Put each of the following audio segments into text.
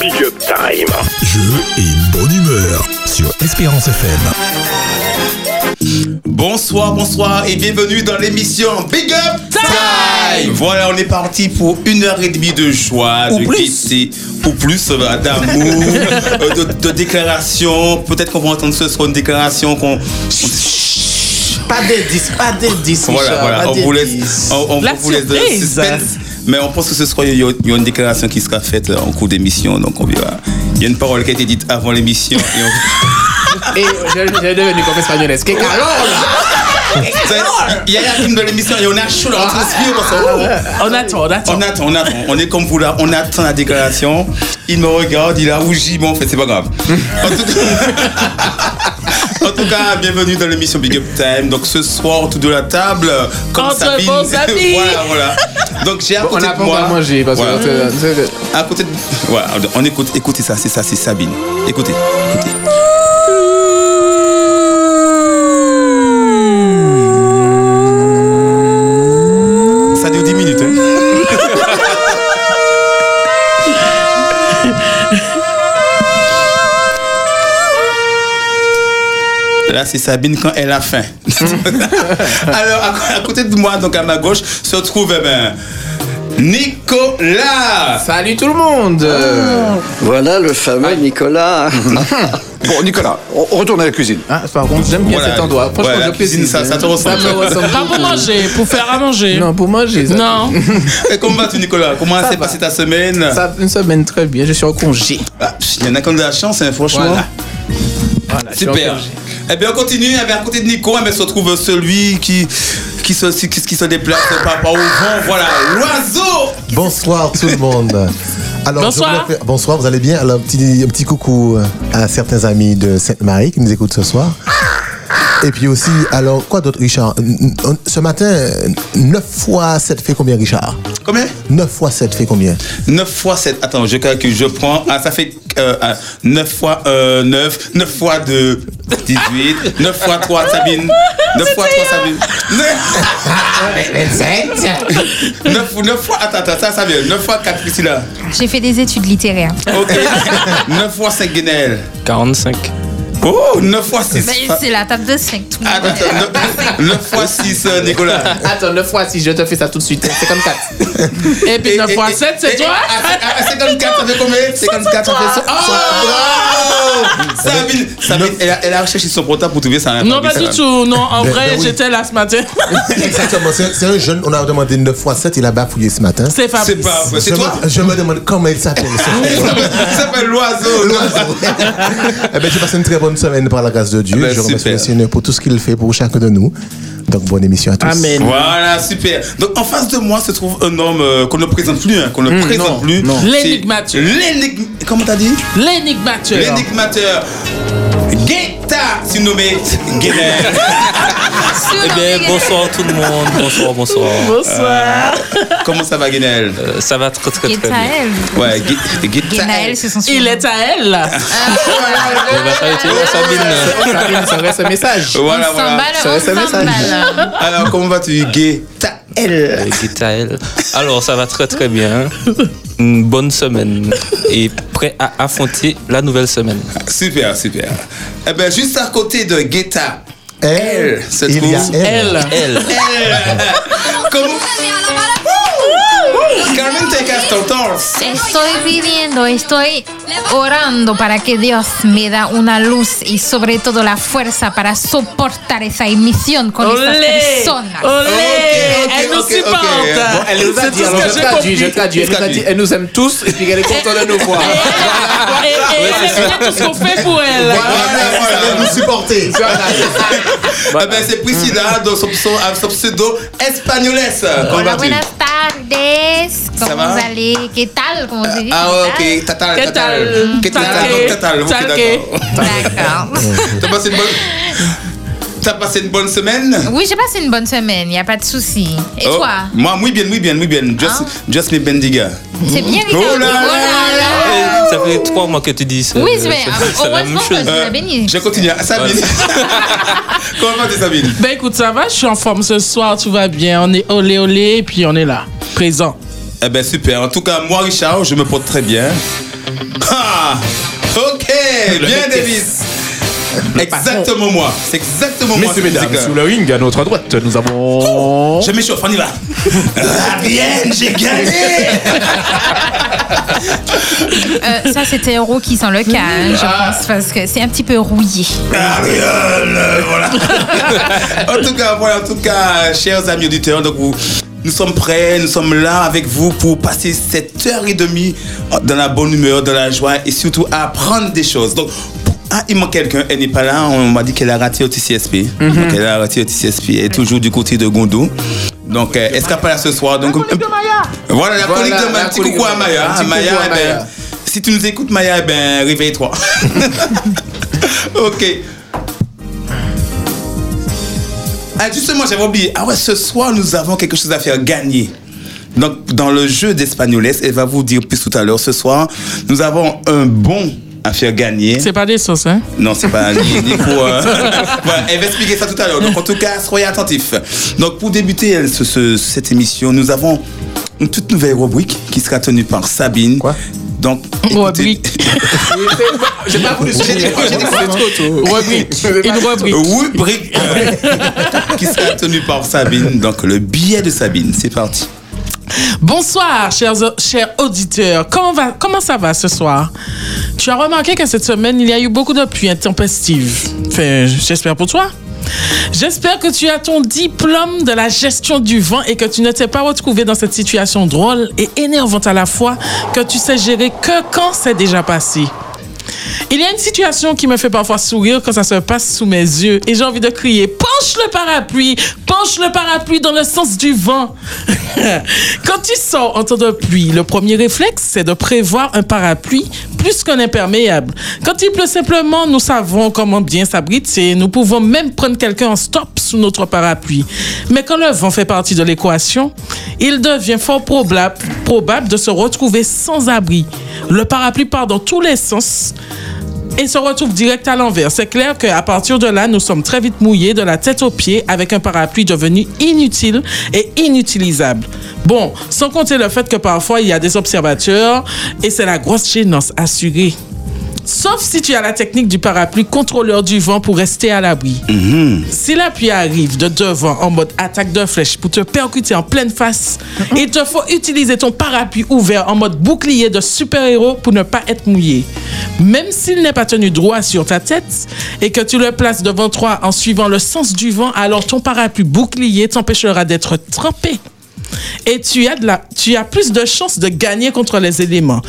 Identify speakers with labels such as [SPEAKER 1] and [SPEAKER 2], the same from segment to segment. [SPEAKER 1] Big Up Time.
[SPEAKER 2] Jeu et une bonne humeur sur Espérance FM.
[SPEAKER 3] Bonsoir, bonsoir et bienvenue dans l'émission Big Up Time. Voilà, on est parti pour une heure et demie de joie, de gaieté, ou plus euh, d'amour, euh, de, de déclarations. Peut-être qu'on va entendre ce soir une déclaration qu'on.
[SPEAKER 4] Pas d'indice, pas d'indice.
[SPEAKER 3] Voilà,
[SPEAKER 4] Richard,
[SPEAKER 3] voilà,
[SPEAKER 4] pas
[SPEAKER 3] on vous laisse,
[SPEAKER 4] d'indice.
[SPEAKER 3] on, on
[SPEAKER 4] La
[SPEAKER 3] vous laisse dans le
[SPEAKER 4] surprise.
[SPEAKER 3] suspense. Mais on pense que ce soir, il y, a- il y a une déclaration qui sera faite euh, en cours d'émission, donc on verra. Il y a une parole qui a été dite avant l'émission. et on-
[SPEAKER 4] Et j'ai j'ai devenu comme espagnolaise. Que calor
[SPEAKER 3] Ça, Il y a la team de l'émission et on est chaud, on transpire parce qu'on-
[SPEAKER 4] On attend, on attend.
[SPEAKER 3] On attend, on attend, on est comme vous là, on attend la déclaration. Il me regarde, il a rougi, bon en fait c'est pas grave. En tout cas, en tout cas, bienvenue dans l'émission Big Up Time. Donc ce soir autour de la table, comme
[SPEAKER 5] Entre
[SPEAKER 3] Sabine.
[SPEAKER 5] bons amis.
[SPEAKER 3] voilà, voilà. Donc j'ai à
[SPEAKER 4] On
[SPEAKER 3] côté
[SPEAKER 4] n'a
[SPEAKER 3] de
[SPEAKER 4] pas
[SPEAKER 3] moi.
[SPEAKER 4] encore mangé parce
[SPEAKER 3] Voilà.
[SPEAKER 4] que. c'est- c'est-
[SPEAKER 3] À côté de... Voilà, on écoute, écoutez ça, c'est ça, c'est Sabine. Écoutez, écoutez. Ça dure 10 minutes. hein. Là, c'est Sabine quand elle a faim. Alors, à, à côté de moi, donc à ma gauche, se trouve eh ben, Nicolas.
[SPEAKER 4] Salut tout le monde
[SPEAKER 6] Voilà le fameux
[SPEAKER 4] Ah.
[SPEAKER 6] Nicolas.
[SPEAKER 7] Bon, Nicolas, on on retourne à la cuisine.
[SPEAKER 4] Ah, Par contre, j'aime bien
[SPEAKER 3] Voilà.
[SPEAKER 4] cet endroit. Franchement,
[SPEAKER 3] Ouais, la
[SPEAKER 4] je
[SPEAKER 3] cuisine,
[SPEAKER 4] plaisir.
[SPEAKER 3] ça- ça te ressemble.
[SPEAKER 4] Ça me ressemble
[SPEAKER 5] Pas pour
[SPEAKER 4] beaucoup.
[SPEAKER 5] manger, pour faire à manger.
[SPEAKER 4] Non, pour manger. ça-
[SPEAKER 5] Non.
[SPEAKER 3] Et comment vas-tu, Nicolas Comment s'est passée ta semaine
[SPEAKER 4] Ça, une semaine très bien, je suis en congé.
[SPEAKER 3] Ah, pff, Il y en a qui ont de la chance, hein, franchement.
[SPEAKER 4] Voilà. Voilà, je suis en
[SPEAKER 3] Super.
[SPEAKER 4] congé.
[SPEAKER 3] Eh bien, on continue. Eh bien, à côté de Nico, eh bien, se trouve celui qui, qui, se, qui, qui se déplace par rapport au vent. Voilà, l'oiseau
[SPEAKER 8] Bonsoir tout le monde. Alors, je
[SPEAKER 5] Bonsoir.
[SPEAKER 8] voulais faire- bonsoir, vous allez bien Alors, un petit, un petit coucou euh, à certains amis de Sainte-Marie qui nous écoutent ce soir. Et puis aussi, alors, quoi d'autre, Richard N- n- Ce matin, 9 fois 7 fait combien, Richard
[SPEAKER 3] Combien
[SPEAKER 8] 9 fois 7 fait combien
[SPEAKER 3] 9 fois 7. Attends, je calcule, je prends. Ah, ça fait 9 fois 9. 9 fois 2, 18. 9 fois 3, Sabine. 9 fois 3, Sabine. 9, fois. Attends, attends, ça, ça vient. 9 fois 4, Priscilla.
[SPEAKER 9] J'ai fait des études littéraires.
[SPEAKER 3] Ok. 9 fois 5, Guenel.
[SPEAKER 10] 45.
[SPEAKER 3] Oh, 9 fois 6.
[SPEAKER 9] Mais c'est la table de 5. Tout le monde
[SPEAKER 3] Attends, 9, fois 6, Nicolas.
[SPEAKER 4] Attends, 9 fois 6, je te fais ça tout de suite. 54.
[SPEAKER 5] Et puis 9 fois 7, c'est toi
[SPEAKER 3] Ah, 54, ça fait combien 54, ça fait Oh Sabine, Sabine elle, a, elle a recherché son portable pour trouver Ah, ça. hein,
[SPEAKER 5] Non, pas du tout. Non, en
[SPEAKER 8] Ben,
[SPEAKER 5] vrai,
[SPEAKER 8] ben oui.
[SPEAKER 5] j'étais là ce matin.
[SPEAKER 8] Exactement, c'est c'est un jeune, on a demandé 9 fois 7, il a bafouillé ce matin.
[SPEAKER 5] C'est
[SPEAKER 3] C'est
[SPEAKER 5] Fabrice.
[SPEAKER 3] pas vrai, c'est
[SPEAKER 8] je,
[SPEAKER 3] toi
[SPEAKER 8] me, je me demande comment il s'appelle. ce jeune.
[SPEAKER 3] Ça s'appelle l'oiseau.
[SPEAKER 8] eh ben, j'ai passé une très bonne semaine par la grâce de Dieu.
[SPEAKER 3] Ah ben,
[SPEAKER 8] je remercie
[SPEAKER 3] super.
[SPEAKER 8] le Seigneur pour tout ce qu'il fait pour chacun de nous. Donc, bonne émission à tous.
[SPEAKER 4] Amen.
[SPEAKER 3] Voilà, super. Donc en face de moi se trouve un homme euh, qu'on ne présente plus, hein, qu'on ne présente
[SPEAKER 4] non,
[SPEAKER 3] plus.
[SPEAKER 4] non.
[SPEAKER 3] C'est
[SPEAKER 5] L'énigmateur.
[SPEAKER 3] l'énig- Comment t'as dit
[SPEAKER 5] L'énigmateur.
[SPEAKER 3] L'énigmateur. Guetta, surnommé Guénel.
[SPEAKER 10] Eh bien, bonsoir tout le monde. Bonsoir, bonsoir.
[SPEAKER 5] Bonsoir.
[SPEAKER 3] Comment ça va, Guénel
[SPEAKER 10] Euh, ça va très très
[SPEAKER 9] Et
[SPEAKER 10] très bien.
[SPEAKER 9] Taël.
[SPEAKER 3] Ouais, Gu- Guetta.
[SPEAKER 9] Guénaël, c'est son
[SPEAKER 5] Il
[SPEAKER 9] surnom. Ah,
[SPEAKER 5] est à elle.
[SPEAKER 3] Euh,
[SPEAKER 10] On va pas utiliser Sabine.
[SPEAKER 4] Sabine, ça reste un message.
[SPEAKER 3] Voilà,
[SPEAKER 9] On s'emballe,
[SPEAKER 3] voilà.
[SPEAKER 4] Ça,
[SPEAKER 9] on
[SPEAKER 4] c'est un message.
[SPEAKER 9] s'emballe.
[SPEAKER 3] Alors, comment vas-tu, Gué
[SPEAKER 10] Euh, Guitaël. Alors, ça va très très bien. Une bonne semaine. Et prêt à affronter la nouvelle semaine.
[SPEAKER 3] Super, super. Eh bien, juste à côté de Guetta.
[SPEAKER 8] Elle,
[SPEAKER 3] se
[SPEAKER 8] il y a
[SPEAKER 3] trouve-
[SPEAKER 8] elle.
[SPEAKER 4] Elle.
[SPEAKER 10] Elle.
[SPEAKER 3] Comment Carmen Tecas Tortors.
[SPEAKER 9] Estoy pidiendo, estoy orando para que Dios me da una luz y sobre todo la fuerza para soportar esa emisión
[SPEAKER 5] Oh,
[SPEAKER 9] con estas
[SPEAKER 5] Olé.
[SPEAKER 9] personas.
[SPEAKER 5] Olé.
[SPEAKER 3] Ok, ok,
[SPEAKER 5] Oh, Elle nous
[SPEAKER 3] ok, ok.
[SPEAKER 5] supporte.
[SPEAKER 3] Bon,
[SPEAKER 4] Elle nous a
[SPEAKER 5] C'est
[SPEAKER 4] dit,
[SPEAKER 5] tout
[SPEAKER 4] alors
[SPEAKER 5] ce
[SPEAKER 4] je
[SPEAKER 5] que j'ai
[SPEAKER 4] traduis, je
[SPEAKER 5] compris.
[SPEAKER 4] traduis. Elle nous a dit, elle nous aime tous et puis qu'elle est contente de nous voir.
[SPEAKER 5] Et, et elle aime bien tout ce qu'on fait pour elle.
[SPEAKER 3] Ah,
[SPEAKER 11] Ah,
[SPEAKER 3] Voilà, voilà.
[SPEAKER 8] Vous supportez.
[SPEAKER 4] Voilà, c'est ça.
[SPEAKER 3] Eh ben, c'est Priscilla dans son, son, avec son pseudo Espagnoles. Comment
[SPEAKER 9] Hola,
[SPEAKER 3] vas-tu
[SPEAKER 9] buenas tardes.
[SPEAKER 3] Ça
[SPEAKER 9] ¿Cómo
[SPEAKER 3] Ah, va?
[SPEAKER 9] sale? ¿Qué tal? ¿Cómo se dice?
[SPEAKER 3] Ah,
[SPEAKER 9] ¿Qué
[SPEAKER 3] ok. Tatal,
[SPEAKER 5] Que
[SPEAKER 3] tatal.
[SPEAKER 5] tal?
[SPEAKER 3] Que tatal,
[SPEAKER 5] Taqué.
[SPEAKER 3] donc tatal. Ok,
[SPEAKER 5] Taqué.
[SPEAKER 3] d'accord.
[SPEAKER 9] tal? D'accord.
[SPEAKER 3] T'as passé une bonne... T'as passé une bonne semaine
[SPEAKER 9] Oui, j'ai passé une bonne semaine, il a pas de souci. Et
[SPEAKER 3] Oh,
[SPEAKER 9] toi
[SPEAKER 3] Moi, oui bien, oui bien, oui bien. Just,
[SPEAKER 10] Hein?
[SPEAKER 9] Ah.
[SPEAKER 3] just me bendiga.
[SPEAKER 9] C'est bien, Ricardo.
[SPEAKER 3] Oh là là
[SPEAKER 10] Eh, Ça fait trois mois que tu dis ça.
[SPEAKER 9] Oui, mais
[SPEAKER 10] C'est- c'est la même
[SPEAKER 9] heureusement que je
[SPEAKER 10] chose.
[SPEAKER 9] l'ai béni.
[SPEAKER 3] Je continue. hein. Sabine. Comment vas-tu, Sabine
[SPEAKER 5] Ben écoute, ça va, je suis en forme ce soir, tout va bien. On est olé olé, et puis on est là, présent.
[SPEAKER 3] Eh ben super. En tout cas, moi, Richard, je me porte très bien. Ah, ok, Eh, bien Davis. Exactement moi. C'est exactement moi.
[SPEAKER 4] Messieurs,
[SPEAKER 3] cette
[SPEAKER 4] mesdames,
[SPEAKER 3] musique-là.
[SPEAKER 4] sous le ring, à notre droite, nous avons.
[SPEAKER 3] Je m'échauffe, on y va. Ah, bien, j'ai gagné.
[SPEAKER 9] Euh, ça, c'était Euro qui sent le cas, hein, je pense, parce que c'est un petit peu rouillé.
[SPEAKER 3] Ariel, euh, voilà. en tout cas, voilà, en tout cas, chers amis auditeurs, donc vous- nous sommes prêts, nous sommes là avec vous pour passer cette heure et demie dans la bonne humeur, dans la joie et surtout apprendre des choses. Donc, ah, il manque quelqu'un, elle n'est pas là, on m'a dit qu'elle a raté au TCSP.
[SPEAKER 4] Mhm.
[SPEAKER 3] Donc, elle a raté au TCSP, elle est toujours du côté de Gondou. Donc, euh, elle sera pas là ce soir. Donc,
[SPEAKER 4] Ah,
[SPEAKER 3] Voilà, la
[SPEAKER 4] Voilà,
[SPEAKER 3] chronique de
[SPEAKER 4] la
[SPEAKER 3] Maya. Un petit
[SPEAKER 4] chronique
[SPEAKER 3] coucou
[SPEAKER 4] de
[SPEAKER 3] à
[SPEAKER 4] Maya.
[SPEAKER 3] Maya.
[SPEAKER 4] Un petit
[SPEAKER 3] Maya,
[SPEAKER 4] coucou à
[SPEAKER 3] eh ben,
[SPEAKER 4] Maya.
[SPEAKER 3] si tu nous écoutes, Maya, eh ben, réveille-toi. ok. Ah, justement, j'avais oublié. Ah ouais, ce soir, nous avons quelque chose à faire gagner. Donc, dans le jeu d'Espagnoles, elle va vous dire plus tout à l'heure. Ce soir, nous avons un bon à faire gagner.
[SPEAKER 5] C'est pas des sauces, hein?
[SPEAKER 3] Non, c'est pas ni, ni pour. euh, voilà, elle va expliquer ça tout à l'heure. Donc, en tout cas, soyez attentifs. Donc, pour débuter euh, ce- ce- cette émission, nous avons une toute nouvelle rubrique qui sera tenue par Sabine.
[SPEAKER 8] Quoi
[SPEAKER 3] Donc,
[SPEAKER 5] Rubrique.
[SPEAKER 4] J'ai pas voulu
[SPEAKER 3] J'ai dit quoi, j'ai dit quoi
[SPEAKER 5] Rubrique. Une rubrique.
[SPEAKER 3] rubrique euh, qui sera tenue par Sabine. Donc, le billet de Sabine. C'est parti.
[SPEAKER 5] Bonsoir, chers, chers auditeurs. Comment, va, comment ça va ce soir? Tu as remarqué que cette semaine, il y a eu beaucoup de pluie intempestive. Enfin, j'espère pour toi. J'espère que tu as ton diplôme de la gestion du vent et que tu ne t'es pas retrouvé dans cette situation drôle et énervante à la fois que tu sais gérer que quand c'est déjà passé. Il y a une situation qui me fait parfois sourire quand ça se passe sous mes yeux et j'ai envie de crier penche le parapluie, penche le parapluie dans le sens du vent. quand tu sors en temps de pluie, le premier réflexe c'est de prévoir un parapluie plus qu'un imperméable. Quand il pleut simplement, nous savons comment bien s'abriter, nous pouvons même prendre quelqu'un en stop sous notre parapluie. Mais quand le vent fait partie de l'équation, il devient fort probable, probable de se retrouver sans abri. Le parapluie part dans tous les sens et se retrouve direct à l'envers. C'est clair qu'à partir de là, nous sommes très vite mouillés de la tête aux pieds avec un parapluie devenu inutile et inutilisable. Bon, sans compter le fait que parfois il y a des observateurs et c'est la grosse gênance assurée. Sauf si tu as la technique du parapluie contrôleur du vent pour rester à l'abri. Si la pluie arrive de devant en mode attaque de flèche pour te percuter en pleine face, il te faut utiliser ton parapluie ouvert en mode bouclier de super-héros pour ne pas être mouillé. Même s'il n'est pas tenu droit sur ta tête et que tu le places devant toi en suivant le sens du vent, alors ton parapluie bouclier t'empêchera d'être trempé et tu as, de la, tu as plus de chances de gagner contre les éléments.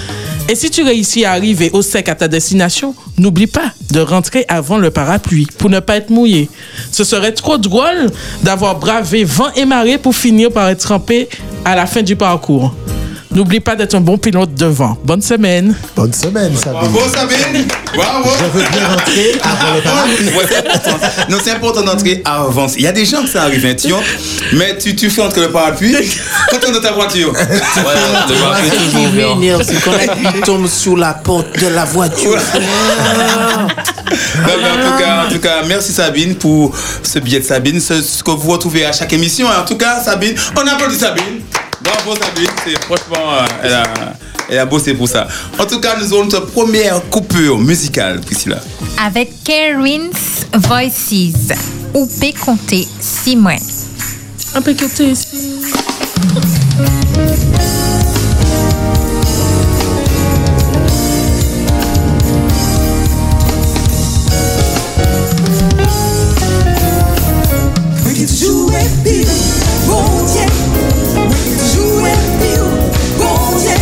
[SPEAKER 5] Et si tu réussis à arriver au sec à ta destination, n'oublie pas de rentrer avant le parapluie pour ne pas être mouillé. Ce serait trop drôle d'avoir bravé vent et marée pour finir par être trempé à la fin du parcours. N'oublie pas d'être un bon pilote de vent. Bonne semaine.
[SPEAKER 8] Bonne semaine, Sabine.
[SPEAKER 3] Bravo Sabine. Bravo.
[SPEAKER 8] Je veux bien rentrer avant le parapluie.
[SPEAKER 3] Ouais, c'est important. non, c'est important d'entrer avant. Il y a des gens que ça arrive, hein, tu vois, mais tu, tu fais entre le parapluie quand on est dans ta voiture.
[SPEAKER 10] Voilà, le
[SPEAKER 3] Ah,
[SPEAKER 10] parapluie est toujours ouvert.
[SPEAKER 4] Ah, c'est quand la pluie tombe sur la porte de la voiture.
[SPEAKER 3] Non, mais en, tout cas, en tout cas, merci Sabine pour ce billet de Sabine, ce, ce que vous retrouvez à chaque émission. En tout cas, Sabine, on applaudit Sabine. Bravo Sabine, c'est franchement, euh, elle a, elle a bossé pour ça. En tout cas, nous aurons notre première coupure musicale, Priscilla.
[SPEAKER 9] Avec Karen's Voices, ou P. Comté, Simon.
[SPEAKER 5] Un peu que t'es ici.
[SPEAKER 1] We can jouer pile, bon Dieu. We can jouer pile, bon Dieu.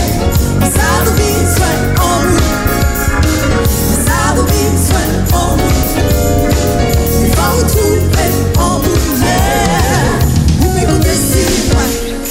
[SPEAKER 1] Mais ça nous besoin en nous. Mais ça nous besoin en nous. Il faut trouver en nous, yeah. Ou m'écouter si
[SPEAKER 4] é é é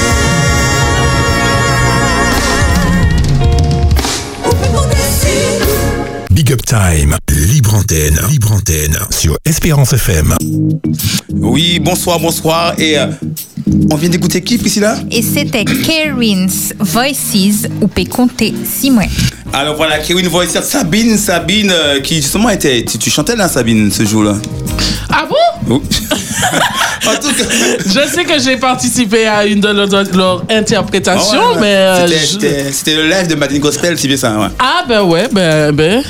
[SPEAKER 4] é
[SPEAKER 2] Time, libre antenne, libre antenne sur Espérance FM.
[SPEAKER 3] Oui, bonsoir, bonsoir. Et euh, on vient d'écouter qui, Priscilla
[SPEAKER 9] Et c'était Karen's Voices, ou peut compter si moi.
[SPEAKER 3] Alors voilà, Kevin voit ici Sabine, Sabine, euh, qui justement était. Tu, tu chantais là, Sabine, ce jour-là
[SPEAKER 5] Ah bon
[SPEAKER 3] Oh.
[SPEAKER 5] Je sais que j'ai participé à une de leurs leurs interprétations,
[SPEAKER 3] Ah ouais, ouais.
[SPEAKER 5] mais. euh,
[SPEAKER 3] C'était-
[SPEAKER 5] je-
[SPEAKER 3] C'était c'était le live de Madine Gospel, si bien ça, ouais.
[SPEAKER 5] Ah ben ouais, ben, ben.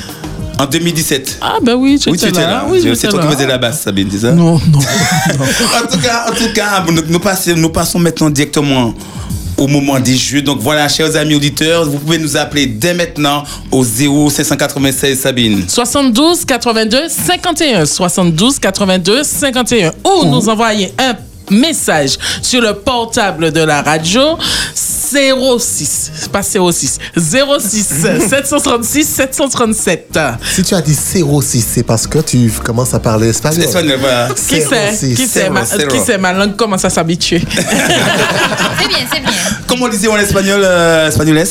[SPEAKER 3] En 2017.
[SPEAKER 5] Ah ben oui, j'étais
[SPEAKER 3] Oui, tu étais
[SPEAKER 5] là.
[SPEAKER 3] là.
[SPEAKER 5] Oui,
[SPEAKER 3] C'est-
[SPEAKER 5] j'étais
[SPEAKER 3] C'est toi qui
[SPEAKER 5] là.
[SPEAKER 3] faisais la basse, Sabine, c'est ça Non,
[SPEAKER 5] non.
[SPEAKER 3] en tout cas, en tout cas nous, nous passons, nous passons maintenant directement au moment des jeux. Donc voilà, chers amis auditeurs, vous pouvez nous appeler dès maintenant au 0596 Sabine.
[SPEAKER 5] 72 82 51 72 82 51
[SPEAKER 8] Oh.
[SPEAKER 5] ou nous envoyer un message sur le portable de la radio 06 pas 06 06 736 737
[SPEAKER 8] Si tu as dit 06, c'est parce que tu commences à parler espagnol.
[SPEAKER 3] Espagnol, voilà.
[SPEAKER 5] qui sait
[SPEAKER 8] 06,
[SPEAKER 5] qui sait ma,
[SPEAKER 8] zéro. Oh.
[SPEAKER 5] qui sait ma langue commence à s'habituer
[SPEAKER 3] Comment on disait en espagnol, euh, espagnoles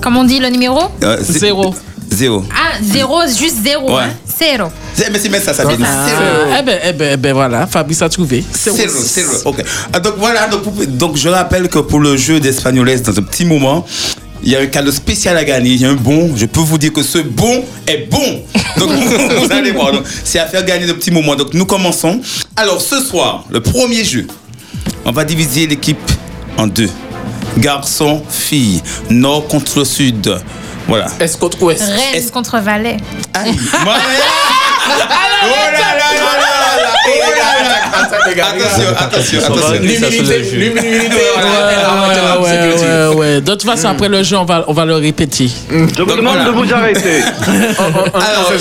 [SPEAKER 9] Comme on dit le numéro
[SPEAKER 3] Euh, zé-
[SPEAKER 5] Zéro.
[SPEAKER 3] Zéro.
[SPEAKER 9] Ah, zéro, juste zéro.
[SPEAKER 3] Ouais.
[SPEAKER 9] Hein? Zéro.
[SPEAKER 3] Zé- Mais c'est bien ça, Sabine.
[SPEAKER 5] Ah,
[SPEAKER 3] Zéro.
[SPEAKER 5] eh ben, eh ben, eh ben voilà Fabrice a trouvé
[SPEAKER 3] Zéro, zéro. Ok. Ah, Donc voilà, donc, vous pouvez- donc je rappelle que pour le jeu d'Espagnoles, dans un petit moment, il y a un cadeau spécial à gagner. Il y a un bon. Je peux vous dire que ce bon est bon. Donc vous, vous allez voir. Donc, C'est à faire gagner de petits moments. Donc nous commençons. Alors ce soir, le premier jeu, on va diviser l'équipe en deux. Garçon, fille, nord contre sud. Voilà.
[SPEAKER 5] Est-ce contre ouest
[SPEAKER 9] Rennes contre Valais.
[SPEAKER 3] Attention, attention, attention.
[SPEAKER 5] ouais, ouais, ouais, ouais. De toute façon, après le jeu, on va, on va le répéter.
[SPEAKER 3] Mm. Je vous demande de vous arrêter. Alors,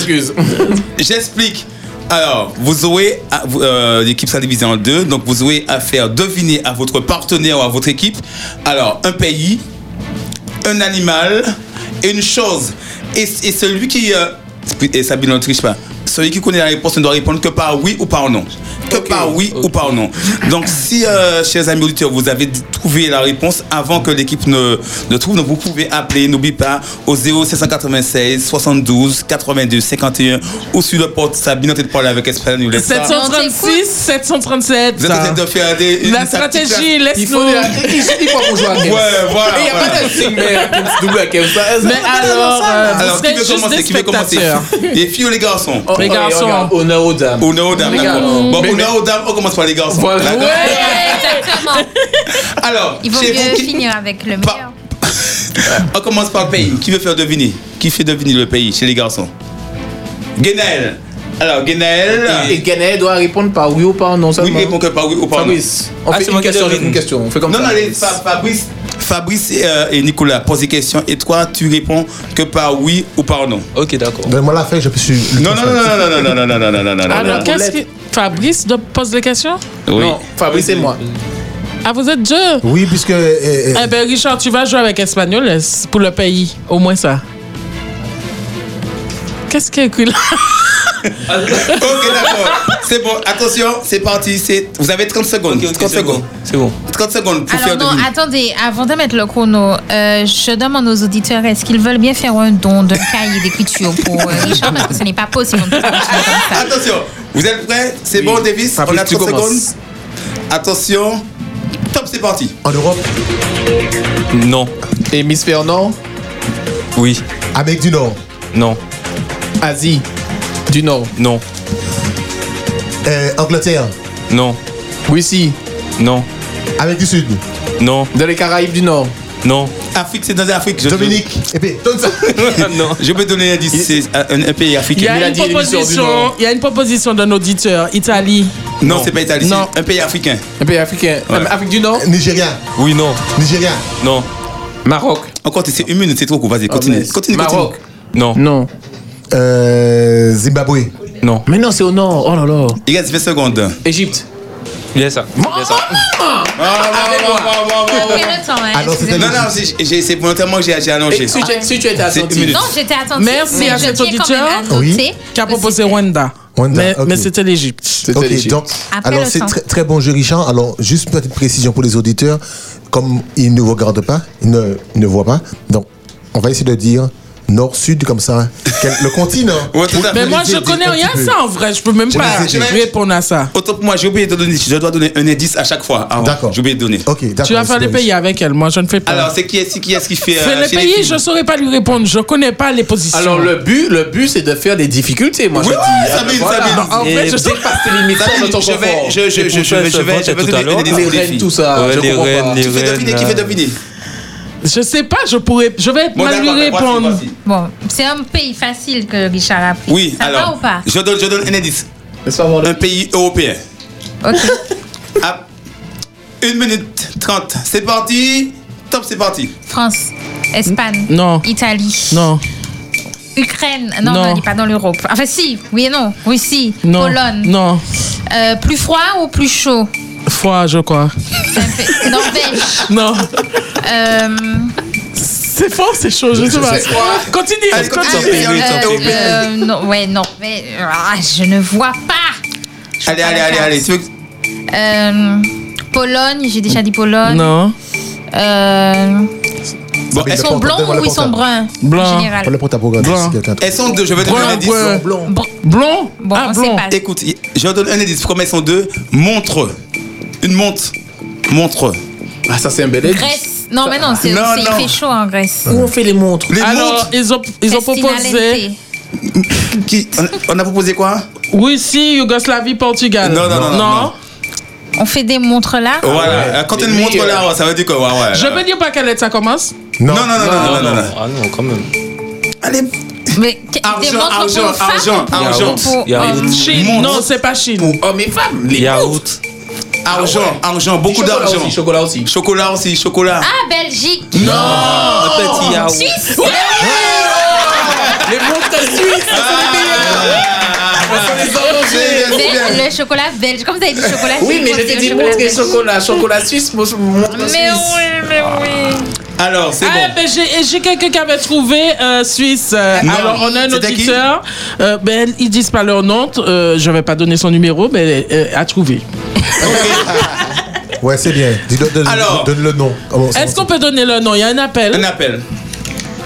[SPEAKER 3] J'explique. Alors, vous aurez à- vous- euh, l'équipe sera divisée en deux, donc vous aurez à faire deviner à votre partenaire ou à votre équipe. Alors, un pays, un animal et une chose. Et, et celui qui euh, et Sabine ne triche pas. Celui qui connaît la réponse ne doit répondre que par oui ou par non. Que par oui ou par non. Donc, si, euh, chers amis auditeurs, vous avez d- trouvé la réponse avant que l'équipe ne, ne trouve, donc vous pouvez appeler, n'oubliez pas, au 0796 72 82 51 ou sur le porte Sabine, on de parler avec Espagne. nous laisse ça.
[SPEAKER 5] 736, 737.
[SPEAKER 3] Vous êtes en train de faire des.
[SPEAKER 5] La
[SPEAKER 3] une- sa petite
[SPEAKER 5] stratégie,
[SPEAKER 3] classe.
[SPEAKER 5] laisse-nous.
[SPEAKER 3] Ouais, voilà.
[SPEAKER 4] Il n'y a
[SPEAKER 3] voilà.
[SPEAKER 4] pas de signe, mais un double à quel ça.
[SPEAKER 5] Mais alors, euh, vous
[SPEAKER 3] Alors, qui
[SPEAKER 5] serez
[SPEAKER 3] veut
[SPEAKER 5] juste
[SPEAKER 3] commencer
[SPEAKER 5] des
[SPEAKER 3] Qui veut commencer
[SPEAKER 5] spectateurs.
[SPEAKER 3] Les filles ou les garçons
[SPEAKER 4] Oh,
[SPEAKER 5] Les garçons.
[SPEAKER 4] Honneur aux dames.
[SPEAKER 3] Honneur aux dames,
[SPEAKER 4] Les
[SPEAKER 3] d'accord.
[SPEAKER 4] garçons.
[SPEAKER 3] Bon,
[SPEAKER 4] Mais-
[SPEAKER 3] honneur aux dames, on commence par les garçons.
[SPEAKER 4] Voilà.
[SPEAKER 3] D'accord
[SPEAKER 9] Exactement.
[SPEAKER 3] Alors,
[SPEAKER 9] Il vaut
[SPEAKER 3] chez
[SPEAKER 9] mieux
[SPEAKER 3] vous, qui-
[SPEAKER 9] finir avec le meilleur.
[SPEAKER 3] on commence par le pays. Qui veut faire deviner Qui fait deviner le pays chez les garçons Guénaël. Alors,
[SPEAKER 4] Et
[SPEAKER 3] Guénaël.
[SPEAKER 4] Ganaël doit répondre par oui ou par non
[SPEAKER 3] Oui,
[SPEAKER 4] seulement.
[SPEAKER 3] répond que par oui ou par non.
[SPEAKER 4] Fabrice, on
[SPEAKER 10] Ah,
[SPEAKER 4] fait
[SPEAKER 10] c'est
[SPEAKER 4] une
[SPEAKER 10] moi qui
[SPEAKER 4] question,
[SPEAKER 10] devine.
[SPEAKER 4] une question. On fait comme
[SPEAKER 3] Non,
[SPEAKER 4] ça.
[SPEAKER 3] non, les- Fa- Fabrice. Fabrice et, euh, et Nicolas, pose des questions et toi, tu réponds que par oui ou par non.
[SPEAKER 10] Ok, d'accord.
[SPEAKER 8] Donne-moi la feuille, je peux suivre. le
[SPEAKER 3] Non, non, non,
[SPEAKER 8] transfert.
[SPEAKER 3] non, non, non, non, non, non, non, non, non, non.
[SPEAKER 5] Alors, Ah, qu'est-ce que. Fabrice doit- pose des questions
[SPEAKER 3] Oui.
[SPEAKER 4] Non, Fabrice et moi.
[SPEAKER 5] Ah, vous êtes deux
[SPEAKER 8] Oui, puisque. euh, euh,
[SPEAKER 5] Eh ben, Richard, tu vas jouer avec Espagnoles pour le pays. Au moins ça. Qu'est-ce qu'il y a écrit là
[SPEAKER 3] Ok, d'accord. C'est bon, attention, c'est parti. c'est- Vous avez 30 secondes.
[SPEAKER 10] Ok, ok,
[SPEAKER 3] 30
[SPEAKER 10] c'est bon.
[SPEAKER 3] secondes.
[SPEAKER 10] C'est bon.
[SPEAKER 3] 30 secondes pour
[SPEAKER 9] Alors
[SPEAKER 3] faire
[SPEAKER 9] non,
[SPEAKER 3] deviner.
[SPEAKER 9] attendez, avant de mettre le chrono, euh, je demande aux auditeurs est-ce qu'ils veulent bien faire un don d'un cahier d'écriture pour euh, Richard parce que ce n'est pas possible. on ne peut pas continuer comme ça.
[SPEAKER 3] Ah, Attention, vous êtes prêts C'est bon, Davis On
[SPEAKER 4] Fabrice,
[SPEAKER 3] a
[SPEAKER 4] tu
[SPEAKER 3] 30 secondes.
[SPEAKER 4] commences.
[SPEAKER 3] Attention. Top, c'est parti.
[SPEAKER 8] en Europe,
[SPEAKER 5] eh.
[SPEAKER 10] Non.
[SPEAKER 4] Hémisphère nord,
[SPEAKER 10] Oui.
[SPEAKER 8] Amérique du Nord,
[SPEAKER 10] Non.
[SPEAKER 4] Asie du Nord,
[SPEAKER 10] Non.
[SPEAKER 8] euh, Angleterre,
[SPEAKER 10] Non.
[SPEAKER 4] Russie,
[SPEAKER 10] Non.
[SPEAKER 8] Amérique du Sud,
[SPEAKER 10] Non.
[SPEAKER 4] dans les Caraïbes du Nord.
[SPEAKER 10] Non.
[SPEAKER 3] Afrique, c'est dans l'Afrique. Je
[SPEAKER 8] Dominique, et puis, donne ça.
[SPEAKER 10] Non.
[SPEAKER 3] Je peux donner un indice. C'est un, un pays
[SPEAKER 5] Il y
[SPEAKER 3] africain.
[SPEAKER 4] Il
[SPEAKER 5] a
[SPEAKER 4] a
[SPEAKER 5] une
[SPEAKER 4] dit l'émission
[SPEAKER 5] proposition-
[SPEAKER 4] du Nord.
[SPEAKER 5] il y a une proposition d'un auditeur, Italie.
[SPEAKER 3] Non, c'est pas italien.
[SPEAKER 5] Non.
[SPEAKER 3] c'est Un pays africain.
[SPEAKER 5] Eh
[SPEAKER 4] Un pays africain.
[SPEAKER 3] Ouais.
[SPEAKER 4] Euh, Afrique du Nord,
[SPEAKER 8] Nigeria,
[SPEAKER 10] Oui, non.
[SPEAKER 8] Nigeria,
[SPEAKER 10] Non.
[SPEAKER 4] Maroc.
[SPEAKER 3] Encore, c'est une minute, c'est trop court. Vas-y, continue.
[SPEAKER 4] Maroc.
[SPEAKER 3] continue, continue.
[SPEAKER 4] Maroc.
[SPEAKER 10] Non.
[SPEAKER 4] Non.
[SPEAKER 8] euh, Zimbabwe,
[SPEAKER 10] Non.
[SPEAKER 4] Mais non, c'est au Nord. Oh là là.
[SPEAKER 3] Il reste 20 secondes.
[SPEAKER 4] Égypte.
[SPEAKER 10] Yes, ça. Yes, ça.
[SPEAKER 9] Vous avez le temps, hein,
[SPEAKER 8] Ah non, c'était
[SPEAKER 3] Non,
[SPEAKER 9] excusez-moi.
[SPEAKER 3] non, c'est j'ai- c'est volontairement que j'ai j'ai allongé.
[SPEAKER 4] Et si, tu, si tu étais
[SPEAKER 3] C'est une
[SPEAKER 4] attentif.
[SPEAKER 3] minute.
[SPEAKER 9] Non, j'étais attentive.
[SPEAKER 5] Merci
[SPEAKER 9] mais
[SPEAKER 5] à
[SPEAKER 9] je
[SPEAKER 5] cet
[SPEAKER 9] tiens quand
[SPEAKER 5] auditeur.
[SPEAKER 9] même à noter
[SPEAKER 8] Oui.
[SPEAKER 9] que
[SPEAKER 5] Qui a proposé
[SPEAKER 9] c'était-
[SPEAKER 5] Rwanda.
[SPEAKER 8] Rwanda,
[SPEAKER 5] mais
[SPEAKER 8] ok.
[SPEAKER 5] mais c'était l'l'Égypte.
[SPEAKER 4] C'était
[SPEAKER 8] Ok,
[SPEAKER 4] l'Égypte.
[SPEAKER 8] donc,
[SPEAKER 9] Après
[SPEAKER 8] alors
[SPEAKER 9] le
[SPEAKER 8] c'est
[SPEAKER 9] temps.
[SPEAKER 8] très, très bon jeu, Richard. Alors, juste une petite précision pour les auditeurs. Comme ils ne vous regardent pas, ils ne, ils ne voient pas. Donc, on va essayer de dire nord-sud comme ça. Quel- le continent.
[SPEAKER 5] Mais moi, je connais rien à ça en vrai. Je peux même pas répondre à ça.
[SPEAKER 3] Autant que moi, j'ai oublié de donner. Je dois donner un indice à chaque fois. D'accord. J'ai oublié de donner.
[SPEAKER 8] Ok,
[SPEAKER 5] Tu vas faire les pays avec elle. Moi, je ne fais pas.
[SPEAKER 3] Alors, c'est qui est-ce qui, est qui fait. euh,
[SPEAKER 5] Fais les
[SPEAKER 3] chez les
[SPEAKER 5] pays,
[SPEAKER 3] filles
[SPEAKER 5] je ne saurais pas lui répondre. Je connais pas les positions.
[SPEAKER 4] Alors le but, le but c'est de faire des difficultés. Moi
[SPEAKER 5] Oui,
[SPEAKER 4] je
[SPEAKER 5] oui,
[SPEAKER 4] dis.
[SPEAKER 5] ça
[SPEAKER 4] ah,
[SPEAKER 5] m'est- ça
[SPEAKER 4] voilà.
[SPEAKER 5] m'est-
[SPEAKER 4] En fait, je
[SPEAKER 5] Et
[SPEAKER 4] sais pas c'est limite
[SPEAKER 5] ça
[SPEAKER 4] de
[SPEAKER 5] m'est-
[SPEAKER 4] ton
[SPEAKER 5] je vais-
[SPEAKER 4] confort.
[SPEAKER 5] je- je-
[SPEAKER 4] Et
[SPEAKER 5] je-
[SPEAKER 4] pour
[SPEAKER 5] je
[SPEAKER 4] faire
[SPEAKER 5] vais-
[SPEAKER 4] ce
[SPEAKER 5] je vais-
[SPEAKER 4] vote,
[SPEAKER 5] je vais
[SPEAKER 4] tout
[SPEAKER 5] donner-
[SPEAKER 4] à l'heure.
[SPEAKER 5] donner des
[SPEAKER 4] les
[SPEAKER 5] idées.
[SPEAKER 4] reines tout ça.
[SPEAKER 5] Ouais,
[SPEAKER 4] je
[SPEAKER 5] les
[SPEAKER 4] comprends
[SPEAKER 5] reines,
[SPEAKER 4] pas.
[SPEAKER 5] les Qui fait reines, deviner, qui fait là.
[SPEAKER 3] deviner
[SPEAKER 5] Je sais pas, je pourrais, je vais
[SPEAKER 3] Bon,
[SPEAKER 5] mal lui
[SPEAKER 3] d'accord, mais voici,
[SPEAKER 5] répondre.
[SPEAKER 3] voici.
[SPEAKER 9] Bon, c'est un pays facile que Richard a pris.
[SPEAKER 3] Oui,
[SPEAKER 9] ça va ou
[SPEAKER 3] alors.
[SPEAKER 9] pas
[SPEAKER 3] Je donne, je donne un indice. Un pays européen. Ok. À 1 minute 30. C'est parti. Top, c'est parti.
[SPEAKER 9] France, Espagne,
[SPEAKER 5] Non.
[SPEAKER 9] Italie,
[SPEAKER 5] Non.
[SPEAKER 9] Ukraine. Non,
[SPEAKER 5] Non.
[SPEAKER 9] non, elle n'est pas dans l'Europe. Enfin, si, oui et non. Russie,
[SPEAKER 5] Non.
[SPEAKER 9] Pologne.
[SPEAKER 5] Non.
[SPEAKER 9] Euh, plus froid ou plus chaud
[SPEAKER 5] Foi, je crois.
[SPEAKER 9] Norvège.
[SPEAKER 5] Non.
[SPEAKER 9] Euh,
[SPEAKER 5] C'est fort, c'est chaud, je sais pas.
[SPEAKER 9] Je sais pas.
[SPEAKER 5] Continue,
[SPEAKER 9] Allez,
[SPEAKER 5] continue.
[SPEAKER 9] euh, euh, non, ouais, Norvège. Ah, je ne vois pas.
[SPEAKER 3] Allez, allez, allez, allez. Tu veux...
[SPEAKER 9] Euh, Pologne, j'ai déjà dit Pologne.
[SPEAKER 5] Non.
[SPEAKER 9] Euh,
[SPEAKER 3] Bon,
[SPEAKER 9] ils
[SPEAKER 3] est-ce
[SPEAKER 9] sont
[SPEAKER 3] qu'on-
[SPEAKER 9] blancs ou ils sont bruns en général
[SPEAKER 8] Pour le porte à programme, si quelqu'un-
[SPEAKER 3] Elles sont deux, je vais donner un indice.
[SPEAKER 8] Blond.
[SPEAKER 5] Blond
[SPEAKER 9] Bon, on sait pas.
[SPEAKER 3] Écoute, je donne un indice. Comme elles sont deux, montre. Une montre. Montre.
[SPEAKER 4] Ah, ça, c'est un bel
[SPEAKER 9] Grèce. Non, mais non, c'est, c'est- il fait chaud en Grèce.
[SPEAKER 3] Où
[SPEAKER 5] on fait les montres
[SPEAKER 3] Les
[SPEAKER 5] Alors,
[SPEAKER 3] montres
[SPEAKER 5] ils ont, ils ont proposé.
[SPEAKER 9] Festinalité.
[SPEAKER 3] Qui on, on a proposé quoi
[SPEAKER 5] Russie, Yougoslavie, Portugal.
[SPEAKER 3] Non, non, non, non, non.
[SPEAKER 9] On fait des montres là.
[SPEAKER 3] Voilà.
[SPEAKER 4] Ah,
[SPEAKER 3] Euh, Quand elle montre là, ouais, ça veut dire quoi ouais, ouais.
[SPEAKER 5] Je veux dire par quelle lettre ça commence
[SPEAKER 3] Non, non, non, non, non, non, non,
[SPEAKER 10] Ah non, quand même.
[SPEAKER 9] Mais
[SPEAKER 5] Argent,
[SPEAKER 3] argent, argent, argent.
[SPEAKER 5] Chine, non, c'est pas Chine.
[SPEAKER 4] Hommes et femmes, les
[SPEAKER 10] yaourt.
[SPEAKER 3] Argent, argent, beaucoup
[SPEAKER 4] Ah, chocolat
[SPEAKER 3] d'argent.
[SPEAKER 4] aussi, chocolat aussi.
[SPEAKER 3] Chocolat aussi, chocolat.
[SPEAKER 9] Ah, Belgique.
[SPEAKER 3] Non, un petit yaourt.
[SPEAKER 9] Suisse. Ah.
[SPEAKER 4] Les montres suisses, ça, c'est les meilleurs. Ça, c'est les
[SPEAKER 9] Bel-
[SPEAKER 4] horlogers.
[SPEAKER 9] le chocolat belge. Comme vous avez dit chocolat
[SPEAKER 4] Oui,
[SPEAKER 9] suisse,
[SPEAKER 4] mais
[SPEAKER 9] moi,
[SPEAKER 4] j'ai
[SPEAKER 9] c'est le
[SPEAKER 4] dit
[SPEAKER 9] chocolat
[SPEAKER 4] montres et
[SPEAKER 9] belge.
[SPEAKER 4] chocolat. Chocolat suisse, montres suisse.
[SPEAKER 9] Mais oui, mais oui.
[SPEAKER 3] Alors, c'est
[SPEAKER 5] Ah,
[SPEAKER 3] bon.
[SPEAKER 5] ben j'ai j'ai quelqu'un qui avait trouvé euh, Suisse. Euh,
[SPEAKER 3] Non.
[SPEAKER 5] alors, on a un
[SPEAKER 3] C'était qui
[SPEAKER 5] auditeur. Euh, ben, ils disent pas leur nom. Euh, je vais pas donner son numéro, mais euh, à trouver.
[SPEAKER 8] Ouais, c'est bien. Dis-le, donne,
[SPEAKER 3] Alors.
[SPEAKER 8] donne le nom. Comment ça-
[SPEAKER 5] Est-ce qu'on peut donner le nom Il y a un appel.
[SPEAKER 3] Un appel.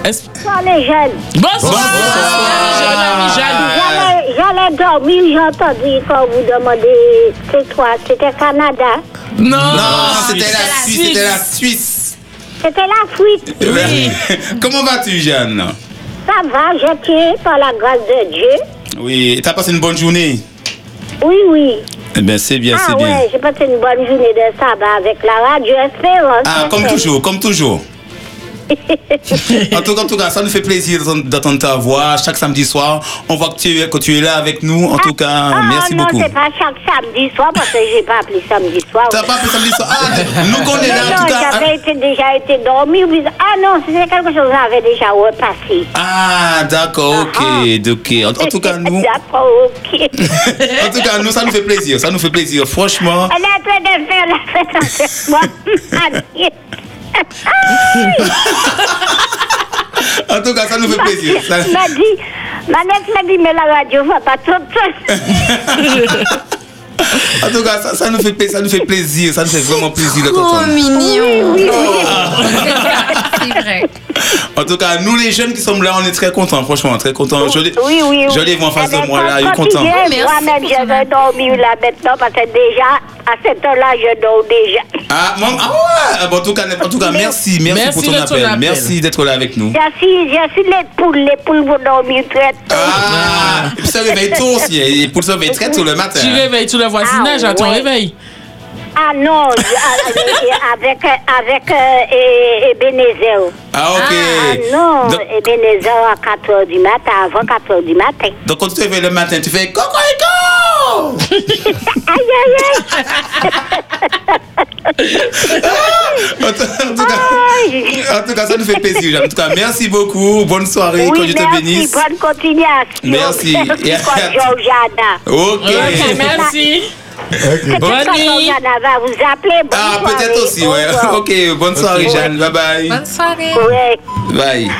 [SPEAKER 5] Est-ce-
[SPEAKER 12] Bonsoir les jeunes.
[SPEAKER 5] Bonsoir,
[SPEAKER 3] Bonsoir.
[SPEAKER 12] J'allais j'allais dormir, j'ai entendu quand vous demandez c'est toi, c'était Canada.
[SPEAKER 5] Non,
[SPEAKER 3] Non, Ah, c'était la Suisse, c'était la Suisse.
[SPEAKER 12] C'était la fuite.
[SPEAKER 3] Comment vas-tu, Jeanne
[SPEAKER 12] Ça va, j'ai tué par la grâce de Dieu.
[SPEAKER 3] Oui, t'as passé une bonne journée
[SPEAKER 12] Oui, oui.
[SPEAKER 3] Eh bien, c'est bien,
[SPEAKER 12] ah
[SPEAKER 3] c'est bien.
[SPEAKER 12] ouais, j'ai passé une bonne journée de sabbat avec la radio Espérance.
[SPEAKER 3] Ah, comme toujours, comme toujours. en, tout, cas- en tout cas, ça nous fait plaisir d'entendre- d'entendre ta voix chaque samedi soir. On voit que tu, es- que tu es là avec nous. En tout cas,
[SPEAKER 12] Ah,
[SPEAKER 3] merci
[SPEAKER 12] non,
[SPEAKER 3] beaucoup.
[SPEAKER 12] c'est pas chaque samedi soir parce que j'ai pas appelé samedi soir.
[SPEAKER 3] T'as pas appelé samedi soir Ah, nous qu'on est là, en
[SPEAKER 12] non,
[SPEAKER 3] tout cas, hein.
[SPEAKER 12] j'avais été- déjà été dormir. puis- Ah non, c'était quelque chose qui avait déjà repassé.
[SPEAKER 3] Ah, d'accord, ok,
[SPEAKER 12] ah.
[SPEAKER 3] ok. En, en tout cas, nous,
[SPEAKER 12] D'accord, ok.
[SPEAKER 3] en tout cas, nous, ça nous fait plaisir. Ça nous fait plaisir. Franchement,
[SPEAKER 12] Elle est en train de faire la fête avec moi. Adieu.
[SPEAKER 3] en tout cas, ça nous fait plaisir. Ça-
[SPEAKER 12] m'a dit, ma nièce m'a dit, mais la radio va pas trop trop.
[SPEAKER 3] en tout cas, ça, ça nous fait, pla- ça nous fait plaisir. Ça nous fait vraiment plaisir de t'entendre.
[SPEAKER 9] Oh,
[SPEAKER 4] Oh.
[SPEAKER 9] mignon.
[SPEAKER 12] Oui, oui.
[SPEAKER 9] C'est vrai.
[SPEAKER 3] En tout cas, nous les jeunes qui sommes là, on est très contents, franchement, très contents. Je les,
[SPEAKER 12] Oui, oui, oui.
[SPEAKER 3] je les vois en face de
[SPEAKER 12] Eh ben,
[SPEAKER 3] moi là, ils
[SPEAKER 12] quand- quand
[SPEAKER 3] sont
[SPEAKER 12] il
[SPEAKER 3] contents.
[SPEAKER 9] Merci
[SPEAKER 12] vient, Moi-même, je vais dormir là maintenant parce que déjà, à cette heure-là, je dors déjà.
[SPEAKER 3] Ah, maman, ah ouais, ah, bon, en tout cas, en tout cas merci, merci,
[SPEAKER 5] Merci
[SPEAKER 3] pour ton
[SPEAKER 5] de ton
[SPEAKER 3] appel.
[SPEAKER 5] appel.
[SPEAKER 3] Merci d'être là avec nous.
[SPEAKER 12] Je suis, je suis les poules, les poules vont dormir très tôt.
[SPEAKER 3] Ah, il se réveille tôt aussi, il pour se réveiller très tôt le matin.
[SPEAKER 5] Tu
[SPEAKER 3] hein.
[SPEAKER 5] réveilles tout le voisinage
[SPEAKER 12] Ah,
[SPEAKER 5] à ton
[SPEAKER 12] ouais.
[SPEAKER 5] réveil.
[SPEAKER 12] Ah non, je- ah, avec, avec euh, et, et Bénézéo.
[SPEAKER 3] Ah, ok.
[SPEAKER 12] Ah non,
[SPEAKER 3] Donc-
[SPEAKER 12] et Bénézéo à 4 heures du matin, avant 4 heures du matin.
[SPEAKER 3] Donc quand tu te réveilles le matin, tu fais cocorico
[SPEAKER 12] Aïe, aïe, aïe.
[SPEAKER 3] Ah, en, tout- en tout cas, en tout cas, ça nous fait plaisir. En tout cas, merci beaucoup. Bonne soirée, que Dieu te
[SPEAKER 12] merci,
[SPEAKER 3] bénisse.
[SPEAKER 12] bonne continuation.
[SPEAKER 3] Merci.
[SPEAKER 12] Merci, Conjo Jada.
[SPEAKER 3] Ok.
[SPEAKER 5] Ok, merci.
[SPEAKER 3] Ok.
[SPEAKER 12] Peut-être quand Jeanne Ava vous appelez. Bonne
[SPEAKER 3] Ah, peut-être
[SPEAKER 12] soirée.
[SPEAKER 3] aussi, ouais.
[SPEAKER 12] Bonsoir.
[SPEAKER 3] Ok, bonne soirée, Jeanne. Bye bye.
[SPEAKER 9] Bonne soirée.
[SPEAKER 12] Ouais.
[SPEAKER 3] Bye.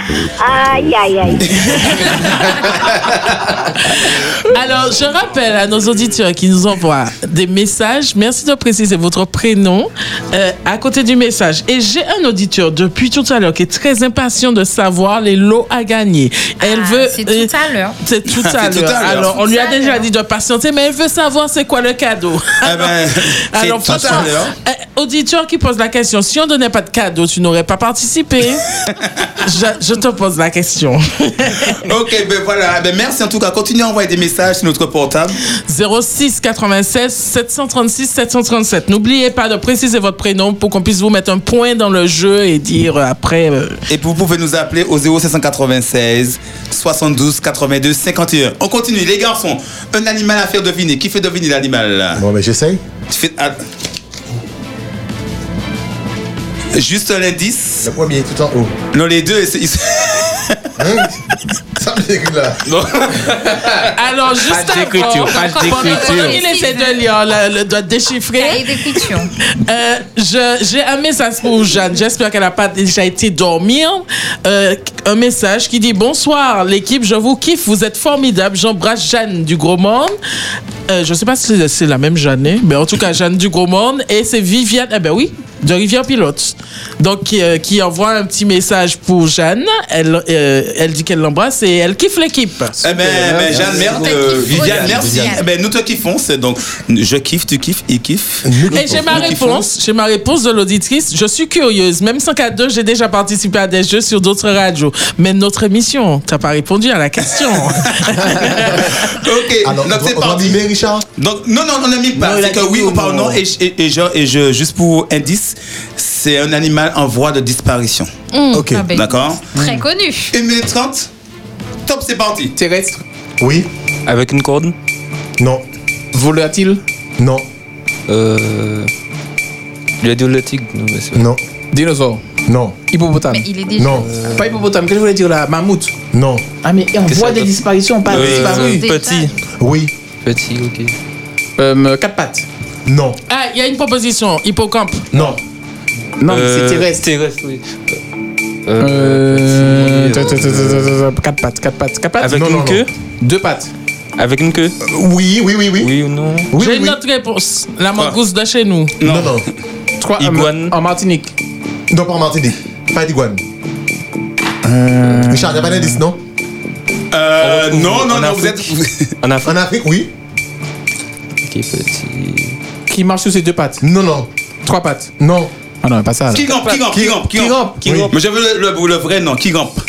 [SPEAKER 12] Aïe, aïe, aïe.
[SPEAKER 5] Alors, je rappelle à nos auditeurs qui nous envoient des messages, merci de préciser votre prénom euh, à côté du message. Et j'ai un auditeur depuis tout à l'heure qui est très impatient de savoir les lots à gagner. Elle veut. C'est tout
[SPEAKER 9] à l'heure.
[SPEAKER 5] C'est tout
[SPEAKER 3] Ah, C'est
[SPEAKER 5] à
[SPEAKER 3] tout à
[SPEAKER 5] l'heure.
[SPEAKER 3] l'heure.
[SPEAKER 5] Alors, on lui a déjà dit de patienter, mais elle veut savoir c'est quoi le cadeau.
[SPEAKER 3] Ah ben, c'est
[SPEAKER 5] Alors,
[SPEAKER 3] tout à
[SPEAKER 5] François,
[SPEAKER 3] l'heure.
[SPEAKER 5] euh, auditeur qui pose la question, si on donnait pas de cadeau, tu n'aurais pas participé. je, je te pose la question.
[SPEAKER 3] Ok, ben voilà. Ben merci en tout cas. Continuez à envoyer des messages sur notre portable.
[SPEAKER 5] 06 96 736 737. N'oubliez pas de préciser votre prénom pour qu'on puisse vous mettre un point dans le jeu et dire euh, après. euh,
[SPEAKER 3] Et vous pouvez nous appeler au 0796 72 82 51. On continue, les garçons. Un animal à faire deviner. Qui fait deviner l'animal
[SPEAKER 8] Bon, ben j'essaye.
[SPEAKER 3] Tu fais- ah. Juste l'indice.
[SPEAKER 8] Le premier, tout en haut. Hein?
[SPEAKER 3] Non, les deux. c'est- ils-
[SPEAKER 8] Ça me là.
[SPEAKER 3] Non.
[SPEAKER 5] Alors, juste
[SPEAKER 3] Page d'écriture,
[SPEAKER 5] avant,
[SPEAKER 3] page
[SPEAKER 5] pendant-
[SPEAKER 3] d'écriture.
[SPEAKER 5] pendant qu'il essaie de lire, le, le- de déchiffrer, euh, je- j'ai un message pour Jeanne. J'espère qu'elle n'a pas déjà été dormir. Euh, un message qui dit Bonsoir, l'équipe, je vous kiffe, vous êtes formidable. J'embrasse Jeanne du Gros Monde. Euh, je ne sais pas si c'est- c'est la même Jeanne, hein, mais en tout cas, Jeanne du Gros Monde. Et c'est Viviane, eh ben oui, de Rivière Pilote. Donc, qui, euh, qui envoie un petit message pour Jeanne. Elle, euh, elle dit qu'elle l'embrasse et elle kiffe l'équipe.
[SPEAKER 3] Eh ben, ben, Jeanne, merde, euh, Viviane, merci. Eh ben, nous te kiffons, c'est donc je kiffe, tu kiffes, il kiffe.
[SPEAKER 5] Et j'ai ma
[SPEAKER 3] Nous kiffons.
[SPEAKER 5] réponse, j'ai ma réponse de l'auditrice. Je suis curieuse. Même sans cadeau, j'ai déjà participé à des jeux sur d'autres radios. Mais notre émission, t'as pas répondu à la question.
[SPEAKER 3] Ok, donc c'est parti.
[SPEAKER 8] Richard
[SPEAKER 3] donc, non, non, on n'a mis pas.
[SPEAKER 5] Non, il a
[SPEAKER 3] C'est que
[SPEAKER 5] dit
[SPEAKER 3] oui
[SPEAKER 5] oui
[SPEAKER 3] ou
[SPEAKER 5] ou
[SPEAKER 3] pas,
[SPEAKER 5] non.
[SPEAKER 3] non. Et, je- et, et je, et je- juste pour indice, c'est un animal en voie de disparition.
[SPEAKER 9] Mmh, Ok. ah ben,
[SPEAKER 3] D'accord
[SPEAKER 9] Très connu.
[SPEAKER 3] 1 minute 30. Top, c'est parti.
[SPEAKER 5] Terrestre.
[SPEAKER 8] Oui.
[SPEAKER 10] Avec une corde
[SPEAKER 8] Non.
[SPEAKER 5] Volatile
[SPEAKER 8] Non.
[SPEAKER 10] Euh. Il a dit le tigre. Non. mais c'est pas-
[SPEAKER 8] Non.
[SPEAKER 11] Dinosaure.
[SPEAKER 8] Non.
[SPEAKER 11] Hippopotame.
[SPEAKER 9] Mais il est déjà- Non.
[SPEAKER 11] Pas hippopotame, qu'est-ce que je voulais dire là Mammouth.
[SPEAKER 8] Non.
[SPEAKER 11] Ah, mais on
[SPEAKER 10] Qu'est-ce
[SPEAKER 11] voit
[SPEAKER 10] que
[SPEAKER 11] des
[SPEAKER 10] ça-
[SPEAKER 11] disparitions, pas
[SPEAKER 10] Euh,
[SPEAKER 11] disparues.
[SPEAKER 10] petit.
[SPEAKER 8] Oui.
[SPEAKER 10] Petit, ok.
[SPEAKER 11] Euh, quatre pattes.
[SPEAKER 8] Non.
[SPEAKER 5] Ah, il y a une proposition. Hippocampe.
[SPEAKER 8] Non.
[SPEAKER 11] Non, mais
[SPEAKER 10] Euh,
[SPEAKER 11] c'est terrestre.
[SPEAKER 10] Terrestre, oui.
[SPEAKER 11] Euh.
[SPEAKER 10] petit,
[SPEAKER 11] ta- ta- ta- ta- ta- Quatre pattes, quatre pattes, quatre pattes.
[SPEAKER 10] Avec une queue
[SPEAKER 11] Deux pattes.
[SPEAKER 10] Avec une queue
[SPEAKER 8] Oui, oui, oui, oui.
[SPEAKER 10] Oui ou non
[SPEAKER 5] j'ai une autre réponse. La mangouste de chez nous.
[SPEAKER 8] Non, non.
[SPEAKER 11] Trois. euh, En Martinique.
[SPEAKER 8] Non, pas en Martinique. Pas d'iguane. Richard, il n'y a pas d'indice, non
[SPEAKER 3] Euh, non, non, non, vous êtes.
[SPEAKER 10] En Afrique.
[SPEAKER 8] En Afrique, oui.
[SPEAKER 10] Ok, petit.
[SPEAKER 11] Qui marche sur ses deux pattes
[SPEAKER 8] Non, non.
[SPEAKER 11] Trois pattes.
[SPEAKER 8] Non.
[SPEAKER 11] Ah non, pas ça. là.
[SPEAKER 3] Qui rampe, qui rampe, qui rampe, qui rampe,
[SPEAKER 11] Qui rampe
[SPEAKER 3] Mais je veux le, le- le vrai nom, qui rampe.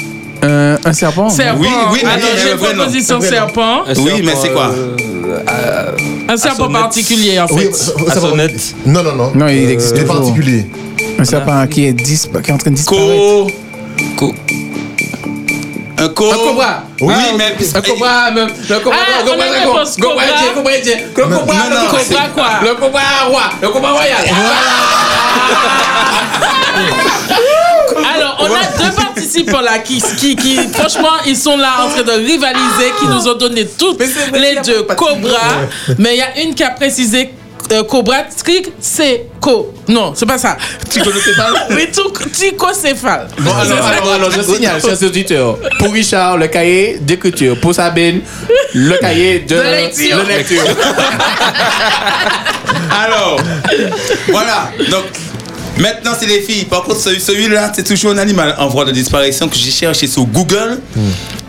[SPEAKER 11] Euh, un serpent.
[SPEAKER 5] Serpent.
[SPEAKER 3] Oui, oui,
[SPEAKER 5] Alors,
[SPEAKER 3] oui, oui,
[SPEAKER 5] j'ai
[SPEAKER 3] le
[SPEAKER 5] une
[SPEAKER 3] vrai nom.
[SPEAKER 5] proposition
[SPEAKER 3] Le vrai nom.
[SPEAKER 5] serpent.
[SPEAKER 3] Oui, mais c'est quoi
[SPEAKER 5] Un serpent particulier, en fait.
[SPEAKER 8] Oui,
[SPEAKER 11] Ah,
[SPEAKER 8] ça- ça- Non, non, non.
[SPEAKER 11] Non, il existe
[SPEAKER 8] Euh,
[SPEAKER 11] toujours.
[SPEAKER 8] particulier.
[SPEAKER 11] Un serpent qui est, dis... qui est en train de disparaître.
[SPEAKER 3] Co.
[SPEAKER 10] Co.
[SPEAKER 3] Un co.
[SPEAKER 11] Un cobra.
[SPEAKER 3] Oui,
[SPEAKER 11] Ah,
[SPEAKER 3] mais.
[SPEAKER 11] Un cobra, même. Le cobra,
[SPEAKER 5] Ah,
[SPEAKER 11] le cobra,
[SPEAKER 5] on a une
[SPEAKER 11] le cobra,
[SPEAKER 5] réponse,
[SPEAKER 11] le cobra,
[SPEAKER 5] cobra.
[SPEAKER 11] le cobra, le cobra, le cobra,
[SPEAKER 3] Non, non,
[SPEAKER 11] le
[SPEAKER 3] non,
[SPEAKER 11] cobra,
[SPEAKER 5] Cobra quoi
[SPEAKER 11] le cobra roi, le cobra royal.
[SPEAKER 5] Alors, on a deux participants là qui, qui, qui, franchement, ils sont là en train de rivaliser, qui nous ont donné toutes les deux Cobra. Mais il y a une qui a précisé euh, Cobra, Trick, c'est Co. Non, c'est pas ça.
[SPEAKER 11] Tricholocéphale
[SPEAKER 5] Oui, tout- Trichocéphale.
[SPEAKER 11] Bon, alors, alors, alors, je signale, chers auditeurs, pour Richard, le cahier d'écriture. Pour Sabine, le cahier de,
[SPEAKER 5] De lecture.
[SPEAKER 11] de lecture.
[SPEAKER 3] Alors, voilà. Donc, maintenant, c'est les filles. Par contre, celui- celui-là, c'est toujours un animal en voie de disparition que j'ai cherché sur Google.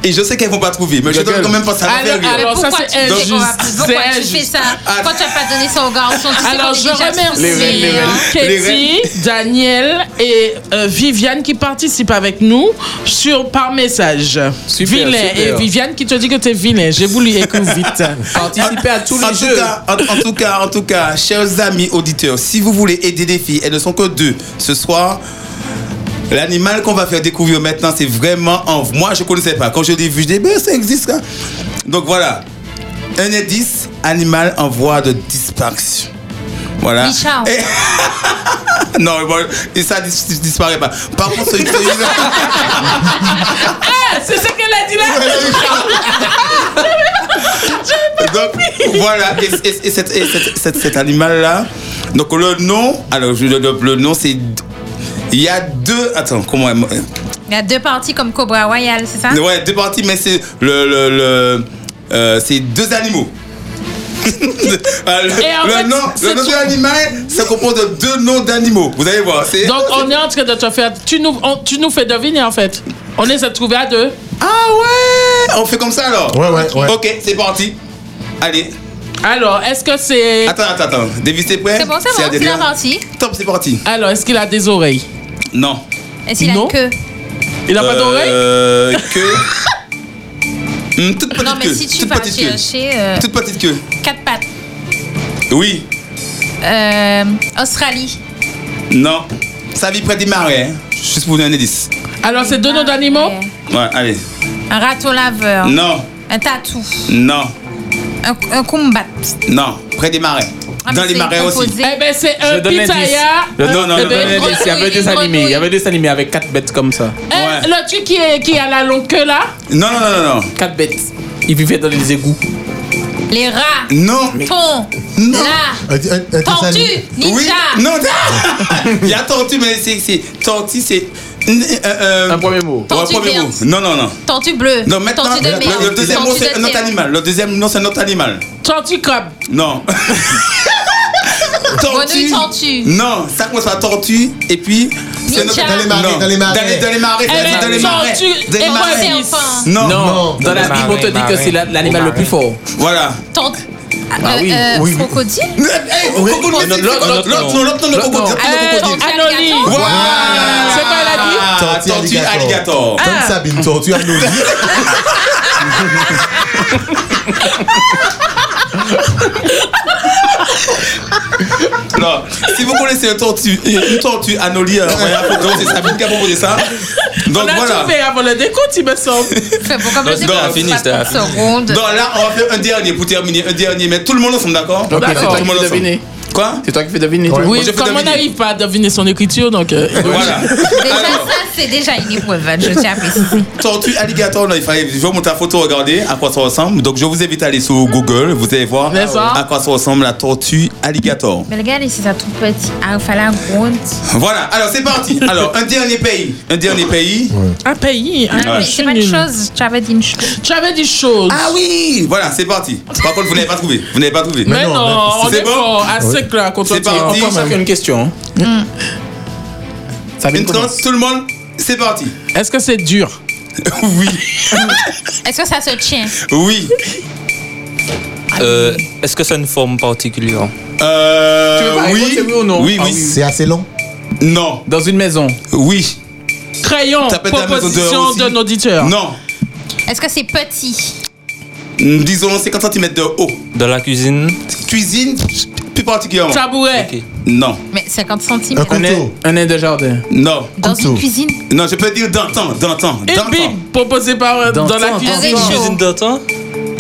[SPEAKER 3] Et je sais qu'elles vont pas trouver, mais je
[SPEAKER 11] Google.
[SPEAKER 3] donne quand même pas ça. va faire
[SPEAKER 5] Alors,
[SPEAKER 3] rire.
[SPEAKER 5] alors, ça
[SPEAKER 9] Pourquoi tu
[SPEAKER 5] c'est
[SPEAKER 9] fais-
[SPEAKER 5] injuste. C'est
[SPEAKER 9] Pourquoi tu fais
[SPEAKER 5] injuste.
[SPEAKER 9] ça Pourquoi tu n'as pas donné Ah, ça aux garçons Tu sais qu'on
[SPEAKER 5] Alors,
[SPEAKER 9] est
[SPEAKER 5] je
[SPEAKER 9] déjà souciés,
[SPEAKER 5] remercie
[SPEAKER 9] hein.
[SPEAKER 3] Les
[SPEAKER 5] Katie, Daniel et euh, Viviane qui participent avec nous sur, par message.
[SPEAKER 11] Super,
[SPEAKER 5] vilain.
[SPEAKER 11] super.
[SPEAKER 5] Et Viviane qui te dit que t'es vilain. J'ai voulu écrire vite.
[SPEAKER 11] Participer à tous
[SPEAKER 3] en
[SPEAKER 11] les
[SPEAKER 3] tout
[SPEAKER 11] jeux.
[SPEAKER 3] Cas, en, en tout cas, en tout cas, chers amis auditeurs, si vous voulez aider les filles, elles ne sont que deux ce soir. L'animal qu'on va faire découvrir maintenant, c'est vraiment en moi je connaissais pas. Quand je l'ai vu, je dis ben ça existe ça. Donc voilà, un indice animal en voie de disparition. Voilà.
[SPEAKER 9] Richard.
[SPEAKER 3] Non, bon, et ça dis- disparaît pas. Par contre, celui- celui-là.
[SPEAKER 4] Eh,
[SPEAKER 5] Ah, c'est ce qu'elle a dit là.
[SPEAKER 3] Donc voilà, et, et- et cet, et cet- cet- cet animal-là. Donc le nom, alors je le donne, le nom c'est. Il y a deux. Attends, comment.
[SPEAKER 9] Il y a deux parties comme Cobra Royal, c'est ça
[SPEAKER 5] Hein?
[SPEAKER 3] Ouais, deux parties, mais c'est le. le, le euh, c'est deux animaux. Euh, le,
[SPEAKER 5] Et en
[SPEAKER 3] le
[SPEAKER 5] fait,
[SPEAKER 3] nom, le
[SPEAKER 5] c'est
[SPEAKER 3] nom
[SPEAKER 5] tout.
[SPEAKER 3] de l'animal, ça compose de deux noms d'animaux. Vous allez voir. c'est-
[SPEAKER 5] Donc, on est en train de te faire. Tu nous, on- tu nous fais deviner, en fait. On essaie de trouver à deux.
[SPEAKER 3] Ah ouais On fait comme ça alors
[SPEAKER 8] Ouais, ouais, ouais.
[SPEAKER 3] Ok, c'est parti. Allez.
[SPEAKER 5] Alors, est-ce que c'est.
[SPEAKER 3] Attends, attends, attends. Davis, t'es prêt
[SPEAKER 9] C'est bon, c'est
[SPEAKER 3] à
[SPEAKER 9] bon, c'est la
[SPEAKER 3] dernière.
[SPEAKER 9] partie.
[SPEAKER 3] Top, c'est parti.
[SPEAKER 5] Alors, est-ce qu'il a des oreilles
[SPEAKER 3] Non.
[SPEAKER 9] Est-ce qu'il a une queue
[SPEAKER 5] Il a pas d'oreille
[SPEAKER 3] Euh. Que. Une Hum, toute petite
[SPEAKER 9] Non, mais
[SPEAKER 3] queue.
[SPEAKER 9] si tu
[SPEAKER 3] toute
[SPEAKER 9] vas
[SPEAKER 3] petite queue.
[SPEAKER 9] chercher euh,
[SPEAKER 3] Toute petite queue.
[SPEAKER 9] quatre pattes,
[SPEAKER 3] Oui.
[SPEAKER 9] Euh, Australie,
[SPEAKER 3] Non. Ça vit près des marais. hein. Juste pour vous donner un indice.
[SPEAKER 5] Alors, c'est deux noms d'animaux
[SPEAKER 3] Ouais, allez.
[SPEAKER 9] Ah, un râteau laveur,
[SPEAKER 3] Non.
[SPEAKER 9] un tatou,
[SPEAKER 3] Non.
[SPEAKER 9] un, un combat.
[SPEAKER 3] Non. Près des marais.
[SPEAKER 9] Ah, mais
[SPEAKER 3] Dans les
[SPEAKER 9] c'est
[SPEAKER 3] marais aussi.
[SPEAKER 9] composé.
[SPEAKER 5] Eh ben, c'est
[SPEAKER 11] Je
[SPEAKER 5] un
[SPEAKER 11] donne l'indice.
[SPEAKER 5] pitaya.
[SPEAKER 11] Je donne-
[SPEAKER 5] un-
[SPEAKER 11] non, je donne
[SPEAKER 5] eh ben,
[SPEAKER 11] l'indice. Il y avait
[SPEAKER 5] grenouille,
[SPEAKER 11] deux animés. Il y
[SPEAKER 5] grenouille.
[SPEAKER 11] avait deux animés avec quatre bêtes comme ça.
[SPEAKER 5] Eh, Le truc qui, est, qui a la longue queue là
[SPEAKER 3] Non, non, non, non, non.
[SPEAKER 11] Quatre bêtes. Ils vivaient dans les égouts.
[SPEAKER 9] Les rats,
[SPEAKER 3] Non.
[SPEAKER 9] thon, là,
[SPEAKER 8] Un- un- un
[SPEAKER 9] Ah, tortue,
[SPEAKER 8] Tanzanie.
[SPEAKER 9] ninja.
[SPEAKER 3] Oui. Non, Il y a tortue, mais c'est. c'est tortue, c'est. un
[SPEAKER 11] premier mot.
[SPEAKER 3] Un
[SPEAKER 9] Tortue
[SPEAKER 3] premier mot.
[SPEAKER 9] verte.
[SPEAKER 3] Non, non, non.
[SPEAKER 9] Tortue bleue,
[SPEAKER 3] Non, maintenant,
[SPEAKER 9] tortue de
[SPEAKER 3] le-
[SPEAKER 9] mer,
[SPEAKER 3] le, deuxième mot,
[SPEAKER 9] tortue
[SPEAKER 3] c'est
[SPEAKER 9] de
[SPEAKER 3] un autre
[SPEAKER 9] terre.
[SPEAKER 3] animal. Le deuxième nom, c'est un autre animal.
[SPEAKER 5] Tortue crabe.
[SPEAKER 3] Non.
[SPEAKER 9] Grenouille, tortue.
[SPEAKER 3] Non, ça commence par tortue et puis. c'est un autre-
[SPEAKER 9] Ninja. Euh, Dans les
[SPEAKER 8] marais,
[SPEAKER 3] Non.
[SPEAKER 8] dans les marais.
[SPEAKER 3] Dans les, dans les marais,
[SPEAKER 5] Eh,
[SPEAKER 3] dans les
[SPEAKER 5] tortue,
[SPEAKER 3] marais. Dans les
[SPEAKER 5] et
[SPEAKER 3] marais.
[SPEAKER 5] poisson.
[SPEAKER 3] Non.
[SPEAKER 11] Non, dans la Bible, on te dit que c'est la- l'animal le plus fort.
[SPEAKER 3] Voilà.
[SPEAKER 9] Tortue.
[SPEAKER 11] Ah
[SPEAKER 9] euh,
[SPEAKER 11] oui,
[SPEAKER 9] euh,
[SPEAKER 11] oui.
[SPEAKER 9] Crocodile
[SPEAKER 3] Eh, eh, crocodile, c'est- L'autre l'autre- l'autre nom, l'autre nom de crocodile.
[SPEAKER 9] Ah,
[SPEAKER 5] Eh, Anoli.
[SPEAKER 3] Voilà.
[SPEAKER 5] C'est quoi elle a dit
[SPEAKER 3] Ah, Tortue alligator.
[SPEAKER 8] Comme
[SPEAKER 10] Ah.
[SPEAKER 8] Sabine, tortue à nous.
[SPEAKER 3] Non, si vous connaissez une tortue, une tortue anolie, euh, envoyez la photo, c'est Sabine qui a proposé ça. Donc
[SPEAKER 5] On a
[SPEAKER 3] voilà.
[SPEAKER 5] tout fait avant le décompte, il me semble.
[SPEAKER 9] C'est bon, comme
[SPEAKER 3] Non,
[SPEAKER 9] je sais
[SPEAKER 3] non,
[SPEAKER 9] pas,
[SPEAKER 3] fini,
[SPEAKER 9] pas
[SPEAKER 3] c'était
[SPEAKER 9] trente secondes.
[SPEAKER 3] Donc là, on va faire un dernier pour terminer, un dernier, mais tout le monde ensemble, d'accord
[SPEAKER 11] Ok, c'est toi
[SPEAKER 3] Tout le
[SPEAKER 11] qui
[SPEAKER 3] monde
[SPEAKER 11] fais
[SPEAKER 3] ensemble.
[SPEAKER 11] deviner.
[SPEAKER 3] Quoi
[SPEAKER 11] C'est toi qui fais deviner.
[SPEAKER 3] Ouais.
[SPEAKER 5] Oui,
[SPEAKER 3] Moi, j'ai fait
[SPEAKER 5] comme on
[SPEAKER 3] deviner.
[SPEAKER 5] n'arrive pas à deviner son écriture, donc. euh,
[SPEAKER 3] Voilà.
[SPEAKER 9] Déjà,
[SPEAKER 3] Ah,
[SPEAKER 9] ça, c'est déjà une épreuve, je tiens à préciser.
[SPEAKER 3] Tortue alligator, non, il fallait, je vais monter la photo, regarder à quoi ça ressemble. Donc je vous invite à aller sur Google, vous allez voir
[SPEAKER 5] D'accord.
[SPEAKER 3] à quoi ça ressemble la tortue alligator.
[SPEAKER 9] Mais regarde ici, ça tout petit. Ah, il fallait gros.
[SPEAKER 3] Voilà, alors c'est parti. Alors, un dernier pays. Un dernier pays.
[SPEAKER 5] Un pays, un
[SPEAKER 9] Ah, mais c'est pas une chose, tu avais dit une chose.
[SPEAKER 5] Tu avais des choses.
[SPEAKER 3] Ah oui Voilà, c'est parti. Par contre, vous n'avez pas trouvé. Vous n'avez pas trouvé.
[SPEAKER 5] Mais non, on
[SPEAKER 3] C'est
[SPEAKER 5] est
[SPEAKER 3] bon
[SPEAKER 5] fort à
[SPEAKER 3] Oui.
[SPEAKER 5] 5 là contre
[SPEAKER 3] C'est
[SPEAKER 5] toi.
[SPEAKER 3] parti.
[SPEAKER 5] Encore
[SPEAKER 11] Ça fait une question. Ça vient
[SPEAKER 3] Une
[SPEAKER 11] de
[SPEAKER 3] trente, tout le monde, c'est parti.
[SPEAKER 5] Est-ce que c'est dur
[SPEAKER 3] Oui,
[SPEAKER 9] Est-ce que ça se tient
[SPEAKER 3] oui.
[SPEAKER 10] Euh, Est-ce que ça a une forme particulière
[SPEAKER 3] Euh,
[SPEAKER 11] Tu veux pas répondre,
[SPEAKER 3] oui.
[SPEAKER 11] c'est oui ou non
[SPEAKER 3] Oui,
[SPEAKER 11] Ah
[SPEAKER 3] oui.
[SPEAKER 11] oui.
[SPEAKER 8] C'est assez long.
[SPEAKER 3] Non.
[SPEAKER 11] Dans une maison.
[SPEAKER 3] Oui.
[SPEAKER 5] Crayon,
[SPEAKER 3] Ça peut être la maison
[SPEAKER 5] proposition
[SPEAKER 3] de- aussi.
[SPEAKER 5] d'un auditeur.
[SPEAKER 3] Non.
[SPEAKER 9] Est-ce que c'est petit
[SPEAKER 3] Mm, Disons 50 cm de haut.
[SPEAKER 10] Dans la cuisine
[SPEAKER 3] Cuisine, plus particulièrement.
[SPEAKER 5] Tabouret.
[SPEAKER 10] Ok.
[SPEAKER 3] Non.
[SPEAKER 9] Mais 50 centimes.
[SPEAKER 8] Un
[SPEAKER 11] Un nain,
[SPEAKER 8] couteau.
[SPEAKER 11] un nain de jardin.
[SPEAKER 3] Non.
[SPEAKER 9] Dans une
[SPEAKER 8] couteau.
[SPEAKER 9] cuisine
[SPEAKER 3] Non, je peux dire d'antan, d'antan,
[SPEAKER 5] Une
[SPEAKER 3] d'antan.
[SPEAKER 5] bible proposée par euh, dans,
[SPEAKER 11] Dans
[SPEAKER 5] la
[SPEAKER 11] ton-
[SPEAKER 9] Un
[SPEAKER 5] cuisine.
[SPEAKER 10] Cuisine
[SPEAKER 9] réchaud.
[SPEAKER 10] d'antan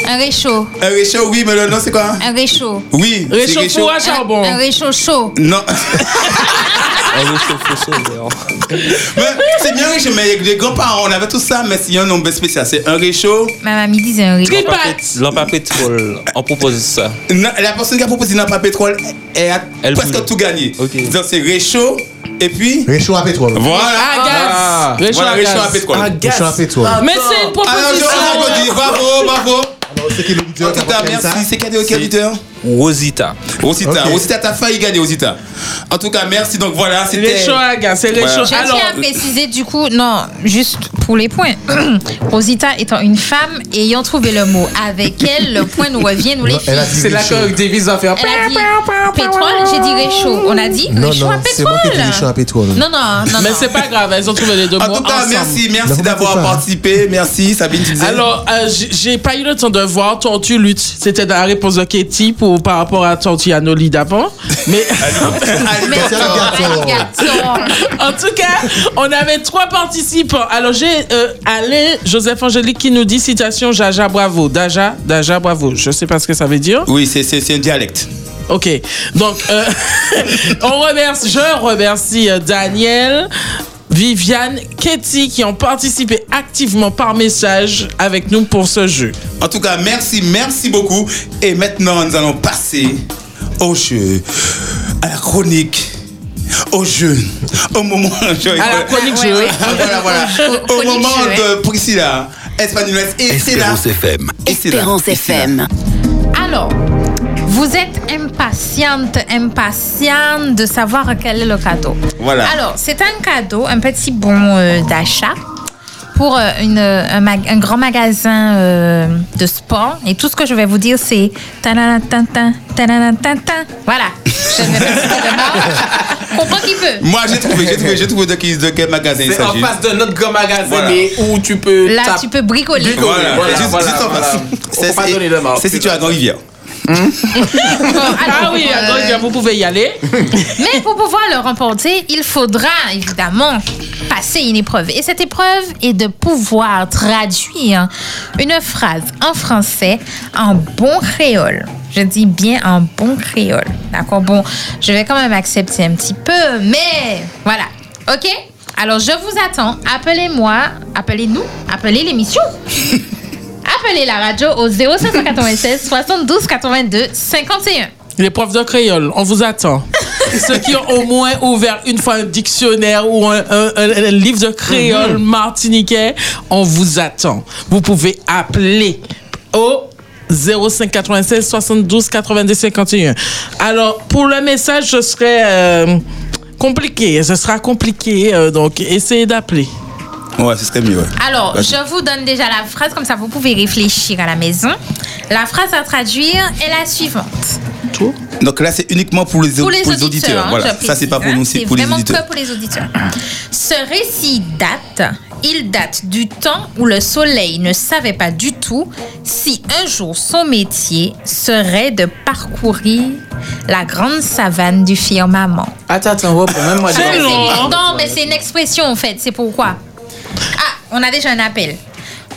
[SPEAKER 9] Un réchaud.
[SPEAKER 3] Un réchaud, Euh, oui, mais le nom c'est quoi
[SPEAKER 9] Un réchaud.
[SPEAKER 3] Oui. c'est
[SPEAKER 5] Réchaud four à
[SPEAKER 9] Un, un
[SPEAKER 5] charbon.
[SPEAKER 9] réchaud chaud.
[SPEAKER 3] Non.
[SPEAKER 10] Un réchauffe sauveur.
[SPEAKER 3] mais c'est bien réchaud, mais avec les grands-parents, on avait tout ça, mais il y a un nom bien spécial. C'est un réchaud.
[SPEAKER 9] Ma mamie disait un réchaud.
[SPEAKER 5] Triple.
[SPEAKER 10] Lampe à pétrole. On propose ça.
[SPEAKER 3] Non, la personne qui a proposé Napa Pétrole, elle a
[SPEAKER 10] Elle
[SPEAKER 3] presque
[SPEAKER 10] voulait.
[SPEAKER 3] tout gagné.
[SPEAKER 10] Ok.
[SPEAKER 3] Donc c'est réchaud, et puis.
[SPEAKER 8] Réchaud à pétrole.
[SPEAKER 3] Voilà.
[SPEAKER 5] À
[SPEAKER 11] Ah.
[SPEAKER 5] gaz. Réchaud
[SPEAKER 3] Voilà,
[SPEAKER 5] à
[SPEAKER 3] réchaud à
[SPEAKER 5] gaz.
[SPEAKER 3] pétrole.
[SPEAKER 10] Ah,
[SPEAKER 8] Réchaud à pétrole.
[SPEAKER 5] Mais c'est une
[SPEAKER 3] Alors, je
[SPEAKER 5] proposition. Ah,
[SPEAKER 3] vous applaudis. Bravo, bravo.
[SPEAKER 8] Alors, c'est qui l'auditeur
[SPEAKER 3] En tout cas,
[SPEAKER 8] qui a fait ça
[SPEAKER 3] merci. C'est quel quel auditeur
[SPEAKER 10] Rosita.
[SPEAKER 3] Rosita.
[SPEAKER 8] Ok.
[SPEAKER 3] Rosita, t'as failli gagner, Rosita. En tout cas, merci. Donc voilà,
[SPEAKER 5] C'est
[SPEAKER 3] c'était.
[SPEAKER 5] réchaud à gaz. C'est réchaud.
[SPEAKER 9] Je
[SPEAKER 5] Alors,
[SPEAKER 9] tiens à préciser du coup, non, juste pour les points. Rosita étant une femme, ayant trouvé le mot avec elle, le point nous revient, nous les filles.
[SPEAKER 8] Elle a dit
[SPEAKER 11] C'est là
[SPEAKER 8] réchaud.
[SPEAKER 11] que Davis va faire.
[SPEAKER 9] Elle a dit pétrole, j'ai dit réchaud. On a dit
[SPEAKER 8] Non,
[SPEAKER 9] réchaud à
[SPEAKER 8] non, c'est moi qui ai dit réchaud à
[SPEAKER 9] pétrole. Non,
[SPEAKER 8] pétrole.
[SPEAKER 9] non, non.
[SPEAKER 5] mais
[SPEAKER 9] non.
[SPEAKER 5] c'est pas grave. Elles ont trouvé les deux
[SPEAKER 3] En
[SPEAKER 5] mots
[SPEAKER 3] tout cas,
[SPEAKER 5] ensemble.
[SPEAKER 3] merci.
[SPEAKER 8] Non,
[SPEAKER 3] Merci
[SPEAKER 8] vous
[SPEAKER 3] d'avoir
[SPEAKER 8] m'entendez pas.
[SPEAKER 3] participé. Merci, Sabine, tu disais.
[SPEAKER 5] Alors, euh, j'ai- j'ai pas eu le temps de voir Tortue Lutte. C'était dans la réponse de Katie pour, par rapport à Tortue Anoli d'avant. Mais
[SPEAKER 9] Mais
[SPEAKER 8] C'est la
[SPEAKER 9] non,
[SPEAKER 8] gâteau.
[SPEAKER 9] alligator.
[SPEAKER 5] en tout cas, on avait trois participants. Alors, j'ai euh, Alain Joseph Angélique qui nous dit citation Jaja Bravo. Daja, Daja Bravo. Je sais pas ce que ça veut dire.
[SPEAKER 3] Oui, c'est- c'est c'est un dialecte.
[SPEAKER 5] Ok, donc euh, on remercie, je remercie euh, Daniel. Viviane, Katie qui ont participé activement par message avec nous pour ce jeu.
[SPEAKER 3] En tout cas, merci, merci beaucoup. Et maintenant, nous allons passer au jeu, à la chronique, au jeu, au moment. Ah,
[SPEAKER 4] À la chronique jeu.
[SPEAKER 3] voilà, voilà. Au
[SPEAKER 4] Chronique
[SPEAKER 3] moment
[SPEAKER 4] jeu,
[SPEAKER 3] de Priscilla, Espagnoles et Céla.
[SPEAKER 2] Espérance FM.
[SPEAKER 9] Espérance FM. Alors, vous êtes impatiente, impatiente de savoir quel est le cadeau.
[SPEAKER 4] Voilà.
[SPEAKER 9] Alors, c'est un cadeau, un petit bon euh, d'achat pour euh, une, euh, un, mag- un grand magasin euh, de sport. Et tout ce que je vais vous dire, c'est... tanana tantan, tanana tantan. Voilà. Je ne vais pas dire de mort. Comprends qui peut.
[SPEAKER 3] Moi, j'ai trouvé, j'ai trouvé, j'ai trouvé de, qui- de quel magasin il
[SPEAKER 11] C'est en
[SPEAKER 3] s'agit.
[SPEAKER 11] face de notre grand magasin
[SPEAKER 3] Voilà.
[SPEAKER 11] mais où tu peux.
[SPEAKER 9] Là,
[SPEAKER 11] taper.
[SPEAKER 9] tu peux bricoler.
[SPEAKER 11] Bricoler,
[SPEAKER 3] Voilà,
[SPEAKER 11] voilà,
[SPEAKER 3] juste-
[SPEAKER 11] voilà,
[SPEAKER 3] juste en
[SPEAKER 11] voilà.
[SPEAKER 3] face.
[SPEAKER 11] On peut pas donner de marque.
[SPEAKER 3] C'est situé à Grand-Rivière.
[SPEAKER 5] ah
[SPEAKER 9] euh,
[SPEAKER 5] oui, à Grand-Rivière, vous pouvez y aller.
[SPEAKER 9] Mais pour pouvoir le remporter, il faudra évidemment passer une épreuve. Et cette épreuve est de pouvoir traduire une phrase en français en bon créole. Je dis bien en bon créole. D'accord Bon, je vais quand même accepter un petit peu, mais voilà. OK Alors, je vous attends. Appelez-moi, appelez-nous, appelez l'émission. appelez la radio au 0596 72 82 51.
[SPEAKER 5] Les profs de créole, on vous attend. Ceux qui ont au moins ouvert une fois un dictionnaire ou un, un- un- un livre de
[SPEAKER 9] Mhm.
[SPEAKER 5] créole martiniquais, on vous attend. Vous pouvez appeler au 05 96 72 82 51. Alors, pour le message, ce serait euh, compliqué. Ce sera compliqué, euh, donc essayez d'appeler.
[SPEAKER 3] Ouais, ce serait mieux.
[SPEAKER 9] Alors, je vous donne déjà la phrase, comme ça vous pouvez réfléchir à la maison. La phrase à traduire est la suivante.
[SPEAKER 3] Donc là, c'est uniquement pour les,
[SPEAKER 9] Pour les
[SPEAKER 3] pour
[SPEAKER 9] auditeurs, hein,
[SPEAKER 3] Voilà,
[SPEAKER 9] je
[SPEAKER 3] ça, c'est pas pour
[SPEAKER 9] précise,
[SPEAKER 3] nous,
[SPEAKER 9] hein,
[SPEAKER 3] c'est pour les
[SPEAKER 9] vraiment
[SPEAKER 3] auditeurs.
[SPEAKER 9] que pour les auditeurs. Ce récit date, il date du temps où le soleil ne savait pas du tout si un jour son métier serait de parcourir la grande savane du firmament.
[SPEAKER 11] Attends, attends, reprends, bah, même moi.
[SPEAKER 9] Ah, mais c'est- Non, mais c'est une expression en fait, c'est pourquoi. Ah, on a déjà un appel.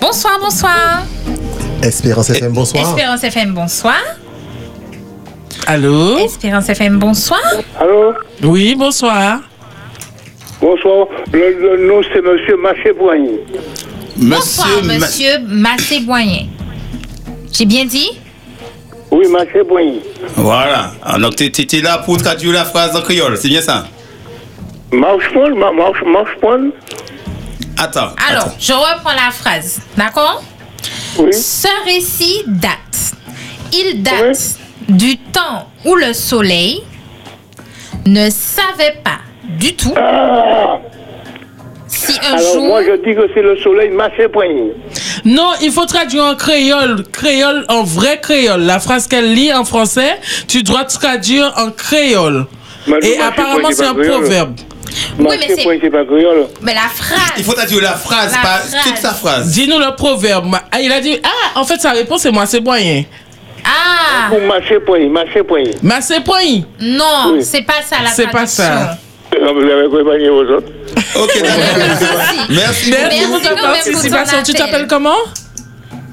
[SPEAKER 9] Bonsoir, bonsoir.
[SPEAKER 8] Espérance FM, bonsoir.
[SPEAKER 9] Espérance FM, bonsoir.
[SPEAKER 5] Allô
[SPEAKER 9] Espérance FM, bonsoir.
[SPEAKER 13] Allô
[SPEAKER 5] Oui, bonsoir.
[SPEAKER 13] Bonsoir. Le, le nom, c'est Monsieur Maché Boigny.
[SPEAKER 9] bonsoir, monsieur Macéboyen. J'ai bien dit
[SPEAKER 13] Oui, Maché Boigny.
[SPEAKER 3] Voilà. Ah, Donc, t'es- t'es t'es là pour traduire la phrase en créole, c'est bien ça
[SPEAKER 13] Marche-point, ma- marche, marche-point.
[SPEAKER 3] Attends.
[SPEAKER 9] Alors, je reprends la phrase, d'accord Ce récit date. Il date du temps où le soleil ne savait pas du tout si un
[SPEAKER 13] Ah. Alors,
[SPEAKER 9] jour...
[SPEAKER 13] moi, je dis que c'est le soleil Maché Boigny.
[SPEAKER 5] Non, il faut traduire en créole, créole en vrai créole. La phrase qu'elle lit en français, tu dois traduire en créole.
[SPEAKER 13] Mais
[SPEAKER 5] Et
[SPEAKER 13] le marché
[SPEAKER 5] apparemment,
[SPEAKER 13] point,
[SPEAKER 5] c'est un
[SPEAKER 13] pas créole.
[SPEAKER 5] proverbe.
[SPEAKER 9] mais c'est-
[SPEAKER 13] Marché Boigny, c'est pas créole.
[SPEAKER 9] Mais la phrase.
[SPEAKER 3] Il faut traduire la phrase,
[SPEAKER 5] La
[SPEAKER 3] pas
[SPEAKER 5] phrase.
[SPEAKER 3] toute sa phrase.
[SPEAKER 5] Dis-nous le proverbe. Ah, il a dit, ah, en fait, sa réponse, c'est moi, c'est moyen.
[SPEAKER 9] Ah
[SPEAKER 13] Ou Maché Boigny, Maché Boigny.
[SPEAKER 5] Mais c'est point.
[SPEAKER 9] Non,
[SPEAKER 13] Oui.
[SPEAKER 9] c'est pas ça la
[SPEAKER 5] C'est pas
[SPEAKER 9] traduction.
[SPEAKER 5] ça.
[SPEAKER 13] Non, vous avez compris aux autres.
[SPEAKER 3] Ok, Merci.
[SPEAKER 5] Merci pour ta
[SPEAKER 9] beaucoup, merci pour ton
[SPEAKER 5] participation. Tu
[SPEAKER 9] appel.
[SPEAKER 5] t'appelles comment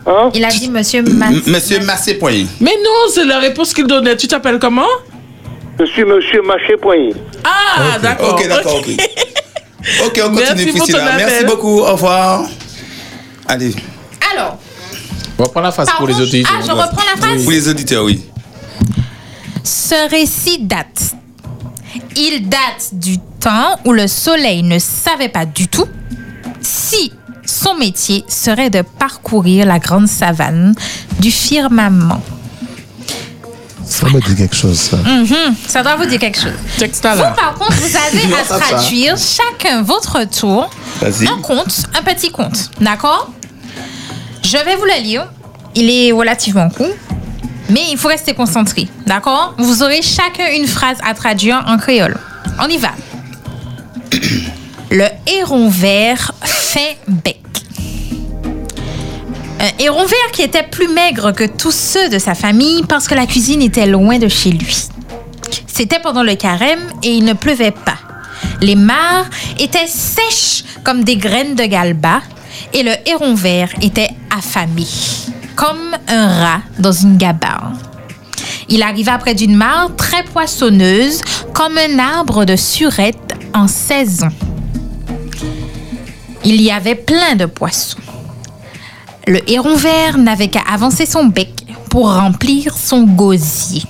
[SPEAKER 13] Hein?
[SPEAKER 9] Il a dit monsieur
[SPEAKER 3] M-
[SPEAKER 9] Massé.
[SPEAKER 3] Monsieur Massé Poigny.
[SPEAKER 5] Mais non, c'est la réponse qu'il donnait. Tu t'appelles comment
[SPEAKER 13] Je suis Monsieur Maché Boigny.
[SPEAKER 5] Ah, d'accord.
[SPEAKER 3] Ok, d'accord, ok. Ok, on
[SPEAKER 5] Merci
[SPEAKER 3] continue,
[SPEAKER 5] pour
[SPEAKER 3] Priscilla.
[SPEAKER 5] ton appel.
[SPEAKER 3] Merci beaucoup, au revoir. Allez.
[SPEAKER 9] Alors,
[SPEAKER 3] On reprend la phrase
[SPEAKER 9] pour Pardon les auditeurs. Ah, je reprends la phrase
[SPEAKER 3] Pour les auditeurs, oui.
[SPEAKER 9] Ce récit date. Il date du temps où le soleil ne savait pas du tout si son métier serait de parcourir la grande savane du firmament.
[SPEAKER 8] Ça me dit quelque chose, ça.
[SPEAKER 9] Mhm, Ça doit vous dire quelque chose. Vous, par contre, vous avez
[SPEAKER 8] Non,
[SPEAKER 9] à
[SPEAKER 8] ça, ça.
[SPEAKER 9] traduire chacun votre tour
[SPEAKER 8] Vas-y.
[SPEAKER 9] un conte, un petit conte. D'accord Je vais vous le lire. Il est relativement court, mais il faut rester concentré. D'accord Vous aurez chacun une phrase à traduire en créole. On y va. Le héron vert fin bec. Un héron vert qui était plus maigre que tous ceux de sa famille parce que la cuisine était loin de chez lui. C'était pendant le carême et il ne pleuvait pas. Les mares étaient sèches comme des graines de galba et le héron vert était affamé, comme un rat dans une gabarre. Il arriva près d'une mare très poissonneuse, comme un arbre de surette en saison. Il y avait plein de poissons. Le héron vert n'avait qu'à avancer son bec pour remplir son gosier.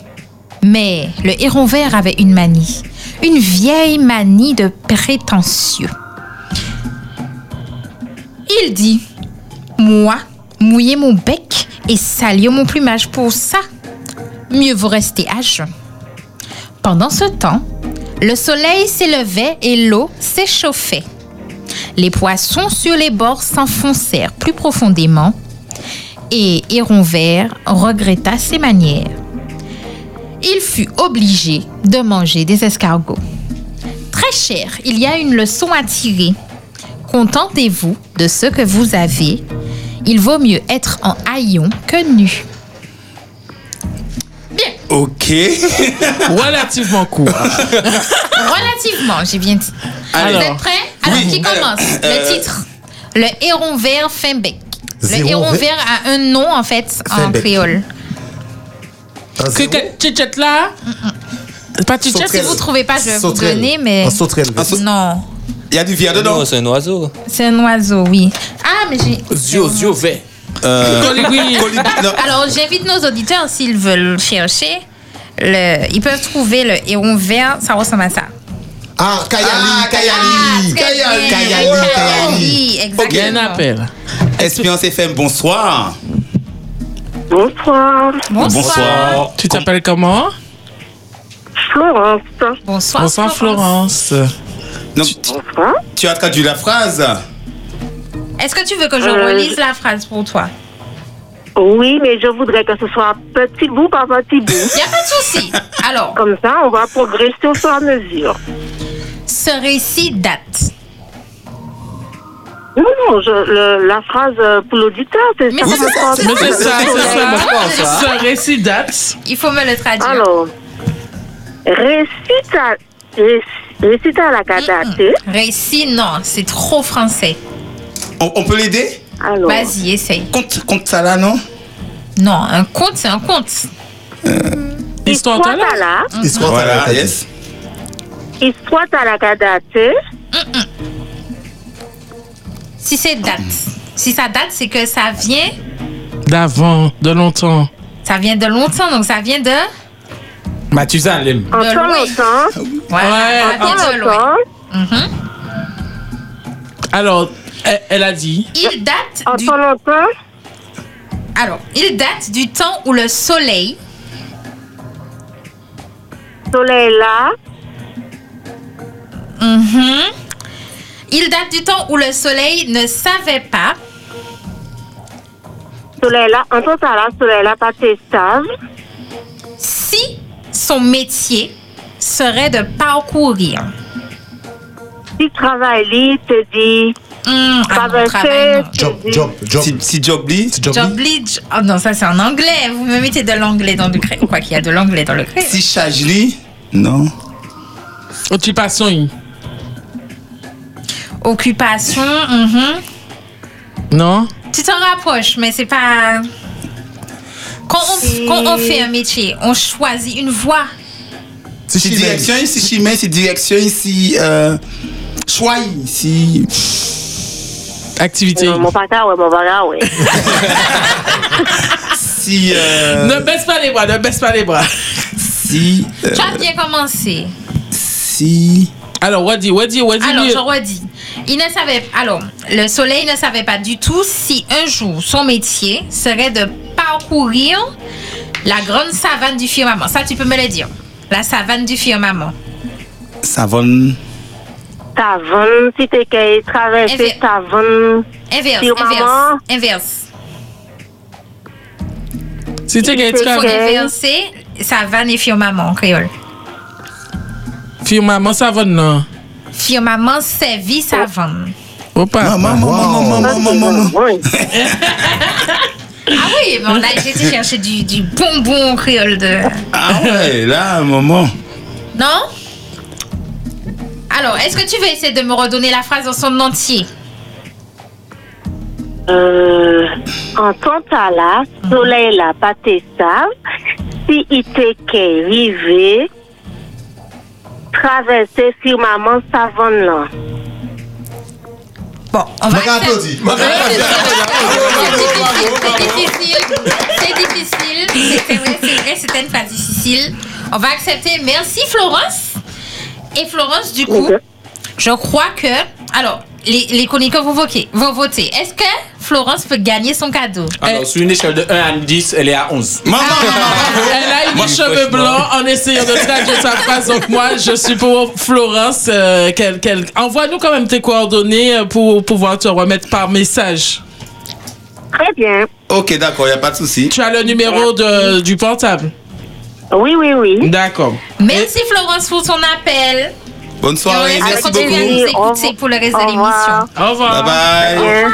[SPEAKER 9] Mais le héron vert avait une manie, une vieille manie de prétentieux. Il dit Moi, mouiller mon bec et salir mon plumage pour ça, mieux vaut rester à jeun. Pendant ce temps, le soleil s'élevait et l'eau s'échauffait. Les poissons sur les bords s'enfoncèrent plus profondément et Héron Vert regretta ses manières. Il fut obligé de manger des escargots. Très cher, il y a une leçon à tirer. Contentez-vous de ce que vous avez. Il vaut mieux être en haillon que nu.
[SPEAKER 3] Ok. Ah,
[SPEAKER 5] Relativement court.
[SPEAKER 9] Relativement, j'ai bien dit.
[SPEAKER 5] Alors.
[SPEAKER 9] Vous êtes prêts Alors, qui commence
[SPEAKER 5] euh,
[SPEAKER 9] Le titre. Le héron vert fin bec. Le
[SPEAKER 5] Zéro
[SPEAKER 9] héron
[SPEAKER 5] ve-
[SPEAKER 9] vert a un nom, en fait, en
[SPEAKER 5] Finbec.
[SPEAKER 9] créole.
[SPEAKER 5] Cricket, chichette là. Pas
[SPEAKER 9] Chichette, si vous ne trouvez pas, je vais vous donner, mais... Non,
[SPEAKER 3] Il y a du viande dedans.
[SPEAKER 10] c'est un oiseau.
[SPEAKER 9] c'est un oiseau, oui. Ah, mais j'ai...
[SPEAKER 10] Zio, zio, vert.
[SPEAKER 11] Euh,
[SPEAKER 9] Bah, Alors, j'invite nos auditeurs, s'ils veulent chercher, le... ils peuvent trouver le héron vert, ça ressemble à ça.
[SPEAKER 8] Ah, Kayali,
[SPEAKER 9] Kayali,
[SPEAKER 4] Kayali,
[SPEAKER 9] Kayali, Kayali,
[SPEAKER 3] Bien
[SPEAKER 9] exactement.
[SPEAKER 5] appel.
[SPEAKER 3] Espérance FM, bonsoir.
[SPEAKER 12] Bonsoir.
[SPEAKER 5] Tu t'appelles comment
[SPEAKER 12] Florence.
[SPEAKER 9] Bonsoir.
[SPEAKER 5] Bonsoir Florence.
[SPEAKER 3] Non, tu, tu as traduit la phrase.
[SPEAKER 9] Est-ce que tu veux que je
[SPEAKER 12] Euh,
[SPEAKER 9] relise la phrase pour toi
[SPEAKER 12] Oui, mais je voudrais que ce soit petit bout par petit bout.
[SPEAKER 9] Il n'y a pas de souci. Alors.
[SPEAKER 12] Comme ça, on va progresser au fur et à mesure.
[SPEAKER 9] Ce récit date.
[SPEAKER 12] Non, non, je, le- la phrase euh, pour l'auditeur, c'est ça.
[SPEAKER 9] c'est ça,
[SPEAKER 5] Mais c'est ça, c'est ça. hein.
[SPEAKER 12] ça.
[SPEAKER 5] Ce récit date.
[SPEAKER 9] Il faut me le traduire.
[SPEAKER 12] Alors, récite à, ré- récite à la cadate.
[SPEAKER 9] Récit, non, c'est trop français.
[SPEAKER 3] On, on peut l'aider
[SPEAKER 12] Alors.
[SPEAKER 9] Vas-y, essaye.
[SPEAKER 3] Compte, compte ça là, non
[SPEAKER 9] Non, un conte, c'est un conte.
[SPEAKER 5] Histoire
[SPEAKER 12] Histoire Euh, à la,
[SPEAKER 9] Mm.
[SPEAKER 8] Histoire
[SPEAKER 3] Voilà, yes.
[SPEAKER 12] histoire à la cadate.
[SPEAKER 9] Si c'est date. Si ça date, c'est que ça vient.
[SPEAKER 5] D'avant, de longtemps.
[SPEAKER 9] Ça vient de longtemps, donc ça vient de.
[SPEAKER 11] Mathusalem.
[SPEAKER 12] En
[SPEAKER 9] de
[SPEAKER 12] temps
[SPEAKER 9] loin.
[SPEAKER 12] longtemps.
[SPEAKER 9] Voilà,
[SPEAKER 5] Ouais.
[SPEAKER 9] ça vient de loin. Mhm.
[SPEAKER 5] Alors, elle, elle a dit.
[SPEAKER 9] Il date du... Alors, il date du temps où le soleil...
[SPEAKER 12] Soleil là.
[SPEAKER 9] Mhm. Il date du temps où le soleil ne savait pas...
[SPEAKER 12] Soleil là. En temps à la, soleil là, pas tes stages.
[SPEAKER 9] si son métier serait de parcourir.
[SPEAKER 12] Si travail libre, te dit.
[SPEAKER 9] Mmh. Ah,
[SPEAKER 12] Traverser.
[SPEAKER 8] Job, job, job.
[SPEAKER 3] Si, si job lit.
[SPEAKER 9] Jobly, j- oh non, ça c'est en anglais. Vous me mettez de l'anglais dans le créé. Quoi qu'il y a de l'anglais dans le créé.
[SPEAKER 3] Si charge lit. Non.
[SPEAKER 5] Occupation.
[SPEAKER 9] Occupation, mhm.
[SPEAKER 5] Non
[SPEAKER 9] tu t'en rapproches, mais c'est pas. Quand on, quand on fait un métier, on choisit une voie.
[SPEAKER 3] Si direction, si chimé, si direction, si. Euh, choix, si.
[SPEAKER 5] Activité.
[SPEAKER 12] Euh, Mon pata, ouais, mon voilà, ouais.
[SPEAKER 3] Si. Euh,
[SPEAKER 5] Ne baisse pas les bras, ne baisse pas les bras.
[SPEAKER 3] Si.
[SPEAKER 12] Euh,
[SPEAKER 3] euh,
[SPEAKER 9] Tu as bien commencé.
[SPEAKER 3] Si.
[SPEAKER 5] Alors, Wadi, Wadi, Wadi.
[SPEAKER 9] Alors, je redis. Il ne savait. Alors, le soleil ne savait pas du tout si un jour son métier serait de parcourir la grande savane du firmament. Ça, tu peux me le dire. La savane du firmament.
[SPEAKER 3] Savonne.
[SPEAKER 12] Savon, si t'es qu'à traverser savon.
[SPEAKER 9] Inverse,
[SPEAKER 12] Firmament.
[SPEAKER 9] inverse, inverse.
[SPEAKER 5] Si t'es qu'à
[SPEAKER 9] Il faut
[SPEAKER 5] traverser.
[SPEAKER 9] inverser savane et firmament en créole.
[SPEAKER 5] Firmament, ça va, non
[SPEAKER 9] Firmament, c'est vie savane.
[SPEAKER 5] Opa.
[SPEAKER 3] Maman, maman, maman, maman,
[SPEAKER 12] maman.
[SPEAKER 9] Ah oui, bon, là, j'ai été chercher du, du bonbon en créole de.
[SPEAKER 3] Ah ouais, là, maman.
[SPEAKER 9] Non Alors, est-ce que tu veux essayer de me redonner la phrase dans son entier
[SPEAKER 12] Euh, en temps à la, soleil là, pas tes stages. Si il t'est qu'à vivre, traverser firmament savon là.
[SPEAKER 9] Bon, on va.
[SPEAKER 4] M'a qu'à applaudir. M'a qu'à applaudir. bah,
[SPEAKER 9] C'est difficile. C'est difficile. C'est vrai, c'est vrai, c'était une phase difficile. On va accepter. Merci Florence. Et Florence, du coup, je crois que. Alors, les, les chroniqueurs vont voter. Vont voter. Est-ce que Florence peut gagner son cadeau
[SPEAKER 11] Alors, sur une échelle de 1 à 10, elle est à 11.
[SPEAKER 5] Ah, Elle a eu
[SPEAKER 11] Moi,
[SPEAKER 5] des cheveux
[SPEAKER 11] franchement.
[SPEAKER 5] blancs Ah, en essayant de traduire sa phrase. Donc, moi, je suis pour Florence. euh, qu'elle, qu'elle- Envoie-nous quand même tes coordonnées euh, pour pouvoir te remettre par message.
[SPEAKER 12] Très bien.
[SPEAKER 3] Ok, d'accord, il n'y a pas de souci.
[SPEAKER 5] Tu as le numéro de, du portable
[SPEAKER 12] Oui, oui, oui.
[SPEAKER 5] D'accord.
[SPEAKER 9] Merci Florence pour ton appel.
[SPEAKER 3] Bonne soirée,
[SPEAKER 9] Et on
[SPEAKER 3] merci
[SPEAKER 9] continue à nous
[SPEAKER 3] beaucoup.
[SPEAKER 9] écouter pour le reste de l'émission.
[SPEAKER 5] Au revoir.
[SPEAKER 3] Bye bye.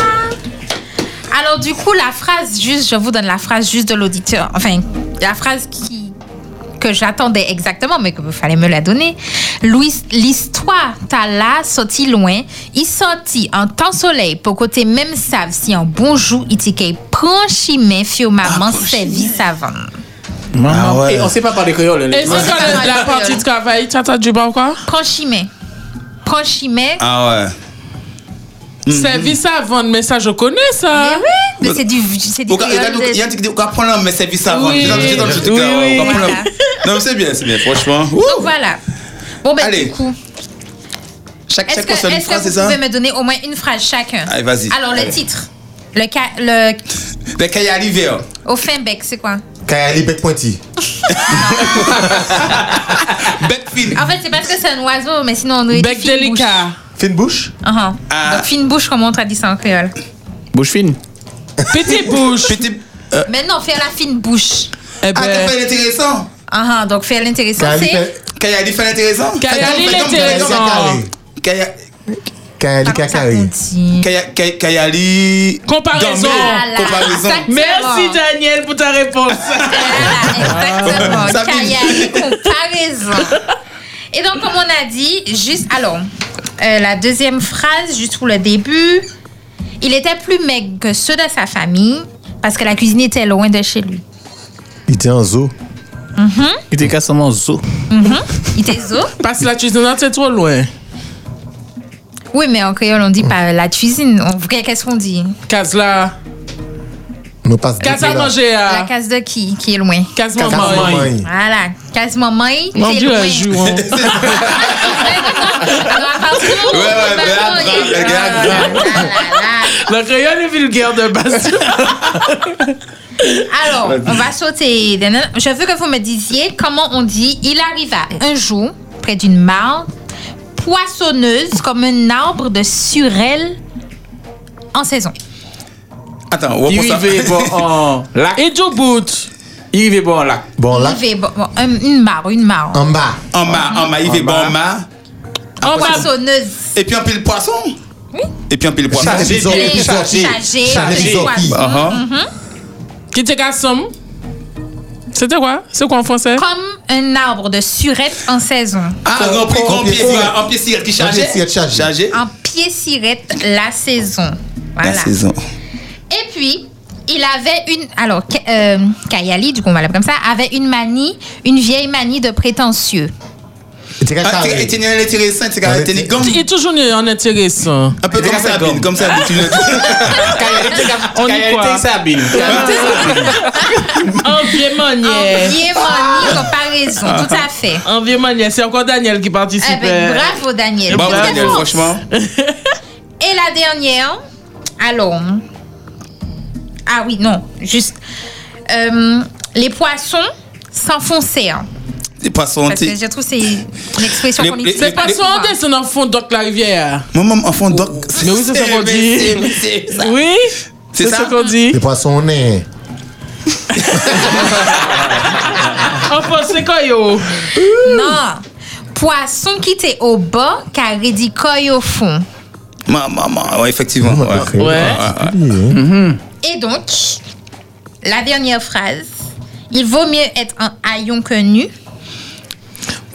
[SPEAKER 9] Alors du coup, la phrase juste, je vous donne la phrase juste de l'auditeur. Enfin, la phrase qui que j'attendais exactement, mais que vous fallait me la donner. Louis, l'histoire t'a là sorti loin. Il sortit en temps soleil pour côté même savent si en bonjour il t'y prend chimé
[SPEAKER 3] Ah,
[SPEAKER 9] firmament servi savant.
[SPEAKER 11] Et on sait pas parler créole.
[SPEAKER 5] Et c'est quoi la, la partie de travail Tu as entendu bon quoi
[SPEAKER 9] Prends chimé. Prends chimé.
[SPEAKER 3] Ah ouais. Mhm.
[SPEAKER 5] Service à vendre, hein. mais ça, je connais ça.
[SPEAKER 9] Mais oui, mais c'est du. C'est
[SPEAKER 3] Ou ka- e ka- e yan ti ki di, ou ka pran lan men servis avan.
[SPEAKER 5] Oui.
[SPEAKER 3] Ti nan ti ki dan ti ki
[SPEAKER 5] Oui,
[SPEAKER 3] dan,
[SPEAKER 5] oui.
[SPEAKER 3] ou ka pran lan. hein. Non, mais c'est bien, c'est bien, franchement.
[SPEAKER 9] Donc voilà. Bon ben
[SPEAKER 3] Allez.
[SPEAKER 9] du coup.
[SPEAKER 3] Chaque,
[SPEAKER 9] Est-ce
[SPEAKER 3] chaque
[SPEAKER 9] que,
[SPEAKER 3] personne une
[SPEAKER 9] est-ce que
[SPEAKER 3] phrase, c'est
[SPEAKER 9] vous
[SPEAKER 3] ça
[SPEAKER 9] pouvez me donner au moins une phrase chacun
[SPEAKER 3] Allez, vas-y.
[SPEAKER 9] Alors, le
[SPEAKER 3] Allez.
[SPEAKER 9] titre. Le, ca- le
[SPEAKER 3] Ben, quand il arrive, hein.
[SPEAKER 9] au fin bec, c'est quoi
[SPEAKER 8] Kayali Bec Pointy.
[SPEAKER 9] En fait, c'est parce que c'est un oiseau, mais sinon on dit bec délicat.
[SPEAKER 8] Fine bouche
[SPEAKER 9] Uh-huh.
[SPEAKER 3] Ah.
[SPEAKER 11] Ah.
[SPEAKER 9] Donc, fine bouche, comment on traduit ça en créole
[SPEAKER 11] Bouche fine.
[SPEAKER 5] Petite bouche.
[SPEAKER 9] Mais non, faire la fine bouche.
[SPEAKER 5] Eh
[SPEAKER 3] euh. Ah,
[SPEAKER 9] ben.
[SPEAKER 3] t'as fait l'intéressant.
[SPEAKER 9] Ah, ah, donc faire l'intéressant,
[SPEAKER 3] Euh,
[SPEAKER 9] c'est.
[SPEAKER 3] Kayali fait l'intéressant.
[SPEAKER 9] Kayali
[SPEAKER 3] Fais comme- fais comme-
[SPEAKER 9] l'intéressant.
[SPEAKER 3] Kaya-
[SPEAKER 8] Kayali Kakari.
[SPEAKER 3] Kaya- Kay- Kayali.
[SPEAKER 5] Comparaison.
[SPEAKER 3] Dormait.
[SPEAKER 9] Ah
[SPEAKER 3] Comparaison.
[SPEAKER 9] hein.
[SPEAKER 5] Merci Daniel pour ta réponse.
[SPEAKER 9] Exactement.
[SPEAKER 5] Ça
[SPEAKER 9] Car il y a une comparaison. Et donc, comme on a dit, juste. Alors, euh, la deuxième phrase, juste pour le début. Il était plus maigre que ceux de sa famille parce que la cuisine était loin de chez lui.
[SPEAKER 8] Il était en zoo.
[SPEAKER 9] Mhm.
[SPEAKER 11] Il était cassement zoo.
[SPEAKER 9] Mhm. Il était zo.
[SPEAKER 5] Parce que la cuisine, c'est trop loin.
[SPEAKER 9] Oui, mais en créole, on dit pas euh, la cuisine. En vrai, qu'est-ce qu'on dit Euh,
[SPEAKER 5] Case là.
[SPEAKER 8] Nous passe
[SPEAKER 5] Case à
[SPEAKER 11] euh,
[SPEAKER 5] manger
[SPEAKER 9] La
[SPEAKER 5] à.
[SPEAKER 9] case de qui Qui est loin
[SPEAKER 5] Case maman. Case maman.
[SPEAKER 9] Voilà. Case maman. c'est
[SPEAKER 5] Mon Dieu,
[SPEAKER 9] loin.
[SPEAKER 5] elle joue. hein.
[SPEAKER 9] Ouais, ouais,
[SPEAKER 5] Le crayon est vulgaire de base.
[SPEAKER 9] Alors, on va sauter. Je veux que vous me disiez comment on dit il arriva un jour près d'une mare poissonneuse comme un arbre de surelle en saison.
[SPEAKER 3] Attends, on
[SPEAKER 11] Il
[SPEAKER 3] reprend ça.
[SPEAKER 11] vivait bon en lac.
[SPEAKER 5] Et du bout.
[SPEAKER 11] Il vivait bon en lac.
[SPEAKER 8] Bon
[SPEAKER 9] Il fait bon- bon, un- une mare, une mare.
[SPEAKER 8] En bas.
[SPEAKER 3] En bas, en bas, il fait bon en bas.
[SPEAKER 9] En poissonneuse.
[SPEAKER 3] Et puis un pile poisson. Et puis un pile poisson.
[SPEAKER 5] Chargé, chargé, chargé,
[SPEAKER 9] chargé,
[SPEAKER 5] chargé.
[SPEAKER 9] poisson.
[SPEAKER 3] Uh-huh.
[SPEAKER 9] Mhm.
[SPEAKER 5] Qui te casse somme C'était quoi C'est quoi en français
[SPEAKER 9] Comme un arbre de surette en saison.
[SPEAKER 3] Ah, un prix en pied, en pied cigarette qui chargé. Chargé.
[SPEAKER 9] En pied cirette la saison. Ah, Voilà.
[SPEAKER 3] La saison.
[SPEAKER 9] Et puis, il avait une. Alors, Ka- euh, Kayali, du coup, on va l'appeler comme ça, avait une manie, une vieille manie de prétentieux.
[SPEAKER 3] Ah, t'es- t'es né intéressant, t'es carré, t'es né gomme.
[SPEAKER 5] Il est toujours né en intéressant.
[SPEAKER 3] Un peu comme ça, Abine, comme ça, Abine, tu le
[SPEAKER 5] On y
[SPEAKER 11] Kayali
[SPEAKER 5] croit.
[SPEAKER 11] Sabine.
[SPEAKER 5] En vieille manière.
[SPEAKER 9] En vieille manière, comparaison, tout à fait.
[SPEAKER 5] En vieille manière. C'est encore Daniel qui
[SPEAKER 9] Eh ben,
[SPEAKER 5] participait.
[SPEAKER 9] bravo, Daniel.
[SPEAKER 5] Bah,
[SPEAKER 3] Bah,
[SPEAKER 9] Bonne réponse. Et la dernière, alors. Ah oui, non, juste. euh, les poissons s'enfoncèrent.
[SPEAKER 3] Les poissons,
[SPEAKER 9] Parce que
[SPEAKER 3] t'es.
[SPEAKER 9] je trouve que c'est une expression
[SPEAKER 3] Les-
[SPEAKER 9] qu'on
[SPEAKER 3] les-
[SPEAKER 9] utilise.
[SPEAKER 3] les- les-
[SPEAKER 5] Son descend en fond donc la rivière.
[SPEAKER 3] Maman, en fond donc.
[SPEAKER 5] Mais oui, c'est ça qu'on dit. Oui,
[SPEAKER 3] Eh, C'est
[SPEAKER 5] c'est
[SPEAKER 3] ça
[SPEAKER 5] ce qu'on dit.
[SPEAKER 8] Les poissons nés.
[SPEAKER 5] En français, quoi, yo
[SPEAKER 9] Non. Poisson qui était au bas, car il dit coille au fond.
[SPEAKER 3] Maman, maman, ouais, effectivement. Ouais.
[SPEAKER 8] Ouais.
[SPEAKER 3] Mhm.
[SPEAKER 9] Et donc, la dernière phrase. Il vaut mieux être un haillon que nu.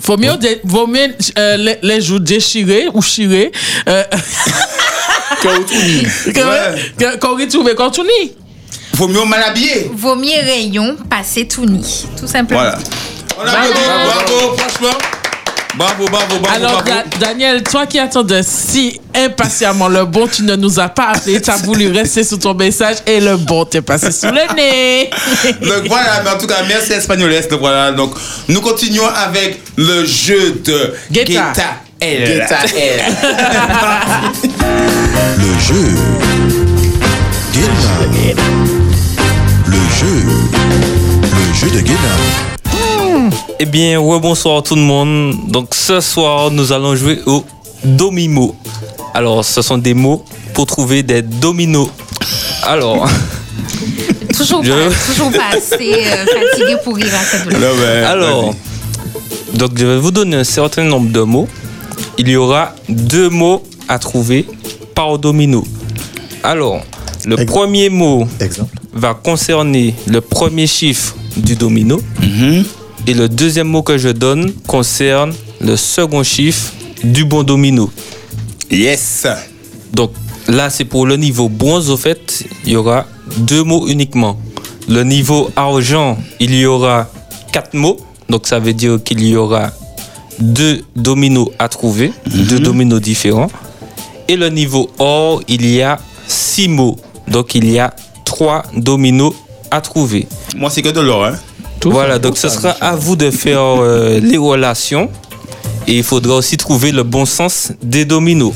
[SPEAKER 5] Vaut mieux, dé- vaut mieux, euh, les, les joues déchirées ou chirées. Euh,
[SPEAKER 11] Qu'on retrouve.
[SPEAKER 5] que- que- Qu'on retrouve et qu'on tourne.
[SPEAKER 3] Vaut mieux mal habillé.
[SPEAKER 9] Vaut mieux rayon, passer tout nu. Tout simplement. Ah,
[SPEAKER 3] Voilà. On a bravo, bravo, franchement. Bravo, bravo, bravo,
[SPEAKER 5] Alors,
[SPEAKER 3] bravo.
[SPEAKER 5] Da- Daniel, toi qui attendais si impatiemment le bon, tu ne nous as pas appelé, tu as voulu rester sur ton message et le bon t'est passé sous le nez.
[SPEAKER 3] Donc voilà, mais en tout cas, merci Espagnoles. Donc voilà, donc nous continuons avec le jeu de
[SPEAKER 4] bah,
[SPEAKER 5] Guetta.
[SPEAKER 3] L.
[SPEAKER 4] Guetta L.
[SPEAKER 2] Le jeu. Guéna. Le jeu. Le jeu de Guéna.
[SPEAKER 10] Eh bien, ouais, bonsoir tout le monde. Donc ce soir, nous allons jouer au domimo. Alors, ce sont des mots pour trouver des dominos. Alors,
[SPEAKER 9] Toujours
[SPEAKER 10] Je-
[SPEAKER 9] pas, toujours pas assez euh, fatigué pour rire à cette blague.
[SPEAKER 10] alors donc je vais vous donner un certain nombre de mots. Il y aura deux mots à trouver par domino. Alors, le premier mot va concerner le premier chiffre du domino. Et le deuxième mot que je donne concerne le second chiffre du bon domino.
[SPEAKER 3] Yes.
[SPEAKER 10] Donc là, c'est pour le niveau bronze, au fait, il y aura deux mots uniquement. Le niveau argent, il y aura quatre mots. Donc ça veut dire qu'il y aura deux dominos à trouver,
[SPEAKER 3] Mhm.
[SPEAKER 10] deux dominos différents. Et le niveau or, il y a six mots. Donc il y a trois dominos à trouver.
[SPEAKER 3] Moi, c'est que de l'or. hein.
[SPEAKER 10] voilà, donc ce sera à vous de faire euh, les relations. Et il faudra aussi trouver le bon sens des dominos.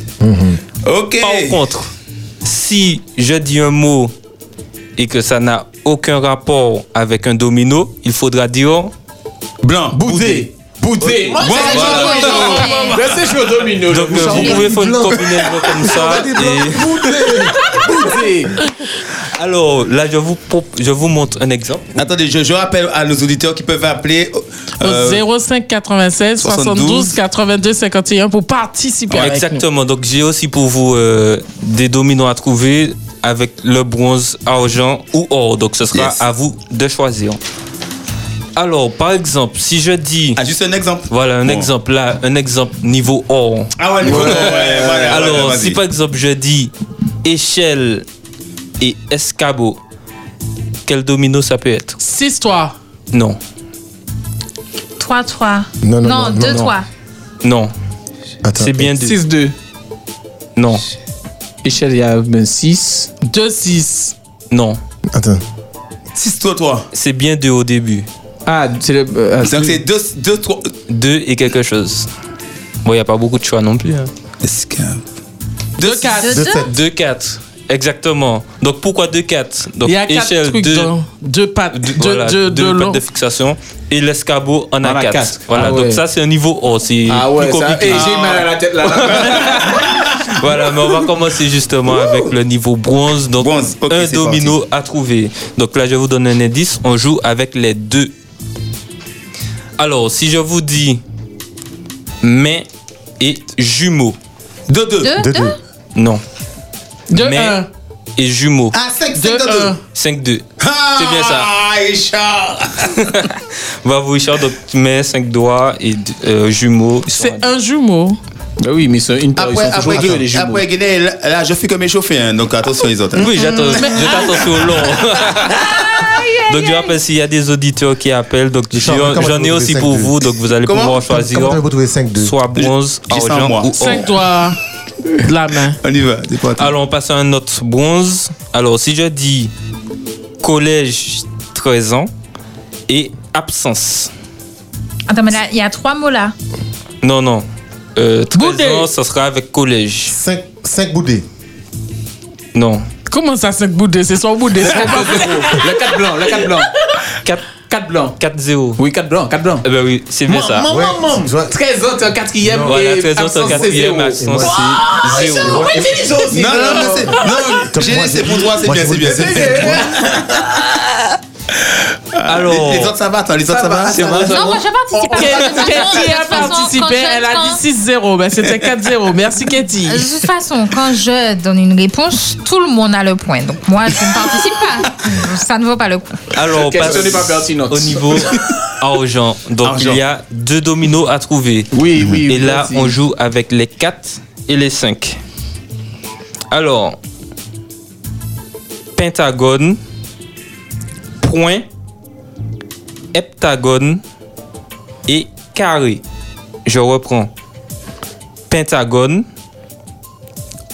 [SPEAKER 3] Ok.
[SPEAKER 10] Par contre, si je dis un mot et que ça n'a aucun rapport avec un domino, il faudra dire
[SPEAKER 3] blanc,
[SPEAKER 10] boudé.
[SPEAKER 11] Boudé.
[SPEAKER 10] Moi, j'ai joué au domino.
[SPEAKER 11] Laissez jouer au domino.
[SPEAKER 10] Donc, euh,
[SPEAKER 11] je
[SPEAKER 10] vous pouvez faire une
[SPEAKER 11] Blanc.
[SPEAKER 10] combinaison comme ça. et- Alors là, je vous, prop- je vous montre un exemple.
[SPEAKER 3] Attendez, je, je rappelle à nos auditeurs qui peuvent appeler. euh,
[SPEAKER 5] Au 05 96 72 82 51 pour participer avec
[SPEAKER 10] Exactement. Donc j'ai aussi pour vous euh, des dominos à trouver avec le bronze, argent ou or. Donc ce sera
[SPEAKER 3] Yes.
[SPEAKER 10] à vous de choisir. Alors par exemple, si je dis
[SPEAKER 3] ah juste un exemple.
[SPEAKER 10] Voilà un
[SPEAKER 3] Bon.
[SPEAKER 10] exemple là, un exemple niveau or.
[SPEAKER 3] Ah ouais, niveau or, ouais, ouais, ouais,
[SPEAKER 10] Alors
[SPEAKER 3] ouais, vas-y.
[SPEAKER 10] si par exemple je dis échelle et escabeau, quel domino ça peut être
[SPEAKER 5] nous. Six toi.
[SPEAKER 10] Non.
[SPEAKER 9] 3-3.
[SPEAKER 10] Non, non, non,
[SPEAKER 9] non,
[SPEAKER 10] non,
[SPEAKER 9] 2-3.
[SPEAKER 10] Non. C'est bien deux.
[SPEAKER 11] 6-2.
[SPEAKER 10] Non.
[SPEAKER 11] Échelle, il y a 6.
[SPEAKER 5] 2-6.
[SPEAKER 10] Non.
[SPEAKER 8] Attends.
[SPEAKER 3] 6 toi toi.
[SPEAKER 10] C'est bien deux au début.
[SPEAKER 11] Ah, c'est le. euh,
[SPEAKER 10] Donc
[SPEAKER 3] c'est 2 deux, trois-
[SPEAKER 10] deux et quelque chose. Bon, il n'y a pas beaucoup de choix non plus. hein.
[SPEAKER 5] 2-4.
[SPEAKER 10] Deux, sept. Deux, quatre. Exactement. Donc pourquoi 2-4 Donc
[SPEAKER 5] Il y a quatre
[SPEAKER 10] échelle
[SPEAKER 5] trucs
[SPEAKER 10] deux-
[SPEAKER 5] dans- deux pattes, deux,
[SPEAKER 10] voilà,
[SPEAKER 5] deux- deux
[SPEAKER 10] deux pattes
[SPEAKER 5] longs.
[SPEAKER 10] de fixation et l'escabeau en
[SPEAKER 11] En
[SPEAKER 10] a
[SPEAKER 11] a
[SPEAKER 10] 4.
[SPEAKER 11] quatre.
[SPEAKER 10] Voilà,
[SPEAKER 11] Ah
[SPEAKER 10] donc
[SPEAKER 11] ouais.
[SPEAKER 10] ça c'est un niveau haut, c'est
[SPEAKER 11] Ah ouais,
[SPEAKER 10] plus
[SPEAKER 11] ça. Et
[SPEAKER 10] compliqué.
[SPEAKER 11] j'ai mal à la tête là.
[SPEAKER 10] Voilà, mais on va commencer justement avec le niveau bronze. Donc un
[SPEAKER 3] c'est
[SPEAKER 10] domino à trouver. Donc là, je vous donne un indice. On joue avec les deux. Alors, si je vous dis main et jumeaux. Deux, deux.
[SPEAKER 4] Deux, Deux, deux.
[SPEAKER 10] Non.
[SPEAKER 5] Deux,
[SPEAKER 10] main et jumeaux.
[SPEAKER 4] Ah, cinq, cinq, Deux, deux, deux. un.
[SPEAKER 10] 5, 2.
[SPEAKER 4] C'est bien ça.
[SPEAKER 10] Bravo, Richard. Donc, main, 5 doigts et euh, jumeaux. Ils sont à
[SPEAKER 5] C'est un jumeau.
[SPEAKER 11] Bah oui, mais c'est une paire,
[SPEAKER 3] Après, après,
[SPEAKER 10] toujours deux,
[SPEAKER 3] Guinée-
[SPEAKER 10] les jumeaux.
[SPEAKER 3] après Guinée, là, là, je fais comme échauffé, hein, donc attention les autres. hein.
[SPEAKER 10] Oui,
[SPEAKER 5] Mm.
[SPEAKER 10] j'attends, je t'attends sur le long.
[SPEAKER 5] Ah,
[SPEAKER 10] donc
[SPEAKER 5] Mm.
[SPEAKER 10] je rappelle s'il y a des auditeurs qui appellent, donc
[SPEAKER 8] Richard,
[SPEAKER 10] j'en-
[SPEAKER 8] comment
[SPEAKER 10] j'en
[SPEAKER 8] tu
[SPEAKER 10] ai
[SPEAKER 8] trouves
[SPEAKER 10] aussi
[SPEAKER 8] les
[SPEAKER 10] pour
[SPEAKER 8] cinq
[SPEAKER 10] vous,
[SPEAKER 8] deux
[SPEAKER 10] donc vous allez
[SPEAKER 8] Comment-
[SPEAKER 10] pouvoir choisir.
[SPEAKER 8] comment t'avez trouvé cinq deux
[SPEAKER 10] Soit bronze,
[SPEAKER 5] J'ai ça en
[SPEAKER 10] argent
[SPEAKER 5] moi.
[SPEAKER 10] ou
[SPEAKER 5] Cinq
[SPEAKER 10] or.
[SPEAKER 5] doigts de la main.
[SPEAKER 3] On y va, c'est parti.
[SPEAKER 10] Alors on passe à un autre bronze. Alors si je dis collège 13 ans et absence.
[SPEAKER 9] Attends, mais là, il y a trois mots là.
[SPEAKER 10] Non, non. Euh, 13 ans, ça sera avec collège.
[SPEAKER 8] 5, 5 boudés.
[SPEAKER 10] Non.
[SPEAKER 5] Comment ça, 5 boudés C'est soit boudé, soit pas
[SPEAKER 11] Le 4 blanc, le 4 blanc.
[SPEAKER 10] 4
[SPEAKER 11] blancs.
[SPEAKER 10] 4-0.
[SPEAKER 11] Oui, 4 blancs, 4 blancs.
[SPEAKER 10] Eh ben oui, c'est bien ça.
[SPEAKER 11] Maman,
[SPEAKER 10] Ouais,
[SPEAKER 11] maman, 13 ans, t'es en 4ème.
[SPEAKER 10] Voilà, 13 ans, t'es en quatrième, absence, c'est zéro.
[SPEAKER 3] Non, non, non, c'est- non, j'ai laissé pour toi, c'est bien, c'est bien, c'est bien.
[SPEAKER 10] Alors.
[SPEAKER 3] Les, les autres, ça va, attends, les autres, ça va.
[SPEAKER 10] c'est bon, Ah, ça
[SPEAKER 9] Non,
[SPEAKER 10] va.
[SPEAKER 9] moi, je participe pas. De toute façon,
[SPEAKER 5] Katie
[SPEAKER 9] de
[SPEAKER 5] a
[SPEAKER 9] toute façon, quand
[SPEAKER 5] participé,
[SPEAKER 9] je-
[SPEAKER 5] elle a
[SPEAKER 9] quand-
[SPEAKER 5] dit 6-0, ben c'était 4-0. Merci Katie.
[SPEAKER 9] De toute façon, quand je donne une réponse, tout le monde a le point. Donc moi, je ne participe pas. Ça ne vaut pas le coup.
[SPEAKER 10] Alors, on
[SPEAKER 11] Cette question
[SPEAKER 10] passe
[SPEAKER 11] n'est pas pertinente.
[SPEAKER 10] Au niveau argent. Donc,
[SPEAKER 11] Argent.
[SPEAKER 10] il y a deux dominos à trouver.
[SPEAKER 11] Oui, oui,
[SPEAKER 10] Et
[SPEAKER 11] oui,
[SPEAKER 10] là,
[SPEAKER 11] vas-y.
[SPEAKER 10] on joue avec les 4 et les 5. Alors, pentagone, point, heptagone et carré. je reprends. Pentagone,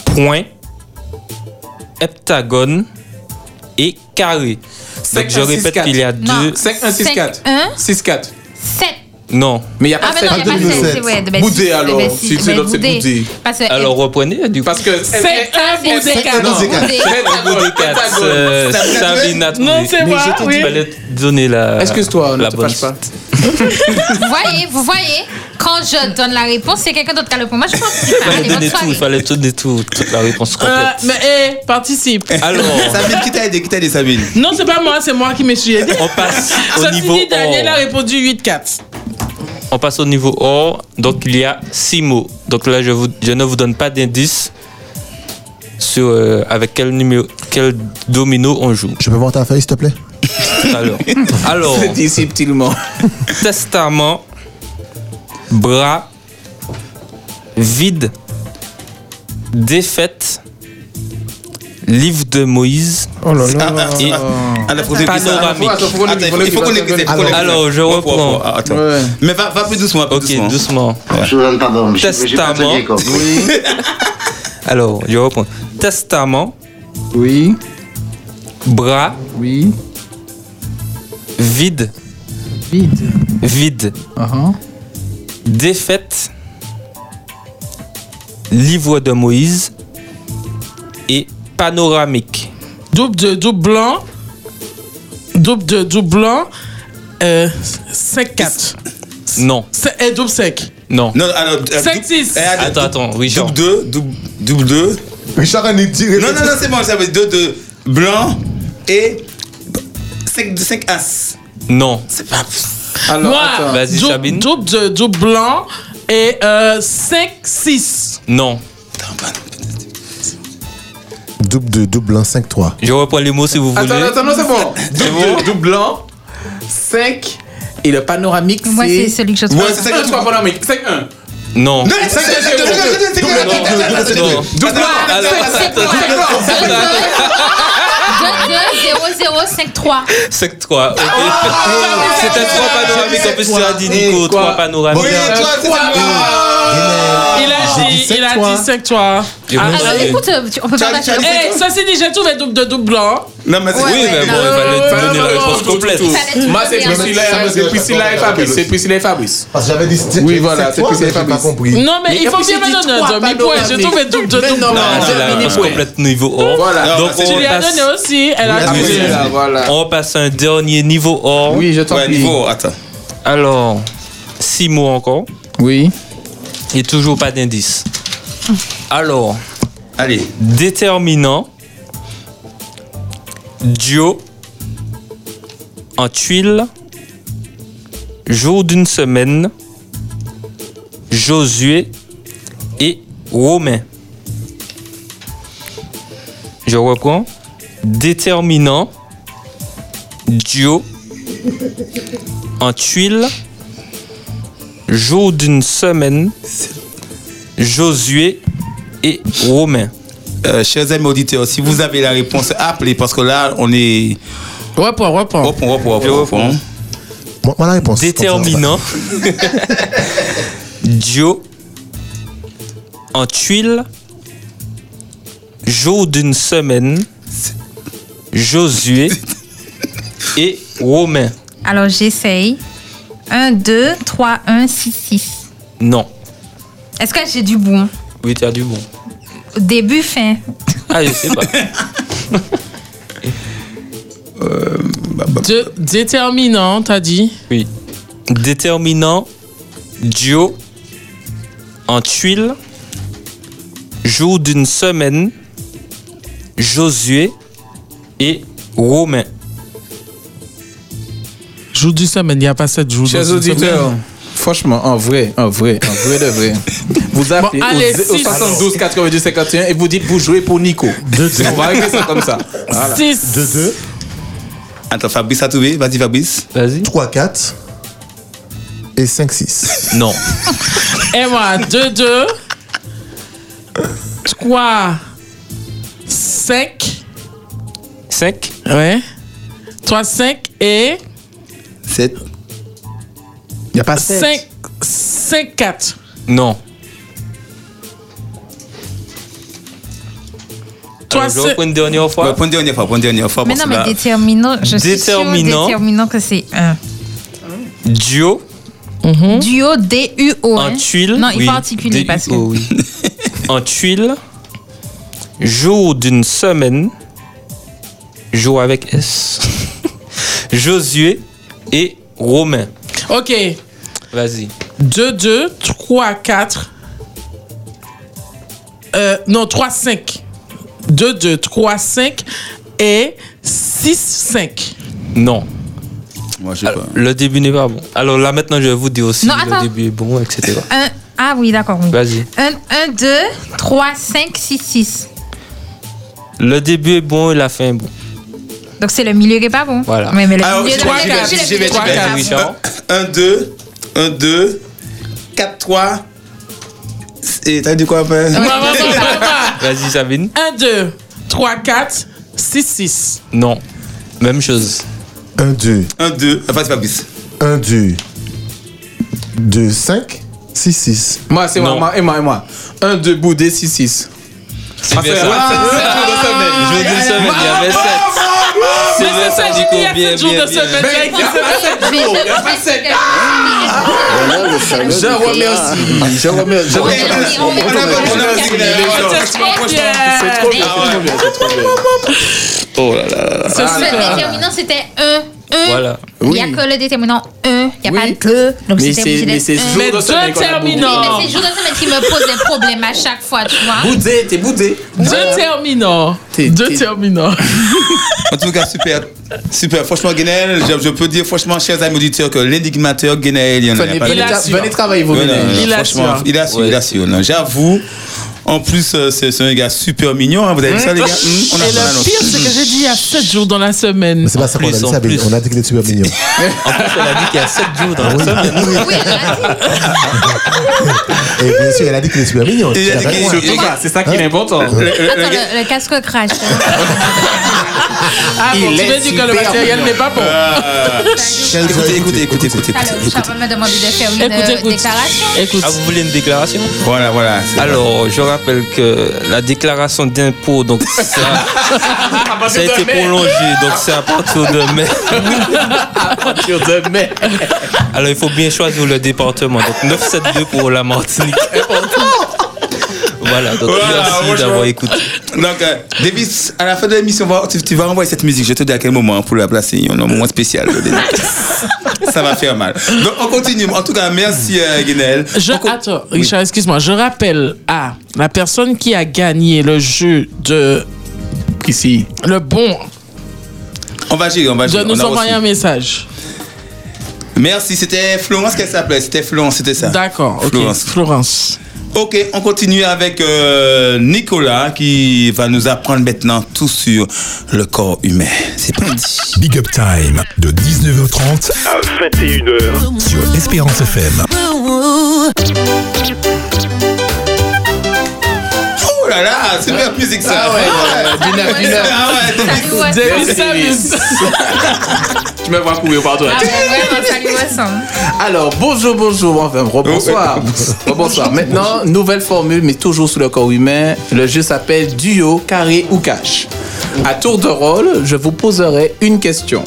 [SPEAKER 10] point, heptagone et carré. Donc je répète qu'il y a deux.
[SPEAKER 11] 5, 1, 6, 4. 6, 4.
[SPEAKER 9] 7.
[SPEAKER 10] Non.
[SPEAKER 11] Mais il n'y a pas
[SPEAKER 9] Ah, mais non, il y a pas de sept, c'est ouais, de- ben,
[SPEAKER 11] Boudé
[SPEAKER 9] si,
[SPEAKER 11] alors.
[SPEAKER 9] ben, si,
[SPEAKER 11] Si c'est
[SPEAKER 9] ben,
[SPEAKER 11] l'autre, c'est
[SPEAKER 9] boudé.
[SPEAKER 11] boudé.
[SPEAKER 9] Parce que-
[SPEAKER 10] Alors reprenez du Parce
[SPEAKER 11] que
[SPEAKER 9] C'est un boudé,
[SPEAKER 11] Non, c'est quatre. C'est un boudé, quatre.
[SPEAKER 10] euh,
[SPEAKER 11] Sabine a
[SPEAKER 10] Sabine
[SPEAKER 11] trouvé.
[SPEAKER 10] a
[SPEAKER 11] Non,
[SPEAKER 10] trouvé.
[SPEAKER 11] c'est
[SPEAKER 10] Mais
[SPEAKER 11] moi,
[SPEAKER 10] je t'ai dit,
[SPEAKER 11] oui.
[SPEAKER 10] fallait donner la.
[SPEAKER 11] Excuse-toi, ne
[SPEAKER 10] la
[SPEAKER 11] te
[SPEAKER 10] bonne
[SPEAKER 11] fâche pas.
[SPEAKER 10] suite.
[SPEAKER 9] Vous voyez, vous voyez, quand je donne la réponse, c'est quelqu'un d'autre qui a le point. Moi, je pense que c'est
[SPEAKER 10] Il fallait
[SPEAKER 9] pareil.
[SPEAKER 10] donner
[SPEAKER 9] Bonne
[SPEAKER 10] tout,
[SPEAKER 9] soirée.
[SPEAKER 10] il fallait tout, donner tout, toute la réponse
[SPEAKER 5] Euh,
[SPEAKER 10] complète.
[SPEAKER 5] mais hé, participe.
[SPEAKER 10] Alors.
[SPEAKER 3] Euh, Sabine, qui t'a aidé Qui t'a aidé, Sabine
[SPEAKER 5] Non, c'est pas moi, c'est moi qui me suis aidé.
[SPEAKER 10] On passe au
[SPEAKER 5] Ceci
[SPEAKER 10] niveau
[SPEAKER 5] dit, Daniel
[SPEAKER 10] or.
[SPEAKER 5] a répondu 8-4.
[SPEAKER 10] On passe au niveau or. Donc il y a six mots. Donc là, je, vous, je ne vous donne pas d'indice sur euh, avec quel numéro, quel domino on joue.
[SPEAKER 8] Je peux voir ta feuille, s'il te plaît
[SPEAKER 10] Alors, alors
[SPEAKER 11] Dis subtilement.
[SPEAKER 10] testament, bras, vide, défaite, livre de Moïse.
[SPEAKER 8] Oh là
[SPEAKER 3] là. Ah, ah, ah, ah, faut que je dise ça.
[SPEAKER 10] Panoramique.
[SPEAKER 3] Attends, il faut qu'on l'écoute,
[SPEAKER 10] Attends, il faut qu'on l'écoute, il faut qu'on l'écoute. Alors, je
[SPEAKER 3] Ouais, ouais, ouais,
[SPEAKER 10] reprends.
[SPEAKER 3] ouais, attends. Mais va, va plus doucement,
[SPEAKER 10] Ok, doucement.
[SPEAKER 3] Je
[SPEAKER 10] donne pas bon.
[SPEAKER 3] je- je vais pas
[SPEAKER 10] Testament.
[SPEAKER 3] te dire, quoi.
[SPEAKER 10] Oui. Alors, je reprends. Testament. Oui. Bras. Oui. Vide. Vide. Vide. Défaite. Livre de Moïse. Et panoramique.
[SPEAKER 5] Double de double blanc. Double de double blanc. Euh, 5-4.
[SPEAKER 10] Non.
[SPEAKER 5] C'est- Et double sec.
[SPEAKER 10] Non.
[SPEAKER 3] Non, alors. euh,
[SPEAKER 5] Cinq,
[SPEAKER 3] dou-
[SPEAKER 5] six.
[SPEAKER 3] eh,
[SPEAKER 10] Attends, attends, Richard.
[SPEAKER 3] Double 2, double, double 2.
[SPEAKER 8] Richard, on est tiré.
[SPEAKER 3] Non, non, non, c'est bon, ça veut dire 2, 2. Blanc et 5, 5 as.
[SPEAKER 10] Non.
[SPEAKER 3] C'est pas.
[SPEAKER 5] Moi, double, double de double blanc et euh, 5-6.
[SPEAKER 10] Non.
[SPEAKER 8] Double 2, double 1, 5, 3.
[SPEAKER 10] Je reprends les mots si vous voulez.
[SPEAKER 11] Attends, attends, non, c'est bon. Double, double blanc, 5 et le panoramique, c'est.
[SPEAKER 9] Moi, c'est celui que je trouve.
[SPEAKER 11] Ouais, c'est 5 je trouve panoramique. 5-1.
[SPEAKER 10] Non.
[SPEAKER 11] Non, 5
[SPEAKER 10] Non. Alors, attends, attends, attends.
[SPEAKER 9] 2-0-0-5-3.
[SPEAKER 10] 5 3. ok. C'était 3 panoramiques en plus tu as dit Nico, 3 panoramiques.
[SPEAKER 5] Il
[SPEAKER 10] Ah,
[SPEAKER 5] a dit, il a dit 5 toi.
[SPEAKER 10] Et moi,
[SPEAKER 9] Alors,
[SPEAKER 10] j'ai-
[SPEAKER 9] Ah, écoute, euh, tu- on peut pas passer.
[SPEAKER 5] Eh, ça c'est déjà tout, mais double de double blanc.
[SPEAKER 3] Non, mais
[SPEAKER 10] c'est- Oui, mais bon, il fallait te donner la réponse complète.
[SPEAKER 11] Moi, c'est Priscilla, c'est Priscilla et Fabrice. C'est Priscilla et Fabrice.
[SPEAKER 8] Parce que j'avais dit c'était-
[SPEAKER 11] Oui, voilà,
[SPEAKER 8] cette
[SPEAKER 11] c'est
[SPEAKER 8] fois,
[SPEAKER 11] Priscilla et
[SPEAKER 8] mais j'ai
[SPEAKER 11] Fabrice.
[SPEAKER 8] pas compris.
[SPEAKER 5] Non, mais il faut bien me donner un demi-point. Je trouve le double de double
[SPEAKER 10] Non,
[SPEAKER 5] blanc.
[SPEAKER 10] j'ai la réponse complète niveau or.
[SPEAKER 11] Voilà.
[SPEAKER 10] Donc
[SPEAKER 11] Tu
[SPEAKER 10] on
[SPEAKER 5] Tu lui as
[SPEAKER 10] passe
[SPEAKER 5] donné aussi. Elle a
[SPEAKER 10] Oui,
[SPEAKER 5] dit.
[SPEAKER 10] oui. On passe à un dernier niveau or.
[SPEAKER 11] Oui, je t'en Ouais, prie. niveau or,
[SPEAKER 3] attends.
[SPEAKER 10] Alors, six mots encore.
[SPEAKER 11] Oui.
[SPEAKER 10] Et toujours pas d'indice. Alors.
[SPEAKER 3] Allez.
[SPEAKER 10] Déterminant. Duo. En tuile. Jour d'une semaine. Josué et Romain. Je reprends. Déterminant. Duo. En tuile. Jour d'une semaine. Josué et Romain.
[SPEAKER 3] Euh, chers amis auditeurs, si vous avez la réponse, appelez parce que là, on est.
[SPEAKER 5] Reprends, reprends.
[SPEAKER 3] Reprends, reprends, reprends.
[SPEAKER 8] Bon, moi, la réponse.
[SPEAKER 10] Déterminant. Dio. En tuile. Jour d'une semaine. Josué. Et Romain.
[SPEAKER 9] Alors, j'essaye. 1, 2, 3, 1, 6, 6.
[SPEAKER 10] Non.
[SPEAKER 9] Est-ce que j'ai du bon
[SPEAKER 10] Oui, t'as du bon.
[SPEAKER 9] Début, fin.
[SPEAKER 10] Ah, je sais pas.
[SPEAKER 5] Dé- Déterminant, t'as dit.
[SPEAKER 10] Oui. Déterminant. Dio. En tuile. Jour d'une semaine. Josué. Et Romain.
[SPEAKER 5] Jour du semaine, il n'y a pas 7 jours.
[SPEAKER 11] Chers
[SPEAKER 5] dans une
[SPEAKER 11] auditeurs,
[SPEAKER 5] semaine.
[SPEAKER 11] franchement, en vrai, en vrai, en vrai de vrai, vous appelez
[SPEAKER 5] Bon, allez,
[SPEAKER 11] au, au
[SPEAKER 5] six.
[SPEAKER 11] 72 92 51 et vous dites vous jouez pour Nico. On va régler ça comme ça. Voilà.
[SPEAKER 3] 2-2. Attends, Fabrice a trouvé. Vas-y, Fabrice.
[SPEAKER 10] Vas-y.
[SPEAKER 8] 3, 4 et 5, 6.
[SPEAKER 10] Non.
[SPEAKER 5] Et moi, 2, 2. 3, 5.
[SPEAKER 10] 5
[SPEAKER 5] Ouais. 3, 5 et
[SPEAKER 3] 7.
[SPEAKER 11] Il n'y a pas
[SPEAKER 5] 5. 5-4.
[SPEAKER 10] Non.
[SPEAKER 3] Toi,
[SPEAKER 10] Alors, je reprends une dernière fois.
[SPEAKER 3] Pour une dernière fois, pour une dernière fois.
[SPEAKER 9] Mais
[SPEAKER 3] parce
[SPEAKER 9] non,
[SPEAKER 3] que
[SPEAKER 9] mais
[SPEAKER 3] là-
[SPEAKER 9] déterminant, je suis sûre,
[SPEAKER 3] Déterminant.
[SPEAKER 9] déterminant que c'est un.
[SPEAKER 10] Duo.
[SPEAKER 9] Duo D-U-O.
[SPEAKER 10] En
[SPEAKER 9] hein.
[SPEAKER 10] tuile.
[SPEAKER 9] Non, il
[SPEAKER 10] oui,
[SPEAKER 9] faut articuler parce que.
[SPEAKER 10] DUO,
[SPEAKER 3] Oh,
[SPEAKER 10] oui. en tuile. Jour d'une semaine. Jour avec S. Josué et Romain.
[SPEAKER 5] OK.
[SPEAKER 10] Vas-y.
[SPEAKER 5] 2, 2, 3, 4. Euh, non, 3, 5. 2, 2, 3, 5 et 6, 5.
[SPEAKER 10] Non. Alors, Le début n'est pas bon. Alors là maintenant je vais vous dire aussi
[SPEAKER 9] Non, attends.
[SPEAKER 10] le début est bon, etc.
[SPEAKER 9] Un- ah oui, d'accord. Oui.
[SPEAKER 10] Vas-y.
[SPEAKER 9] 1, 2, 3, 5, 6, 6.
[SPEAKER 10] Le début est bon et la fin est bon.
[SPEAKER 9] Donc c'est le milieu qui est pas bon.
[SPEAKER 10] Voilà.
[SPEAKER 9] Mais, mais le
[SPEAKER 10] Alors,
[SPEAKER 9] milieu de
[SPEAKER 10] trois,
[SPEAKER 9] la
[SPEAKER 10] j'y vais,
[SPEAKER 9] le
[SPEAKER 10] j'y
[SPEAKER 9] milieu
[SPEAKER 10] vais,
[SPEAKER 9] de
[SPEAKER 10] j'y
[SPEAKER 9] la
[SPEAKER 10] vais.
[SPEAKER 9] table.
[SPEAKER 10] Oui, Richard.
[SPEAKER 3] 1, 2, 1, 2, 4, 3. Et t'as dit quoi après
[SPEAKER 10] Vas-y Sabine.
[SPEAKER 5] 1, 2, 3, 4, 6, 6.
[SPEAKER 10] Non. Même chose.
[SPEAKER 8] Un, deux.
[SPEAKER 3] 1, 2.
[SPEAKER 11] Ah,
[SPEAKER 3] Enfin, c'est pas plus.
[SPEAKER 8] 1, 2, 2, 5, 6, 6.
[SPEAKER 11] Moi, c'est moi, moi, et moi, et moi. 1, 2, boudé, 6, 6.
[SPEAKER 10] Ah, C'est bien ça.
[SPEAKER 5] Ah.
[SPEAKER 3] Ah,
[SPEAKER 10] Je veux dire semaine, il y avait 7. C'est vrai ça du coup, bien, bien, bien.
[SPEAKER 6] Voilà le fameux
[SPEAKER 11] Je
[SPEAKER 6] Nicolas.
[SPEAKER 11] remercie. Je remercie. Je remercie.
[SPEAKER 10] Ah, Oh là là là.
[SPEAKER 9] Le
[SPEAKER 11] Ah,
[SPEAKER 9] déterminant c'était 1, 1.
[SPEAKER 10] Voilà.
[SPEAKER 9] Il n'y a que le déterminant 1, il n'y a pas 2. Donc
[SPEAKER 10] Mais
[SPEAKER 9] c'était
[SPEAKER 10] c'est-
[SPEAKER 9] obligé
[SPEAKER 10] mais
[SPEAKER 9] d'être
[SPEAKER 10] c'est
[SPEAKER 9] un.
[SPEAKER 10] jour Mais de semaine deux qu'on a boudé. terminants.
[SPEAKER 9] Oui, mais c'est jour de semaine qui me pose des problèmes à chaque fois, tu vois.
[SPEAKER 11] Boudé, t'es boudé.
[SPEAKER 5] Deux terminants. Deux terminants.
[SPEAKER 3] En tout cas, super. Super. Franchement, Guénel, je, je peux dire, franchement, chers amis auditeurs, que l'énigmateur Guénel, il y en a.
[SPEAKER 11] Venez-
[SPEAKER 3] pas de-
[SPEAKER 11] venez tra- venez travailler, vous,
[SPEAKER 3] Voilà,
[SPEAKER 11] Guénel. Il
[SPEAKER 3] franchement,
[SPEAKER 11] assure.
[SPEAKER 3] Il assure, il assure. non. J'avoue. En plus, euh, c'est c'est un gars super mignon. hein. Vous avez vu ça, les gars Hum, On a
[SPEAKER 5] Mmh. Et
[SPEAKER 3] on a-
[SPEAKER 5] le pire, c'est que j'ai dit il y a 7 jours dans la semaine.
[SPEAKER 8] C'est pas ça qu'on a dit, ça, Bill. On a dit qu'il est super mignon.
[SPEAKER 10] En plus, elle a dit qu'il y a 7 jours dans
[SPEAKER 11] Ah
[SPEAKER 10] la semaine.
[SPEAKER 8] Et Eh, bien sûr, elle a dit qu'il est super mignon.
[SPEAKER 11] Et elle a dit qu'il est
[SPEAKER 8] Surtout
[SPEAKER 11] super-
[SPEAKER 8] ça,
[SPEAKER 11] Ah, c'est ça qui
[SPEAKER 10] Hein?
[SPEAKER 11] est important.
[SPEAKER 9] Attends, le, le casque crache. hein.
[SPEAKER 5] Ah bon,
[SPEAKER 9] Il
[SPEAKER 5] tu
[SPEAKER 9] est
[SPEAKER 5] veux dire que le
[SPEAKER 9] super
[SPEAKER 5] matériel
[SPEAKER 9] mignon.
[SPEAKER 5] n'est pas bon.
[SPEAKER 3] Ah. Écoutez, écoutez, écoutez, écoutez.
[SPEAKER 9] Alors, Richard va me demander de faire une
[SPEAKER 5] Écoute,
[SPEAKER 9] euh,
[SPEAKER 5] écoute.
[SPEAKER 9] déclaration.
[SPEAKER 10] Ah, vous voulez une déclaration
[SPEAKER 3] Voilà, voilà.
[SPEAKER 10] Alors, je rappelle que la déclaration d'impôt, donc ça, ça a été prolongé, donc c'est à partir de mai.
[SPEAKER 11] À partir de mai.
[SPEAKER 10] Alors, il faut bien choisir le département. Donc, 972 pour la Martinique. Voilà, donc
[SPEAKER 3] Voilà,
[SPEAKER 10] merci
[SPEAKER 3] Ah, franchement.
[SPEAKER 10] d'avoir écouté.
[SPEAKER 3] Donc, euh, Davis, à la fin de l'émission, on va- tu, tu vas envoyer cette musique. Je te dis à quel moment pour la placer. Il y a Un moment spécial. le dédicace. Ça va faire mal. Donc, on continue. En tout cas, merci, euh, Guénel.
[SPEAKER 5] Je, attends, Richard, excuse-moi. Je rappelle à la personne qui a gagné le jeu de.
[SPEAKER 11] Ici.
[SPEAKER 5] Le bon.
[SPEAKER 3] On va gérer, on va
[SPEAKER 5] De
[SPEAKER 3] gérer.
[SPEAKER 5] nous
[SPEAKER 3] On a
[SPEAKER 5] envoyer
[SPEAKER 3] reçu.
[SPEAKER 5] un message.
[SPEAKER 3] Merci, c'était Florence qu'elle s'appelait. C'était Florence, c'était ça.
[SPEAKER 5] D'accord, ok.
[SPEAKER 3] Florence.
[SPEAKER 5] Florence.
[SPEAKER 3] Ok, on continue avec euh, Nicolas qui va nous apprendre maintenant tout sur le corps humain. C'est parti.
[SPEAKER 2] Big Up Time de 19h30 à 21h sur Espérance FM.
[SPEAKER 3] Oh là là, c'est bien musique ça.
[SPEAKER 11] Ah ouais, ouais, ouais. Dina- Dina-
[SPEAKER 3] Ah ouais,
[SPEAKER 11] Dina-
[SPEAKER 3] Davis.
[SPEAKER 11] Dina-
[SPEAKER 3] Davis.
[SPEAKER 11] Tu me vois courir partout.
[SPEAKER 9] Ah, ouais, vraiment, ça lui ressemble.
[SPEAKER 11] Alors, bonjour, bonjour, enfin, bonsoir. bonsoir. Maintenant, nouvelle formule, mais toujours sous le corps humain. Le jeu s'appelle duo, carré ou cache. À tour de rôle, je vous poserai une question.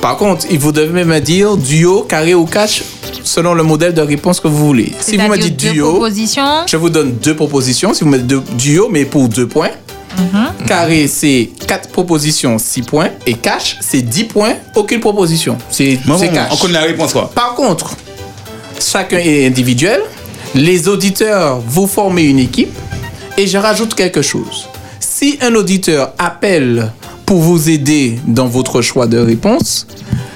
[SPEAKER 11] Par contre, il vous devez me dire duo, carré ou cache selon le modèle de réponse que vous voulez. Si vous me
[SPEAKER 9] C'est-à-dire
[SPEAKER 11] dites
[SPEAKER 9] deux
[SPEAKER 11] duo,
[SPEAKER 9] propositions.
[SPEAKER 11] je vous donne deux propositions. Si vous me dites deux- duo, mais pour deux points.
[SPEAKER 10] Mhm.
[SPEAKER 11] Carré, c'est quatre propositions, 6 points. Et cache, c'est 10 points, aucune proposition. C'est
[SPEAKER 3] Bon,
[SPEAKER 11] c'est
[SPEAKER 3] bon,
[SPEAKER 11] cache.
[SPEAKER 3] on connaît la réponse quoi.
[SPEAKER 11] Par contre, chacun est individuel. Les auditeurs, vous formez une équipe. Et je rajoute quelque chose. Si un auditeur appelle pour vous aider dans votre choix de réponse,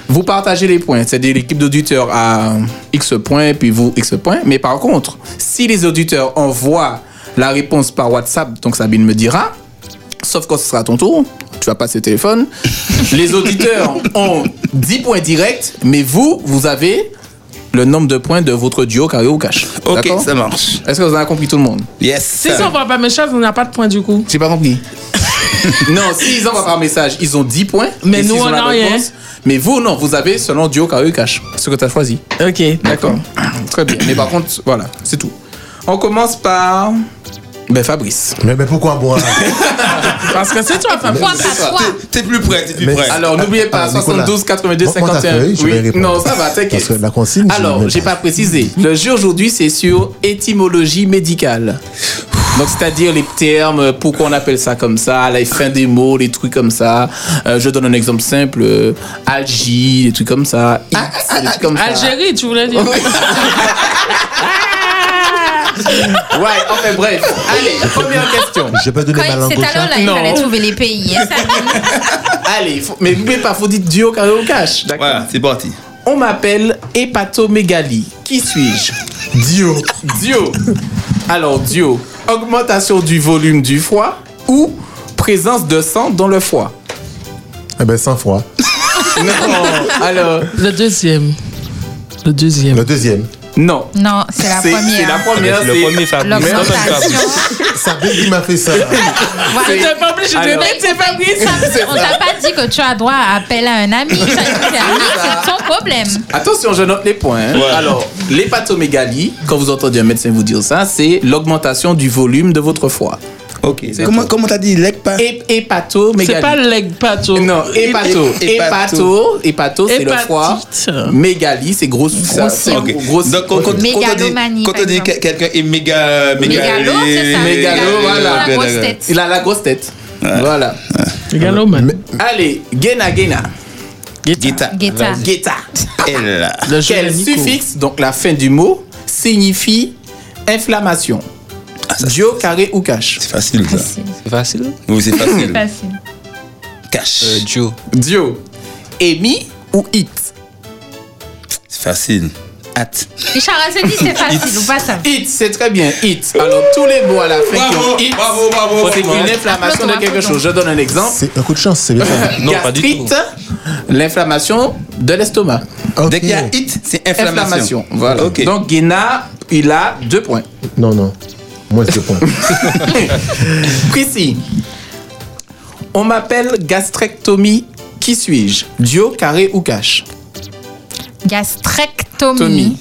[SPEAKER 11] vous partagez les points. C'est-à-dire l'équipe d'auditeurs a X points, puis vous X points. Mais par contre, si les auditeurs envoient la réponse par WhatsApp, donc Sabine me dira, sauf quand ce sera ton tour, tu vas passer le téléphone, les auditeurs ont 10 points directs, mais vous, vous avez le nombre de points de votre duo carré ou cash.
[SPEAKER 3] Ok,
[SPEAKER 11] D'accord
[SPEAKER 3] ça marche.
[SPEAKER 11] Est-ce que vous avez compris tout le monde
[SPEAKER 3] Yes.
[SPEAKER 5] Si ça, on voit pas mes choses, on n'a pas de point du coup.
[SPEAKER 11] J'ai pas compris. non, s'ils envoient par message, ils ont 10 points.
[SPEAKER 5] Mais
[SPEAKER 11] Et
[SPEAKER 5] nous,
[SPEAKER 11] s'ils
[SPEAKER 5] on
[SPEAKER 11] ont la
[SPEAKER 5] n'a rien.
[SPEAKER 11] réponse- Mais vous, non, vous avez selon duo carré cash, ce que tu as choisi.
[SPEAKER 5] Ok,
[SPEAKER 11] d'accord. Très bien. Mais par contre, voilà, c'est tout. On commence par. Ben Fabrice.
[SPEAKER 8] Mais, mais pourquoi moi
[SPEAKER 11] Parce que c'est toi,
[SPEAKER 5] Fabrice. Pourquoi pas toi
[SPEAKER 11] T'es plus prêt, t'es plus
[SPEAKER 8] Mais-
[SPEAKER 11] prêt. Alors n'oubliez pas,
[SPEAKER 8] Ah, Nicolas,
[SPEAKER 11] 72, 82,
[SPEAKER 8] montre-moi ta
[SPEAKER 11] 51.
[SPEAKER 8] feuille, je vais
[SPEAKER 11] Oui,
[SPEAKER 8] répondre.
[SPEAKER 11] non, ça va, t'inquiète.
[SPEAKER 8] Parce que la consigne, je
[SPEAKER 11] Alors,
[SPEAKER 8] l'ai
[SPEAKER 11] j'ai pas précisé. Le jeu aujourd'hui, c'est sur étymologie médicale. Donc, c'est-à-dire les termes, euh, pourquoi on appelle ça comme ça, les fins des mots, les trucs comme ça. Euh, je donne un exemple simple euh, algie, des trucs comme ça.
[SPEAKER 9] Ah.
[SPEAKER 11] X, des trucs comme ça.
[SPEAKER 5] Algérie, tu voulais dire.
[SPEAKER 11] Ouais, enfin bref. Allez, première question.
[SPEAKER 8] Je peux donner ma langue
[SPEAKER 9] C'est
[SPEAKER 8] au
[SPEAKER 9] alors
[SPEAKER 8] chat.
[SPEAKER 9] là, il fallait trouver les pays. hein, ça vient.
[SPEAKER 11] Allez, faut- mais n'oubliez pas, faut dire duo carré au cash. D'accord. Voilà, c'est parti. On m'appelle hépatomégalie. Qui suis-je Dio. Dio. Alors, Dio, augmentation du volume du foie ou présence de sang dans le foie
[SPEAKER 8] Eh ben, sans froid.
[SPEAKER 11] Non, alors.
[SPEAKER 5] Le deuxième. Le deuxième.
[SPEAKER 8] Le deuxième.
[SPEAKER 11] Non.
[SPEAKER 9] Non, c'est la première.
[SPEAKER 11] C'est la première.
[SPEAKER 9] Le premier Fabrice. L'augmentation.
[SPEAKER 8] Ça veut qui m'a fait ça.
[SPEAKER 9] Voilà.
[SPEAKER 5] T'es pas obligé de
[SPEAKER 9] Alors-
[SPEAKER 5] mettre, c'est Fabrice.
[SPEAKER 11] C'est
[SPEAKER 9] On t'a pas dit que tu as droit à appeler à un ami. Ça, C'est un ami, c'est ton problème.
[SPEAKER 11] Attention, je note les points. hein. Alors, l'hépatomégalie, quand vous entendez un médecin vous dire ça, c'est l'augmentation du volume de votre foie. Ok.
[SPEAKER 5] Comment-
[SPEAKER 11] t'as dit l'hépatomégalie Hépatomégalie.
[SPEAKER 5] C'est pas l'egpato.
[SPEAKER 11] Non, hépato. Hépato, hépato, c'est le foie. Mégalie, c'est grosse. ça, c'est
[SPEAKER 3] Ok.
[SPEAKER 11] grosse-
[SPEAKER 3] Donc, quand, quand- quand on dit,
[SPEAKER 11] Mégalomanie,
[SPEAKER 3] quand on
[SPEAKER 11] par
[SPEAKER 3] dit que- quelqu'un est méga,
[SPEAKER 11] Mégalo, c'est ça, mégalo, voilà.
[SPEAKER 3] Ok,
[SPEAKER 11] La grosse
[SPEAKER 3] d'accord.
[SPEAKER 11] tête. Il a la grosse tête. Voilà. Allez, Gena Gena. Guetta.
[SPEAKER 9] Guetta.
[SPEAKER 11] Guetta.
[SPEAKER 3] Elle.
[SPEAKER 11] Quel suffixe, donc la fin du mot, signifie inflammation
[SPEAKER 3] Ah,
[SPEAKER 11] Dio, carré ou cache C'est
[SPEAKER 3] facile, ça.
[SPEAKER 10] C'est facile
[SPEAKER 3] Oui, c'est facile.
[SPEAKER 9] facile.
[SPEAKER 3] Cash.
[SPEAKER 10] Dio.
[SPEAKER 11] Euh, Dio. Emi ou It
[SPEAKER 3] C'est facile. Hâte.
[SPEAKER 9] Richard, se dit c'est facile ou pas ça
[SPEAKER 11] It, c'est très bien. It. Alors, tous les mots à la fin
[SPEAKER 3] Bravo,
[SPEAKER 11] qui ont it,
[SPEAKER 3] bravo, bravo,
[SPEAKER 11] c'est
[SPEAKER 3] bravo.
[SPEAKER 11] une inflammation de quelque chose. Je donne un exemple.
[SPEAKER 8] C'est un coup de chance, c'est bien.
[SPEAKER 11] Non, Gastrite, l'inflammation de l'estomac.
[SPEAKER 3] Dès qu'il y a hit, c'est inflammation.
[SPEAKER 11] Inflammation. Voilà. Donc, Guéna, il a deux points.
[SPEAKER 8] Non, non. Moins de deux points.
[SPEAKER 11] Prissy, on m'appelle gastrectomie. Qui suis-je Dio, carré ou cash
[SPEAKER 9] Gastrectomie.
[SPEAKER 11] Tommy.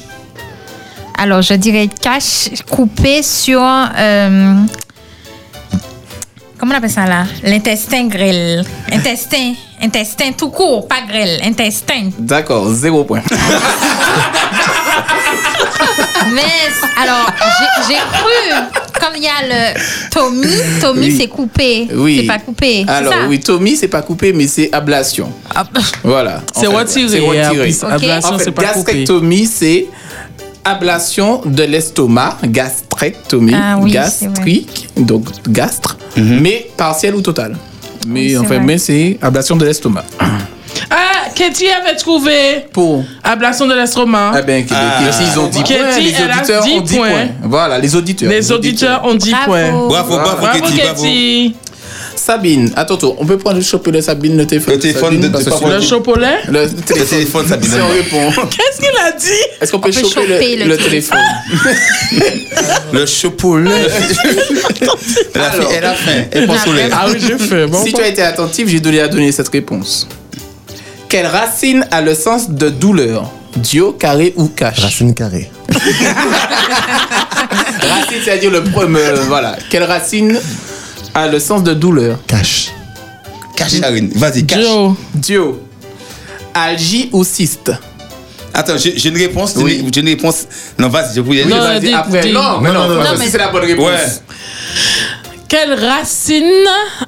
[SPEAKER 9] Alors, je dirais cache coupé sur. euh, comment on appelle ça là L'intestin grêle. Intestin. Intestin tout court, pas grêle. Intestin.
[SPEAKER 11] D'accord, zéro point.
[SPEAKER 9] Ah, Mais alors, j'ai- j'ai cru, comme il y a le Tommy, Tommy
[SPEAKER 11] Oui.
[SPEAKER 9] c'est coupé.
[SPEAKER 11] Oui.
[SPEAKER 9] C'est pas coupé. c'est
[SPEAKER 11] Alors,
[SPEAKER 9] ça?
[SPEAKER 11] oui, Tommy, c'est pas coupé, mais c'est ablation. Voilà.
[SPEAKER 5] Ah, C'est
[SPEAKER 11] En fait,
[SPEAKER 5] retiré,
[SPEAKER 11] C'est
[SPEAKER 5] hein,
[SPEAKER 11] retiré.
[SPEAKER 5] puis ablation,
[SPEAKER 11] En fait,
[SPEAKER 5] c'est pas coupé.
[SPEAKER 11] Gastrectomie, c'est ablation de l'estomac. Gastrectomie.
[SPEAKER 9] Ah oui, c'est vrai.
[SPEAKER 11] gastrique, donc gastre,
[SPEAKER 5] Mhm.
[SPEAKER 11] mais partielle ou totale. Mais
[SPEAKER 5] c'est
[SPEAKER 11] enfin,
[SPEAKER 5] vrai.
[SPEAKER 11] mais c'est ablation de l'estomac.
[SPEAKER 5] Ah, Katie avait trouvé.
[SPEAKER 11] Pour.
[SPEAKER 5] Ablation de l'estomac.
[SPEAKER 11] Eh bien,
[SPEAKER 9] Ah.
[SPEAKER 3] Ah.
[SPEAKER 11] ils ont 10
[SPEAKER 5] Katie,
[SPEAKER 11] points, les
[SPEAKER 5] Hein? elle a
[SPEAKER 11] auditeurs ont 10 points. Voilà, les auditeurs.
[SPEAKER 5] Les auditeurs ont 10 points.
[SPEAKER 11] Voilà. Sabine, attends, attends, on peut prendre le choper de Sabine, le téléphone.
[SPEAKER 3] Le téléphone
[SPEAKER 11] Sabine,
[SPEAKER 3] de-
[SPEAKER 11] parce
[SPEAKER 3] de-
[SPEAKER 11] que-
[SPEAKER 5] Le chocolat
[SPEAKER 11] Le téléphone,
[SPEAKER 3] Sabine.
[SPEAKER 11] Si on répond.
[SPEAKER 5] Qu'est-ce qu'il a dit Ah,
[SPEAKER 11] Est-ce qu'on peut, choper, le, le téléphone
[SPEAKER 3] Le chopoule. elle, a
[SPEAKER 11] Alors,
[SPEAKER 3] fait- elle a faim. Elle pense au lait.
[SPEAKER 11] Ah oui, j'ai fait. si tu as été attentif, j'ai donné à donner cette réponse. Quelle racine a le sens de douleur Dio, carré ou cache
[SPEAKER 8] Racine carrée.
[SPEAKER 11] Racine, c'est-à-dire le premier. euh, voilà. Quelle racine a le sens de douleur
[SPEAKER 8] Cache.
[SPEAKER 3] Cache, Karine. Vas-y, cache.
[SPEAKER 5] Dio.
[SPEAKER 11] Dio. Algie ou cyste
[SPEAKER 3] Attends, j'ai j'ai une réponse. j'ai une- J'ai une réponse. Non, vas-y, je voulais.
[SPEAKER 5] Non,
[SPEAKER 3] vas-y,
[SPEAKER 5] dis- dis.
[SPEAKER 11] Non, mais non, parce que c'est la bonne réponse.
[SPEAKER 3] Ouais.
[SPEAKER 5] Quelle racine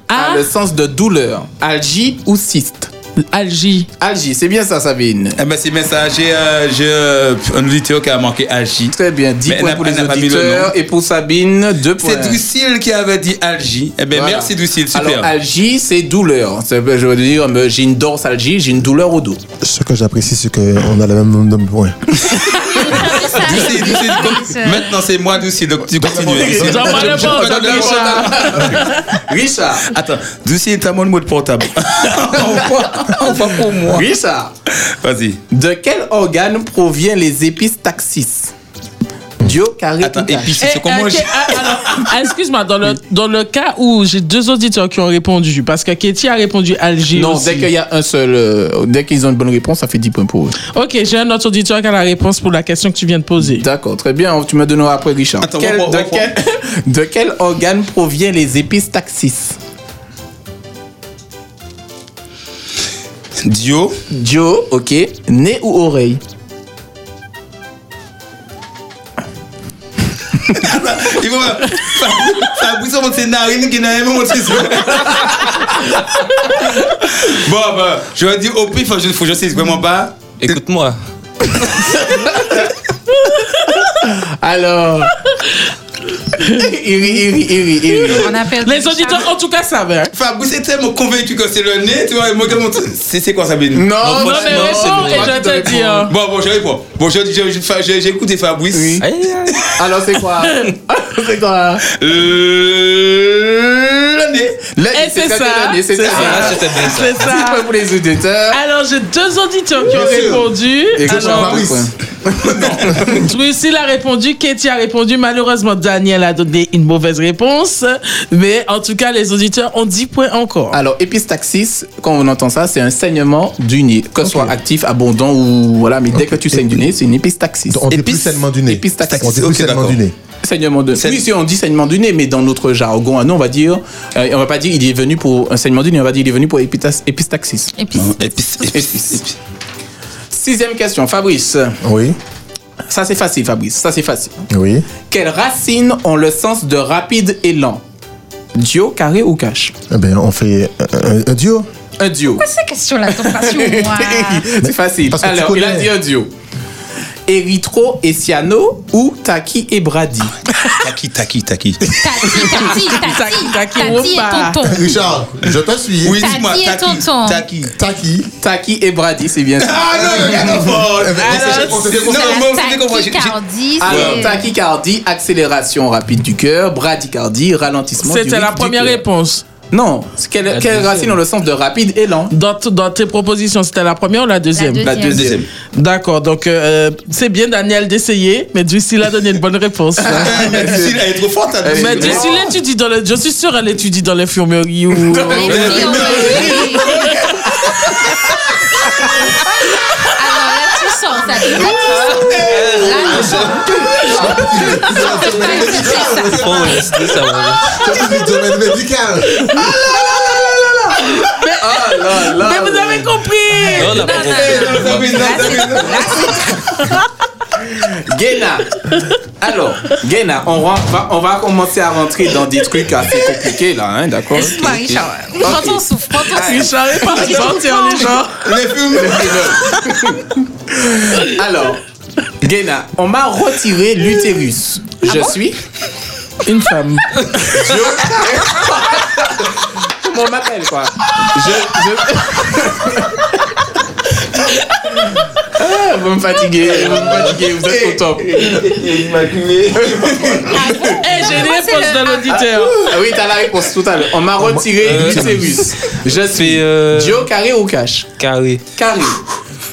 [SPEAKER 11] A
[SPEAKER 5] a.
[SPEAKER 11] Ah, le sens de douleur Algie ou cyste
[SPEAKER 5] Algie.
[SPEAKER 11] Algie, c'est bien ça, Sabine.
[SPEAKER 3] Eh ben, c'est messager, euh, j'ai euh, un auditeur qui a marqué Algie.
[SPEAKER 11] Très bien, 10 points pour les auditeurs et pour Sabine, 2 points.
[SPEAKER 3] C'est Drucille qui avait dit Algie. Eh ben,
[SPEAKER 11] Voilà.
[SPEAKER 3] merci Drucille, super.
[SPEAKER 11] Alors, algie, c'est douleur. Ça veut- Je veux dire, me- j'ai une dorsalgie, j'ai une douleur au dos.
[SPEAKER 8] Ce que j'apprécie, c'est qu'on a le même nombre de points.
[SPEAKER 3] Drucille, Drucille, comme- maintenant c'est moi Drucille, donc tu continues. Drucille.
[SPEAKER 5] Donne-moi le
[SPEAKER 3] Je- je-
[SPEAKER 5] mot,
[SPEAKER 3] je-
[SPEAKER 5] donne-moi
[SPEAKER 11] Richard.
[SPEAKER 3] Attends, Drucille, t'as mon mot de portable. on, va, on va pour moi.
[SPEAKER 11] Richard.
[SPEAKER 3] Vas-y.
[SPEAKER 11] De quel organe provient les épices taxis Dio, carré, Attends, et
[SPEAKER 3] puis
[SPEAKER 5] Eh, euh, que- ah, alors, ah, Excuse-moi, dans le, dans le cas où j'ai deux auditeurs qui ont répondu, parce que Katie a répondu Alger.
[SPEAKER 11] Non,
[SPEAKER 5] aussi.
[SPEAKER 11] dès qu'il y a un seul. euh, dès qu'ils ont une bonne réponse, ça fait 10 points pour eux.
[SPEAKER 5] Ok, j'ai un autre auditeur qui a la réponse pour la question que tu viens de poser.
[SPEAKER 11] D'accord, très bien. Tu me donneras après, Richard.
[SPEAKER 5] on
[SPEAKER 11] Quel-
[SPEAKER 5] va- on
[SPEAKER 11] de,
[SPEAKER 5] va-
[SPEAKER 11] quel, de quel organe provient les épices taxis
[SPEAKER 3] Dio.
[SPEAKER 11] Dio, ok. Nez ou oreille
[SPEAKER 3] Il faut- ça- Ça a brisé mon ses narines qui n'a même montré ça. Bon, bah, je vais dire au pif, faut que je, faut que je sais vraiment pas.
[SPEAKER 10] Écoute-moi.
[SPEAKER 11] Alors. Iri, iri, iri, iri.
[SPEAKER 5] Les auditeurs, en tout cas, savent. hein.
[SPEAKER 3] Fabrice est tellement convaincu que c'est le nez, tu vois, et moi, comment- c'est c'est quoi ça, Béni
[SPEAKER 11] Non, Non, moi, non, mais non, réponds, c'est moi et qui je dois te dire.
[SPEAKER 3] Bon, bon, je réponds. Bon, je- je- je- fa- j'ai j'ai écouté Fabrice.
[SPEAKER 11] Alors, c'est quoi C'est quoi
[SPEAKER 5] Euh.
[SPEAKER 3] Le nez.
[SPEAKER 5] Et Eh, c'est ça.
[SPEAKER 11] C'est ça.
[SPEAKER 5] C'est ça. C'est Ah, ça.
[SPEAKER 11] Six points pour les auditeurs.
[SPEAKER 5] Alors, j'ai deux auditeurs qui ont
[SPEAKER 11] Bien sûr.
[SPEAKER 5] répondu.
[SPEAKER 11] Et que
[SPEAKER 5] Alors,
[SPEAKER 11] Fabrice.
[SPEAKER 5] Drusil a répondu, Katie a répondu. Malheureusement, Daniel a donné une mauvaise réponse. Mais en tout cas, les auditeurs ont 10 points encore.
[SPEAKER 11] Alors, épistaxis, quand on entend ça, c'est un saignement du nez, que ce soit actif, abondant ou voilà, mais dès que tu saignes du nez, c'est une épistaxis.
[SPEAKER 8] On dit plus saignement du nez. On dit plus saignement du nez.
[SPEAKER 11] Saignement de Oui, si on dit saignement du nez, mais dans notre jargon, à nous, on va dire, euh, on va pas dire il est venu pour un saignement du nez, on va dire il est venu pour épitas- épistaxis. Épice. Sixième question, Fabrice.
[SPEAKER 8] Oui.
[SPEAKER 11] Ça c'est facile, Fabrice. Ça c'est facile.
[SPEAKER 8] Oui.
[SPEAKER 11] Quelles racines ont le sens de rapide et lent Dio, carré ou cache
[SPEAKER 8] Eh ben, on fait euh, un, un duo.
[SPEAKER 11] Un duo.
[SPEAKER 9] Pourquoi ces questions-là tombent pas sur moi
[SPEAKER 11] c'est facile.
[SPEAKER 8] Parce que tu
[SPEAKER 11] Alors, il a
[SPEAKER 8] connais.
[SPEAKER 11] dit un duo. Érythro et Cyano ou Taki et Brady
[SPEAKER 3] Taki, Taki, Taki.
[SPEAKER 9] Tati, Tati, Tati et tonton.
[SPEAKER 8] Richard, je te suis.
[SPEAKER 9] Oui, Tati dis-moi, et Taki, tonton.
[SPEAKER 3] Taki.
[SPEAKER 8] Taki.
[SPEAKER 11] Taki et Brady, c'est bien ça.
[SPEAKER 3] Ah non, regarde en fond.
[SPEAKER 11] Eh ben,
[SPEAKER 3] Alors,
[SPEAKER 11] on s'est- on s'est-
[SPEAKER 3] c'est-
[SPEAKER 11] on s'est-
[SPEAKER 3] non,
[SPEAKER 11] on s'est-
[SPEAKER 3] moi,
[SPEAKER 11] on s'est- on s'est-
[SPEAKER 9] Tachycardie,
[SPEAKER 11] Alors,
[SPEAKER 9] c'est-
[SPEAKER 11] tachycardie, accélération rapide du cœur, bradycardie, ralentissement du
[SPEAKER 5] C'était la
[SPEAKER 11] rythme du
[SPEAKER 5] première
[SPEAKER 11] cœur.
[SPEAKER 5] réponse.
[SPEAKER 11] Non, quelle, quelle racine dans le sens de rapide et lent
[SPEAKER 5] Dans, t- dans tes propositions, c'était la première ou la deuxième
[SPEAKER 11] La deuxième. La deuxième.
[SPEAKER 5] D'accord, donc euh, c'est bien Daniel d'essayer, mais Drusil a donné une bonne réponse.
[SPEAKER 3] Mais Drusil, Ah, elle est trop forte, hein, Drusil.
[SPEAKER 5] Mais Drusil étudie dans le... Je suis sûre elle étudie dans l'infirmerie ou...
[SPEAKER 9] Alors là, tu sors, ça. Là, tu sors. Là,
[SPEAKER 11] Ah,
[SPEAKER 9] tu sors.
[SPEAKER 10] Faut enregistrer ça, ouais.
[SPEAKER 8] domaine médical.
[SPEAKER 5] Mais vous avez compris
[SPEAKER 10] Non, on l'a pas compris.
[SPEAKER 11] Guéna. Alors, Guéna, on va, va- on va commencer à rentrer dans des trucs assez compliqués là, hein, d'accord Ah,
[SPEAKER 9] Laisse-moi, Richard. Prends ton souffle, prends ton souffle.
[SPEAKER 5] Richard est parti sortir les gens.
[SPEAKER 11] Les fumeurs. Alors, Guéna, on m'a retiré l'utérus. Je suis une femme. Comment on m'appelle quoi Je. je- Ah, vous me fatiguez, vous me fatiguez, vous êtes au top.
[SPEAKER 5] Eh, j'ai les réponses de l'auditeur.
[SPEAKER 11] Ah oui, t'as la réponse tout à l'heure. On m'a retiré
[SPEAKER 10] Ah, euh,
[SPEAKER 11] l'utérus. Je suis Dio euh, carré ou cash
[SPEAKER 10] Carré.
[SPEAKER 11] Carré.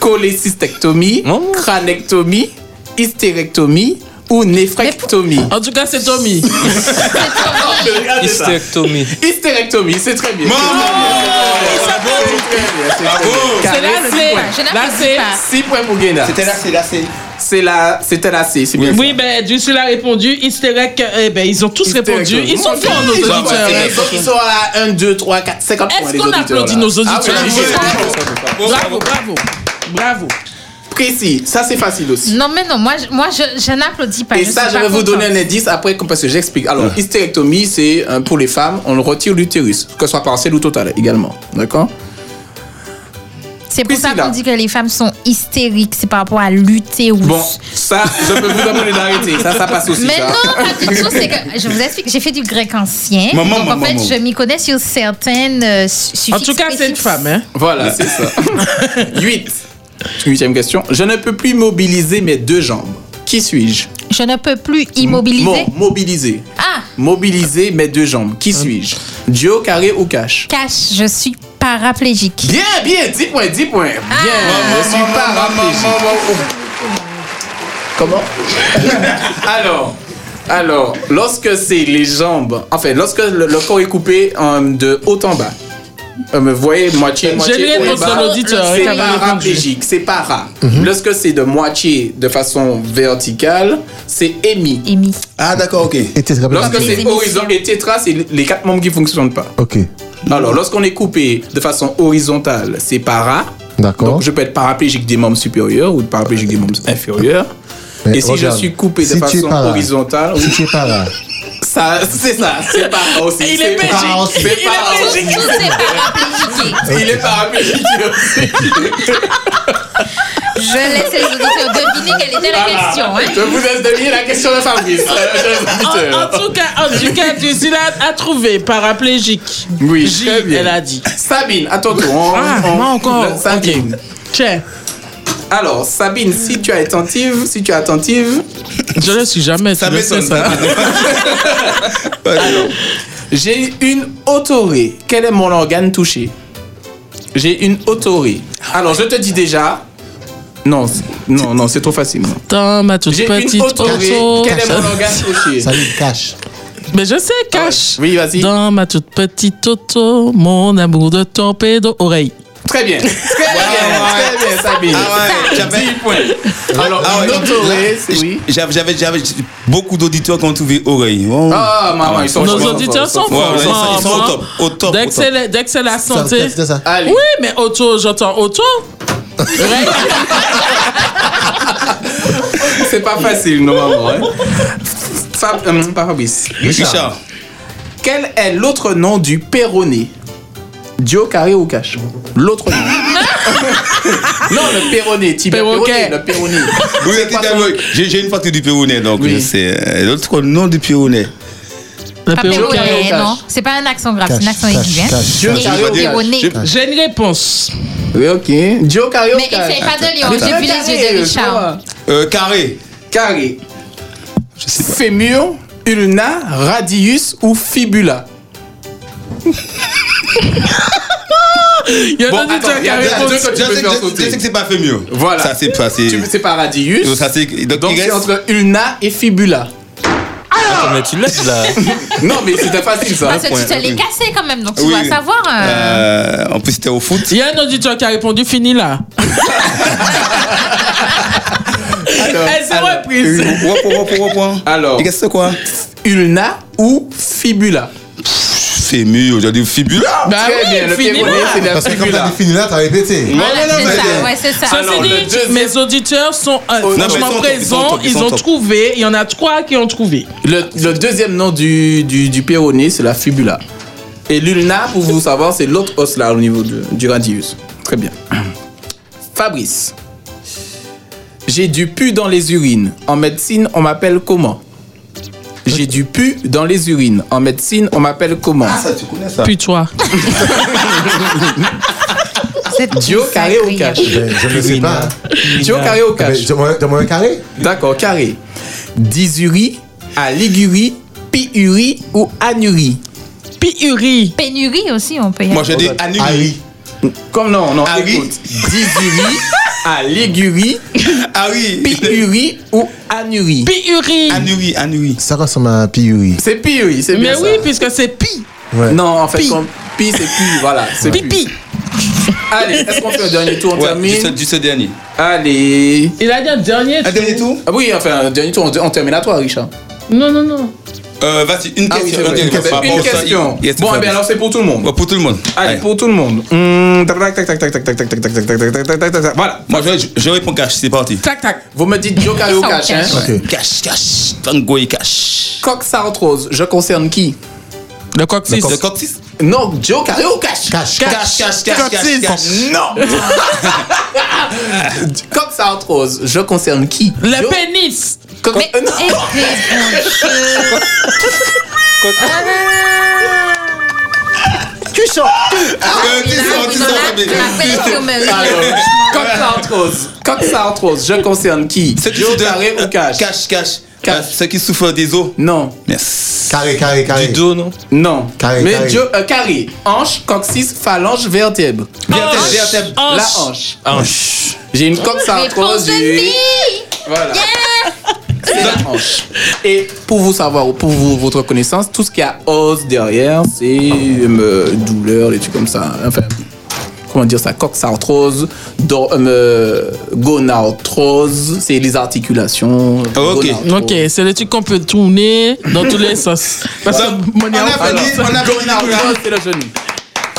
[SPEAKER 11] Cholécystectomie, crânectomie, hystérectomie ou néphrectomie
[SPEAKER 5] En tout cas, c'est Tommy.
[SPEAKER 11] Regardez ça.
[SPEAKER 10] Hystérectomie.
[SPEAKER 11] Hystérectomie, c'est très bien. Oh, C'est
[SPEAKER 5] là, c'est- je n'apprécie pas.
[SPEAKER 11] 6 points pour Guéna.
[SPEAKER 5] C'était là,
[SPEAKER 3] c'est là, c'est.
[SPEAKER 11] C'est là, c'était là, c'est c'est bien.
[SPEAKER 5] Oui, ben, Drusil a répondu. Hystérique, eh ben, ils ont tous répondu. Ils sont forts, nos
[SPEAKER 11] Ils sont-
[SPEAKER 5] auditeurs. hein.
[SPEAKER 11] ils sont- Ils sont à 1, 2, 3, 4, 50 points.
[SPEAKER 5] Est-ce
[SPEAKER 11] les
[SPEAKER 5] qu'on
[SPEAKER 11] auditeurs,
[SPEAKER 5] applaudit
[SPEAKER 11] là.
[SPEAKER 5] nos auditeurs
[SPEAKER 11] Ah oui,
[SPEAKER 5] Bravo, bravo, bravo. Bravo.
[SPEAKER 11] Précis, ça c'est facile aussi.
[SPEAKER 9] Non, mais non, moi, je- moi je, je n'applaudis pas.
[SPEAKER 11] Et
[SPEAKER 9] Bah, je
[SPEAKER 11] ça,
[SPEAKER 9] suis
[SPEAKER 11] je
[SPEAKER 9] pas
[SPEAKER 11] vais vous
[SPEAKER 9] contente.
[SPEAKER 11] donner un indice après, parce que j'explique. Alors, hystérectomie, c'est euh, pour les femmes, on retire l'utérus, que ce soit partiel ou total également. D'accord
[SPEAKER 9] C'est pour ça qu'on dit que les femmes sont hystériques, c'est par rapport à l'utérus.
[SPEAKER 11] Bon, ça, je peux vous demander d'arrêter. Ça, ça passe aussi.
[SPEAKER 9] Mais
[SPEAKER 11] ça.
[SPEAKER 9] non, pas du tout. Ah, C'est que je vous explique. J'ai fait du grec ancien.
[SPEAKER 11] Maman,
[SPEAKER 9] donc en
[SPEAKER 11] maman,
[SPEAKER 9] fait,
[SPEAKER 11] maman.
[SPEAKER 9] je m'y connais sur certaines. euh, su-
[SPEAKER 5] En
[SPEAKER 9] suffixes,
[SPEAKER 5] tout cas, c'est une
[SPEAKER 9] préfixes.
[SPEAKER 5] femme, hein.
[SPEAKER 11] Voilà, c'est ça. 8. Huitième question. Je ne peux plus mobiliser mes deux jambes. Qui suis-je
[SPEAKER 9] Je ne peux plus immobiliser.
[SPEAKER 11] Bon, mobiliser.
[SPEAKER 9] Ah,
[SPEAKER 11] Mobiliser mes deux jambes. Qui suis-je Duo, carré ou cash
[SPEAKER 9] cash, je suis paraplégique.
[SPEAKER 11] Bien, Ah. bien, 10 points, 10 points. Bien, je suis paraplégique. Comment Alors, alors, lorsque c'est les jambes, enfin, lorsque le, le corps est coupé euh, de haut en bas, euh, vous voyez, moitié,
[SPEAKER 5] J'ai
[SPEAKER 11] moitié,
[SPEAKER 5] lu les
[SPEAKER 11] haut et
[SPEAKER 5] réponses de
[SPEAKER 11] bas,
[SPEAKER 5] l'auditeur,
[SPEAKER 11] c'est
[SPEAKER 5] il a pas
[SPEAKER 11] paraplégique, c'est para. Lorsque c'est de moitié de façon verticale, c'est émis.
[SPEAKER 3] Ah, d'accord, ok.
[SPEAKER 11] Lorsque c'est horizontal et tétra, c'est les quatre membres qui ne fonctionnent pas.
[SPEAKER 8] Ok.
[SPEAKER 11] Alors, lorsqu'on est coupé de façon horizontale, c'est para.
[SPEAKER 8] D'accord.
[SPEAKER 11] Donc, je peux être paraplégique des membres supérieurs ou paraplégique des membres inférieurs.
[SPEAKER 8] Mais
[SPEAKER 11] et si
[SPEAKER 8] regarde,
[SPEAKER 11] je suis coupé de
[SPEAKER 8] si tu es
[SPEAKER 11] façon
[SPEAKER 8] para,
[SPEAKER 11] horizontale,
[SPEAKER 8] Si tu es pas là.
[SPEAKER 11] ça, c'est ça, c'est para aussi.
[SPEAKER 4] Il
[SPEAKER 11] c'est
[SPEAKER 4] est
[SPEAKER 11] para
[SPEAKER 4] magique.
[SPEAKER 11] aussi,
[SPEAKER 4] Il
[SPEAKER 11] c'est
[SPEAKER 4] est
[SPEAKER 11] para aussi.
[SPEAKER 4] magique. Tout est paraplégique.
[SPEAKER 11] Il est paraplégique aussi.
[SPEAKER 9] Je laisse les auditeurs deviner quelle était la question. hein.
[SPEAKER 11] Je vous laisse deviner la question de Fabrice. euh,
[SPEAKER 5] En,
[SPEAKER 11] chers
[SPEAKER 5] en
[SPEAKER 11] auditeurs.
[SPEAKER 5] tout cas, en tout cas, Drusilla a trouvé paraplégique.
[SPEAKER 11] Oui,
[SPEAKER 5] J,
[SPEAKER 11] très bien.
[SPEAKER 5] elle a dit.
[SPEAKER 11] Sabine, attends tout. on-
[SPEAKER 5] Ah,
[SPEAKER 11] on-
[SPEAKER 5] moi encore.
[SPEAKER 11] le- Sabine. Alors, Sabine, si tu es attentive, si tu es attentive.
[SPEAKER 5] Je ne suis jamais. Ça
[SPEAKER 11] m'étonne. Alors, j'ai une autoré. Quel est mon organe touché J'ai une autoré. Alors, je te dis déjà. Non, c'est- non, non, c'est trop facile. non.
[SPEAKER 5] Attends, ma toute
[SPEAKER 11] J'ai une
[SPEAKER 5] petite
[SPEAKER 11] autoré.
[SPEAKER 5] auto.
[SPEAKER 11] Quel est mon organe touché
[SPEAKER 8] cache.
[SPEAKER 5] Mais je sais, cache.
[SPEAKER 11] oui, vas-y.
[SPEAKER 5] Dans ma toute petite auto, mon amour de torpedo oreille.
[SPEAKER 11] Très bien. Très bien, très bien, Sabine.
[SPEAKER 3] Ah j'avais-
[SPEAKER 11] 10 points. Alors,
[SPEAKER 3] Ah ouais,
[SPEAKER 11] une autoré, c'est- oui.
[SPEAKER 3] J'avais, j'avais, j'avais beaucoup d'auditeurs qui ont trouvé oreille. Oh.
[SPEAKER 11] Ah, maman, ils sont
[SPEAKER 5] Nos auditeurs sont forts. hein.
[SPEAKER 3] Ouais, ouais, ils sont- ils sont
[SPEAKER 5] maman.
[SPEAKER 3] au top, au top,
[SPEAKER 5] Dès
[SPEAKER 3] au
[SPEAKER 5] que c'est
[SPEAKER 3] top.
[SPEAKER 5] la- dès que c'est la santé.
[SPEAKER 3] c'est ça.
[SPEAKER 11] Allez.
[SPEAKER 5] Oui, mais auto, j'entends auto.
[SPEAKER 11] C'est pas facile, normalement. Hein. Fa- euh, pas Fabrice.
[SPEAKER 3] Richard.
[SPEAKER 11] Quel est l'autre nom du perronné Dio carré ou cache L'autre nom. non, le perronné, type perronné, le perronné.
[SPEAKER 3] Oui, c'est d'accord. J'ai j'ai une partie du Péronais, donc je sais. Euh, L'autre nom du Péronais.
[SPEAKER 9] Pas perroquet, eh, non. C'est pas un accent grave, c'est un accent aigu. hein. Et perronné.
[SPEAKER 5] J'ai une réponse.
[SPEAKER 11] Oui, ok. Dio carré ou
[SPEAKER 9] Mais
[SPEAKER 11] cache
[SPEAKER 9] essaye pas de lire, j'ai vu les yeux de Richard.
[SPEAKER 3] Euh, carré.
[SPEAKER 11] Carré. Fémur, ulna, radius ou fibula
[SPEAKER 5] Il y a
[SPEAKER 3] Bon,
[SPEAKER 11] un
[SPEAKER 3] attends,
[SPEAKER 11] auditeur qui a
[SPEAKER 3] je-
[SPEAKER 11] répondu
[SPEAKER 3] je-
[SPEAKER 11] que tu
[SPEAKER 3] je
[SPEAKER 11] peux
[SPEAKER 3] sais-
[SPEAKER 11] faire
[SPEAKER 3] je-
[SPEAKER 11] sauter.
[SPEAKER 3] Je sais que c'est pas fait mieux.
[SPEAKER 11] Voilà.
[SPEAKER 3] Ça, c'est pas.
[SPEAKER 11] Tu c'est pas radius.
[SPEAKER 3] Ça, c'est. Donc,
[SPEAKER 11] Donc
[SPEAKER 3] il
[SPEAKER 11] c'est
[SPEAKER 3] reste.
[SPEAKER 11] entre ulna et fibula.
[SPEAKER 10] Attends, mais tu laisses là.
[SPEAKER 11] Non, mais c'était facile ça.
[SPEAKER 9] Parce que tu te l'es cassé quand même, donc tu
[SPEAKER 3] Oui.
[SPEAKER 9] dois savoir. euh,
[SPEAKER 3] Euh, en plus, c'était au foot.
[SPEAKER 5] Il y a un auditeur qui a répondu fini là. Elle s'est reprise.
[SPEAKER 11] Alors.
[SPEAKER 3] Qu'est-ce que c'est quoi
[SPEAKER 11] Ulna ou fibula
[SPEAKER 3] Fémur, j'ai dit fibula.
[SPEAKER 5] Bah
[SPEAKER 11] Très
[SPEAKER 5] oui,
[SPEAKER 11] bien, le
[SPEAKER 5] fini
[SPEAKER 11] Fémur,
[SPEAKER 5] là.
[SPEAKER 11] c'est la
[SPEAKER 8] Parce que comme
[SPEAKER 11] fibula.
[SPEAKER 8] t'as dit fini là, t'as répété.
[SPEAKER 9] Voilà, c'est ça, ouais, c'est ça.
[SPEAKER 5] Ceci dit, mes auditeurs sont euh,
[SPEAKER 11] Oh, non, mais ils sont
[SPEAKER 5] franchement
[SPEAKER 11] top, ils sont
[SPEAKER 5] présents.
[SPEAKER 11] top, ils
[SPEAKER 5] Ils
[SPEAKER 11] sont
[SPEAKER 5] ont
[SPEAKER 11] top.
[SPEAKER 5] trouvé. Il y en a trois qui ont trouvé.
[SPEAKER 11] Le, le deuxième nom du, du, du péroné, c'est la fibula. Et l'ulna, pour vous savoir, c'est l'autre os là au niveau de- du radius. Très bien. Fabrice. J'ai du pu dans les urines. En médecine, on m'appelle comment J'ai du pu dans les urines. En médecine, on m'appelle comment
[SPEAKER 3] Ah, ça, tu connais ça.
[SPEAKER 5] Puis toi.
[SPEAKER 11] Dio carré ou cache
[SPEAKER 8] Ben, je ne sais pas.
[SPEAKER 11] Dio carré ou
[SPEAKER 8] Ben,
[SPEAKER 11] cache
[SPEAKER 8] Donne-moi donne-moi un carré.
[SPEAKER 11] D'accord, carré. Disurie, aligurie, piurie ou anurie
[SPEAKER 5] Piuri.
[SPEAKER 9] Pénurie aussi, on peut y
[SPEAKER 3] Moi, j'ai
[SPEAKER 9] aller.
[SPEAKER 3] dit Anuri.
[SPEAKER 11] Comme non, non,
[SPEAKER 3] Harry.
[SPEAKER 11] écoute. Disurie, aligurie,
[SPEAKER 3] Harry.
[SPEAKER 11] piurie ou anurie
[SPEAKER 5] Piuri.
[SPEAKER 3] Anuri, Anuri.
[SPEAKER 8] Ça ressemble à un piuri.
[SPEAKER 11] C'est piurie, c'est bien
[SPEAKER 5] Mais
[SPEAKER 11] ça.
[SPEAKER 5] oui, puisque c'est pi.
[SPEAKER 8] Ouais.
[SPEAKER 11] Non, en fait,
[SPEAKER 5] Pi.
[SPEAKER 11] comme pi, c'est pi, voilà. c'est pi.
[SPEAKER 5] Pipi.
[SPEAKER 11] Allez, est-ce qu'on fait un dernier tour, on
[SPEAKER 3] Ouais, du seul-
[SPEAKER 11] termine
[SPEAKER 3] du seul dernier.
[SPEAKER 11] Allez.
[SPEAKER 5] Il a dit un dernier.
[SPEAKER 3] Un dernier tour
[SPEAKER 11] Ah oui, enfin, un dernier tour, on, on termine à toi, Richard.
[SPEAKER 5] Non, non, non.
[SPEAKER 3] Euh, Vas-y, une
[SPEAKER 11] Ah oui, c'est
[SPEAKER 3] question.
[SPEAKER 11] vrai.
[SPEAKER 3] une question. Par
[SPEAKER 11] Une
[SPEAKER 5] Oh,
[SPEAKER 3] rapport à ça,
[SPEAKER 11] question.
[SPEAKER 3] il- yes,
[SPEAKER 11] Bon, eh
[SPEAKER 3] Fabrice.
[SPEAKER 11] bien, alors c'est pour tout le monde.
[SPEAKER 3] Ouais, Pour tout le monde.
[SPEAKER 11] Allez,
[SPEAKER 3] Allez.
[SPEAKER 11] pour tout le monde. Hum, tac, tac, tac, tac, tac, tac, tac, tac, tac, tac, tac, tac, tac, tac, tac, tac. Voilà.
[SPEAKER 3] Moi, je, je réponds cash, c'est parti.
[SPEAKER 5] Tac, tac.
[SPEAKER 11] Vous me dites Joker
[SPEAKER 9] Ils
[SPEAKER 11] au
[SPEAKER 9] sont
[SPEAKER 11] cash, hein.
[SPEAKER 9] cash.
[SPEAKER 8] Ok.
[SPEAKER 3] Cash, cash, tango et cash.
[SPEAKER 11] Coq Sartrose, je concerne qui
[SPEAKER 5] Le coccyx.
[SPEAKER 3] Le coccyx
[SPEAKER 11] Non, Joker au cash.
[SPEAKER 8] Cache.
[SPEAKER 3] Cash, cash, cash, cash,
[SPEAKER 11] Coccyx.
[SPEAKER 3] cash.
[SPEAKER 11] Non Coq Sartrose, je concerne qui
[SPEAKER 5] Le
[SPEAKER 11] Jo-
[SPEAKER 5] pénis.
[SPEAKER 11] Coq-
[SPEAKER 9] Mais-
[SPEAKER 11] Euh, non.
[SPEAKER 9] Eh, mais-
[SPEAKER 11] Ah,
[SPEAKER 3] Euh, tu sors, tu
[SPEAKER 9] Ils ont
[SPEAKER 3] sors,
[SPEAKER 9] la-
[SPEAKER 3] Fabrice.
[SPEAKER 9] la belle chômeuse.
[SPEAKER 11] Alors, Coq Sartrose, Coq Sartrose, je concerne qui
[SPEAKER 3] Ceux qui
[SPEAKER 11] Jo
[SPEAKER 3] souffrent de-
[SPEAKER 11] carré ou cash
[SPEAKER 3] Cash, cash.
[SPEAKER 11] Cash.
[SPEAKER 3] Euh, Ceux qui souffrent des os.
[SPEAKER 11] Non,
[SPEAKER 3] Yes.
[SPEAKER 8] Carré, carré, carré.
[SPEAKER 10] Du dos, non
[SPEAKER 11] non.
[SPEAKER 8] Carré,
[SPEAKER 11] Mais
[SPEAKER 8] carré.
[SPEAKER 11] Joe euh, carré, hanche, coccyx, phalange, vertèbre.
[SPEAKER 3] Vertèbre,
[SPEAKER 5] Hanche.
[SPEAKER 3] vertèbre.
[SPEAKER 5] Hanche.
[SPEAKER 11] La hanche.
[SPEAKER 10] Hanche.
[SPEAKER 11] J'ai une coque
[SPEAKER 9] Réponse
[SPEAKER 11] sartrose.
[SPEAKER 9] de
[SPEAKER 11] j'ai-
[SPEAKER 9] fille.
[SPEAKER 11] Voilà.
[SPEAKER 9] Yeah.
[SPEAKER 11] C'est la hanche. Et pour vous savoir, pour vous- votre connaissance, tout ce qui a os derrière, c'est euh, douleur, les trucs comme ça. Enfin, comment dire ça Coxarthrose, dor- euh, gonarthrose, c'est les articulations.
[SPEAKER 5] Ok, c'est le truc qu'on peut tourner dans tous les sens. Parce que mon
[SPEAKER 3] On a
[SPEAKER 5] Alors,
[SPEAKER 3] fini,
[SPEAKER 5] ça-
[SPEAKER 3] on a fini
[SPEAKER 5] Gonardo,
[SPEAKER 3] là.
[SPEAKER 11] c'est le genou.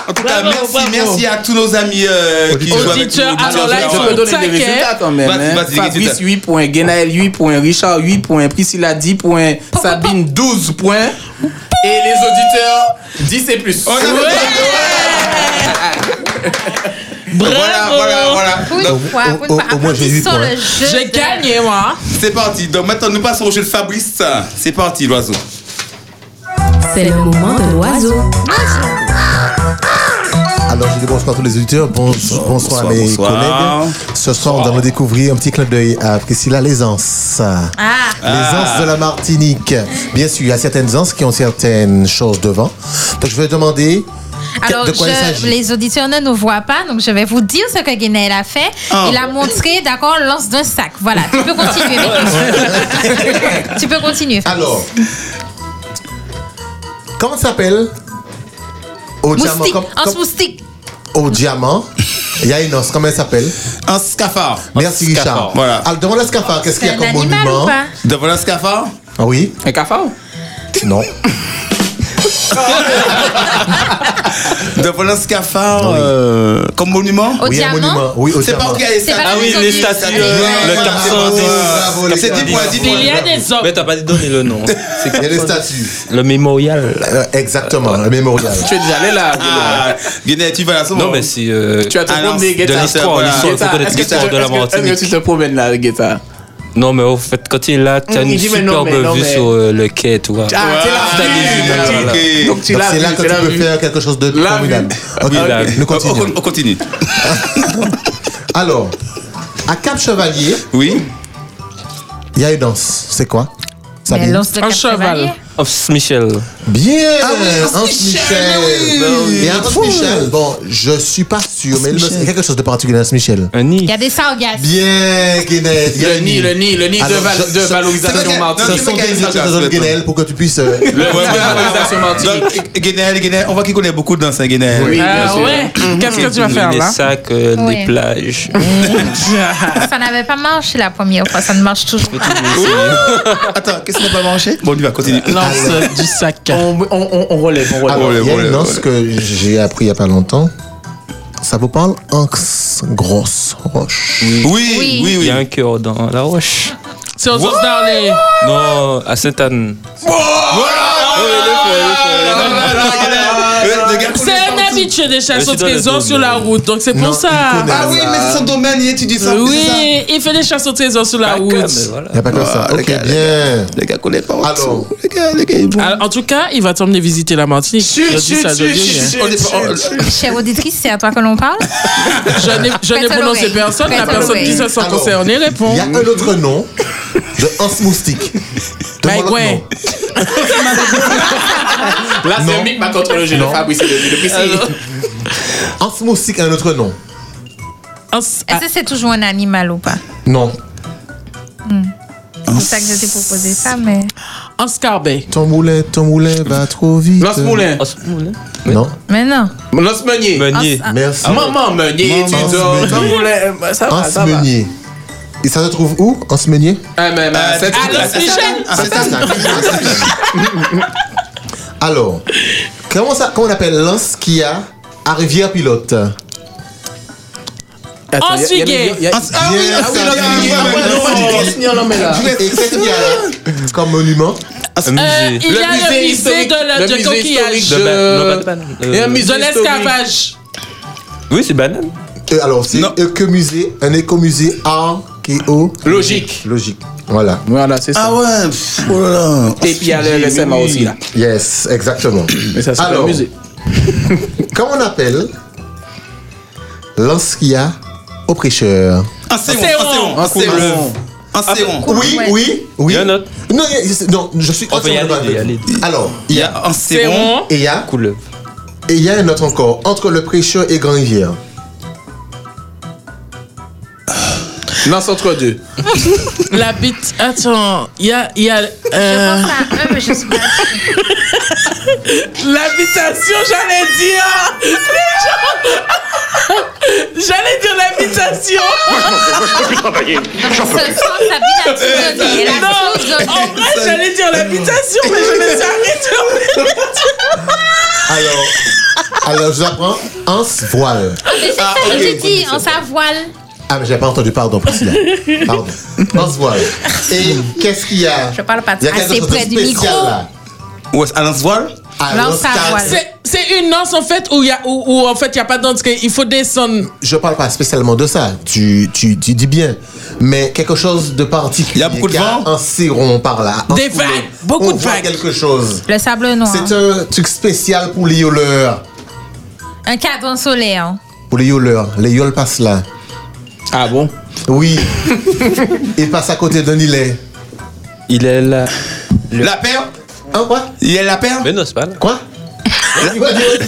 [SPEAKER 3] En tout cas,
[SPEAKER 5] Bravo,
[SPEAKER 3] merci,
[SPEAKER 5] bravo.
[SPEAKER 3] merci à tous nos amis euh, qui jouent avec nous.
[SPEAKER 11] Auditeurs, alors là, il faut me donner des résultats quand même.
[SPEAKER 3] Vas-y,
[SPEAKER 11] hein.
[SPEAKER 3] vas-y, les
[SPEAKER 11] Fabrice,
[SPEAKER 3] résultats.
[SPEAKER 11] 8 points. Genaël, 8 points. Richard, 8 points. Priscilla, 10 points. Sabine, 12 points. Et les auditeurs, 10 et plus.
[SPEAKER 3] Voilà, voilà, voilà. Donc,
[SPEAKER 5] J'ai gagné, moi.
[SPEAKER 3] C'est parti. Donc maintenant, nous passons au jeu de Fabrice. C'est parti, l'oiseau.
[SPEAKER 14] C'est le moment de l'oiseau.
[SPEAKER 8] Alors, je dis bonsoir à tous les auditeurs, Bon- bonsoir, à mes
[SPEAKER 3] bonsoir.
[SPEAKER 8] collègues. Ce soir, nous allons découvrir un petit clin d'œil à Priscilla Les Anses. Les
[SPEAKER 4] Ah.
[SPEAKER 8] anses de la Martinique. Bien sûr, il y a certaines anses qui ont certaines choses devant. Donc, je vais demander
[SPEAKER 9] Alors,
[SPEAKER 8] de quoi il
[SPEAKER 9] je-
[SPEAKER 8] s'agit.
[SPEAKER 9] les auditeurs ne nous voient pas, donc je vais vous dire ce que Guinel a fait.
[SPEAKER 8] Ah.
[SPEAKER 9] Il a montré, d'accord, lance d'un sac. Voilà, tu peux continuer. tu peux continuer.
[SPEAKER 8] Alors, Comment ça s'appelle Au diamant.
[SPEAKER 9] moustique,
[SPEAKER 8] comme-
[SPEAKER 9] un
[SPEAKER 8] comme-
[SPEAKER 9] moustique.
[SPEAKER 8] au diamant. Il y a une os, comment elle s'appelle
[SPEAKER 3] Un scaphandre.
[SPEAKER 8] Merci
[SPEAKER 3] Un scaphandre,
[SPEAKER 8] Richard.
[SPEAKER 3] voilà.
[SPEAKER 8] Alors devant le scaphandre, qu'est-ce qu'il y a
[SPEAKER 9] C'est
[SPEAKER 8] comme
[SPEAKER 9] un animal
[SPEAKER 8] monument
[SPEAKER 9] ou pas
[SPEAKER 3] Devant le scaphandre
[SPEAKER 8] Ah oui.
[SPEAKER 11] Un cafard
[SPEAKER 8] Non.
[SPEAKER 3] Devant le
[SPEAKER 8] Ah
[SPEAKER 3] scaphandre, euh, comme monument
[SPEAKER 9] Au Oui, un diamant monument. Oui, au
[SPEAKER 3] C'est pas
[SPEAKER 9] diamant.
[SPEAKER 3] où qu'il y a les
[SPEAKER 9] C'est pas
[SPEAKER 3] statues.
[SPEAKER 9] la Ah oui, maison les du- statues, euh,
[SPEAKER 10] le Cap Saint-Denis.
[SPEAKER 3] C'est 10 points, 10 points.
[SPEAKER 10] Il y a des hommes. Mais t'as pas donné le nom. C'est
[SPEAKER 8] Il y a les
[SPEAKER 10] Cap Saint-Denis.
[SPEAKER 8] statues.
[SPEAKER 10] Le mémorial.
[SPEAKER 8] Euh, exactement, le mémorial.
[SPEAKER 11] Tu es déjà allé là.
[SPEAKER 3] Guinée, tu vas là
[SPEAKER 10] Non, mais c'est. euh,
[SPEAKER 11] Tu vas te
[SPEAKER 10] à l'histoire,
[SPEAKER 11] promener, Guetta.
[SPEAKER 10] De Ah, l'histoire,
[SPEAKER 11] Voilà.
[SPEAKER 10] l'histoire, il faut
[SPEAKER 11] Guetta,
[SPEAKER 10] connaître
[SPEAKER 11] est-ce que tu-
[SPEAKER 10] l'histoire de la
[SPEAKER 11] est-ce que- est-ce que
[SPEAKER 10] Martinique.
[SPEAKER 11] tu te promènes là, Guetta
[SPEAKER 10] Non, mais au fait, quand tu es là, tu as
[SPEAKER 11] Mm,
[SPEAKER 10] une
[SPEAKER 11] il dit, mais non,
[SPEAKER 10] superbe
[SPEAKER 11] mais non,
[SPEAKER 10] vue
[SPEAKER 11] mais-
[SPEAKER 10] sur euh, le quai, tu vois.
[SPEAKER 11] Ah, t'es là.
[SPEAKER 10] Voilà.
[SPEAKER 11] Donc tu
[SPEAKER 8] Donc,
[SPEAKER 11] l'as
[SPEAKER 8] c'est
[SPEAKER 11] vu,
[SPEAKER 8] là que
[SPEAKER 11] tu
[SPEAKER 8] tu
[SPEAKER 11] l'as
[SPEAKER 8] peux
[SPEAKER 11] vu.
[SPEAKER 8] faire quelque chose de
[SPEAKER 11] L'a
[SPEAKER 8] formidable. Ok,
[SPEAKER 10] Oui, l'a vu.
[SPEAKER 8] nous continuons.
[SPEAKER 3] On continue.
[SPEAKER 8] Alors, à Cap Chevalier,
[SPEAKER 3] oui.
[SPEAKER 8] il y a une danse. C'est quoi Sabine
[SPEAKER 10] Un cheval. Ops Michel.
[SPEAKER 8] Bien,
[SPEAKER 10] Ah oui,
[SPEAKER 8] Hans
[SPEAKER 10] Hans Michel, oui.
[SPEAKER 8] Michel.
[SPEAKER 10] Ben oui.
[SPEAKER 8] Et Hans
[SPEAKER 10] Fou.
[SPEAKER 8] Michel, bon, je suis pas sûr,
[SPEAKER 10] Hans
[SPEAKER 8] mais il
[SPEAKER 10] Michel.
[SPEAKER 8] y a quelque chose de particulier, Hans Michel.
[SPEAKER 10] Un
[SPEAKER 9] Il
[SPEAKER 10] nid.
[SPEAKER 9] y a des sargasses.
[SPEAKER 8] Bien, Guinée.
[SPEAKER 11] Le nid, le nid, le nid de val- de valorisation martinique.
[SPEAKER 8] Ce sont
[SPEAKER 11] Non,
[SPEAKER 8] des
[SPEAKER 11] c'est
[SPEAKER 8] études
[SPEAKER 11] pas
[SPEAKER 8] de
[SPEAKER 11] Guinée.
[SPEAKER 8] Guinée pour que tu puisses. euh,
[SPEAKER 3] Donc, Guinée, Guinée, on voit qu'il connaît beaucoup de danse, hein, Guinée.
[SPEAKER 5] Oui, Ah bien sûr. ouais. Qu'est-ce que tu vas faire,
[SPEAKER 10] Les
[SPEAKER 5] là
[SPEAKER 10] sacs, euh,
[SPEAKER 9] Ouais.
[SPEAKER 10] les plages.
[SPEAKER 9] Ça n'avait pas marché la première fois, ça ne marche toujours pas.
[SPEAKER 3] Attends, qu'est-ce qu'on n'a pas marché Bon, on y va, continue.
[SPEAKER 8] Lance
[SPEAKER 5] du sac.
[SPEAKER 11] On, on- on- on relève, on relève.
[SPEAKER 8] Alors, Ah, il y a
[SPEAKER 3] relève,
[SPEAKER 8] une danse que j'ai appris il y a pas longtemps. Ça vous parle Anx grosse roche.
[SPEAKER 10] Oui,
[SPEAKER 9] oui,
[SPEAKER 10] Il y a un cœur dans la roche.
[SPEAKER 5] C'est aux autres d'Arlé.
[SPEAKER 10] Non, à Sainte-Anne.
[SPEAKER 5] C'est une habitude des
[SPEAKER 10] Mais c'est
[SPEAKER 5] chasseurs de
[SPEAKER 10] dans le
[SPEAKER 5] trésors
[SPEAKER 10] domaine.
[SPEAKER 5] sur la route, donc c'est pour ça.
[SPEAKER 3] Ah oui, mais c'est son domaine, il étudie ça.
[SPEAKER 5] Oui, il fait des chasses au trésor sur la route.
[SPEAKER 8] Il n'y a pas que ça. Ok, bien.
[SPEAKER 3] Les gars connaissent pas.
[SPEAKER 8] Alors,
[SPEAKER 5] Alors, Ah, en tout cas, il va t'emmener visiter la Martinique. Je dis ça, je dis hein. rien.
[SPEAKER 9] Chère auditrice, c'est à toi que l'on parle.
[SPEAKER 5] Je n'ai- je n'ai
[SPEAKER 9] Petaloway.
[SPEAKER 5] prononcé personne. La
[SPEAKER 9] Petaloway.
[SPEAKER 5] personne qui se sent concernée répond.
[SPEAKER 8] Il y a un autre nom de Hans Moustique.
[SPEAKER 5] Ben ouais.
[SPEAKER 11] Là, c'est un mic, ma contre le jeu de Fabrice et le jeu de Priscilla.
[SPEAKER 8] Hans Moustique a un autre nom.
[SPEAKER 9] Est-ce que c'est toujours un animal ou pas
[SPEAKER 8] Non.
[SPEAKER 9] Hmm. C'est pour ça que je t'ai proposé ça, mais.
[SPEAKER 5] Un
[SPEAKER 9] Ah
[SPEAKER 5] scarbet.
[SPEAKER 8] Ton moulin, ton moulin va trop vite.
[SPEAKER 11] Lance Moulin.
[SPEAKER 8] Non.
[SPEAKER 9] Mais non.
[SPEAKER 11] Lance Ah, Meunier.
[SPEAKER 8] Meunier. Ah, Merci. ah.
[SPEAKER 11] Maman Meunier,
[SPEAKER 8] Maman
[SPEAKER 11] tu dors.
[SPEAKER 8] Meunier.
[SPEAKER 11] Lance Moulin, euh, Ça va, ça
[SPEAKER 8] Hans
[SPEAKER 11] va.
[SPEAKER 8] Meunier. Et ça se trouve où Hans Meunier
[SPEAKER 11] Ah, mais, mais, c'est-
[SPEAKER 8] Euh, C'est ça, ça. Alors, comment, ça, comment on appelle l'anse qui a à Rivière-Pilote
[SPEAKER 11] Attends, y a- y a- y a- y a- Ah oui, ah oui, Lance Meunier. Ah ouais, non, moi, j'ai dit Christine, non, mais là.
[SPEAKER 8] Et qu'est-ce qu'il y a là comme monument
[SPEAKER 5] Euh, il y a le musée de la- de coquillage.
[SPEAKER 10] De ba- non, pas de banane. Euh,
[SPEAKER 5] Et un musée De l'esclavage.
[SPEAKER 10] Oui, c'est banane.
[SPEAKER 8] Euh, Alors, c'est écomusée, un écomusée archéologique. Logique. Voilà.
[SPEAKER 11] Voilà, c'est ça.
[SPEAKER 3] Ah ouais. Oh là là.
[SPEAKER 11] Et puis il y a le- le SMA aussi là.
[SPEAKER 8] Ah, Yes, exactement.
[SPEAKER 11] Mais ça, c'est pas
[SPEAKER 8] Alors,
[SPEAKER 11] le musée.
[SPEAKER 8] Comment on appelle l'anse qu'il y a au prêcheur
[SPEAKER 3] Un séon. Un séon. Un
[SPEAKER 11] Ah, bah,
[SPEAKER 3] séon.
[SPEAKER 8] Oui, oui, oui. Il y en a Non, il y a- non, je suis
[SPEAKER 10] On peut y
[SPEAKER 8] entièrement
[SPEAKER 10] aller,
[SPEAKER 8] d'accord
[SPEAKER 10] y
[SPEAKER 8] avec vous. Alors,
[SPEAKER 3] Il y a un séon.
[SPEAKER 8] et il y a
[SPEAKER 10] couleuvre.
[SPEAKER 8] Et il y a un autre encore, entre le prêcheur et Grand Rivière.
[SPEAKER 11] Ah. Lance entre deux.
[SPEAKER 5] La bite. Attends, il y a. il Y a euh,
[SPEAKER 9] E,
[SPEAKER 5] L'habitation, j'allais dire. Les gens- J'allais dire l'habitation.
[SPEAKER 4] J'en peux plus.
[SPEAKER 5] Non, en vrai, j'allais dire l'habitation, mais je me suis arrêtée.
[SPEAKER 8] Alors, alors je vous apprends en se voile.
[SPEAKER 9] Mais c'est ça que j'ai dit, on sa voile.
[SPEAKER 8] Ah, mais j'ai pas entendu, pardon, Priscilla. Pardon. En se voile. Et qu'est-ce qu'il y a
[SPEAKER 9] Je parle pas
[SPEAKER 8] Il y a quelque
[SPEAKER 9] assez
[SPEAKER 8] chose
[SPEAKER 9] près
[SPEAKER 8] de
[SPEAKER 9] du micro.
[SPEAKER 8] spécial là.
[SPEAKER 3] Où est-ce Alain Voile
[SPEAKER 8] Lance à voile.
[SPEAKER 5] C'est- C'est une danse en fait où, il y a, où, où, en fait il n'y a pas de danse, qu'il faut descendre.
[SPEAKER 8] Je parle pas spécialement de ça. Tu, tu, tu dis bien. Mais quelque chose de particulier. Il y a beaucoup de vent. Un siron par là. un
[SPEAKER 9] Des
[SPEAKER 8] couleur.
[SPEAKER 9] vagues.
[SPEAKER 8] On voit quelque chose.
[SPEAKER 9] Le sable noir.
[SPEAKER 8] C'est un truc spécial pour les yoleurs.
[SPEAKER 9] Un cadran solaire.
[SPEAKER 8] Pour les yoleurs. Les yoles passent là.
[SPEAKER 11] Ah bon
[SPEAKER 8] Oui. Ils passent à côté d'un îlet.
[SPEAKER 10] Il est là.
[SPEAKER 3] La paire
[SPEAKER 8] Hein, quoi
[SPEAKER 3] Il est la paire
[SPEAKER 10] Mais non, c'est pas là.
[SPEAKER 8] Quoi
[SPEAKER 10] La perle,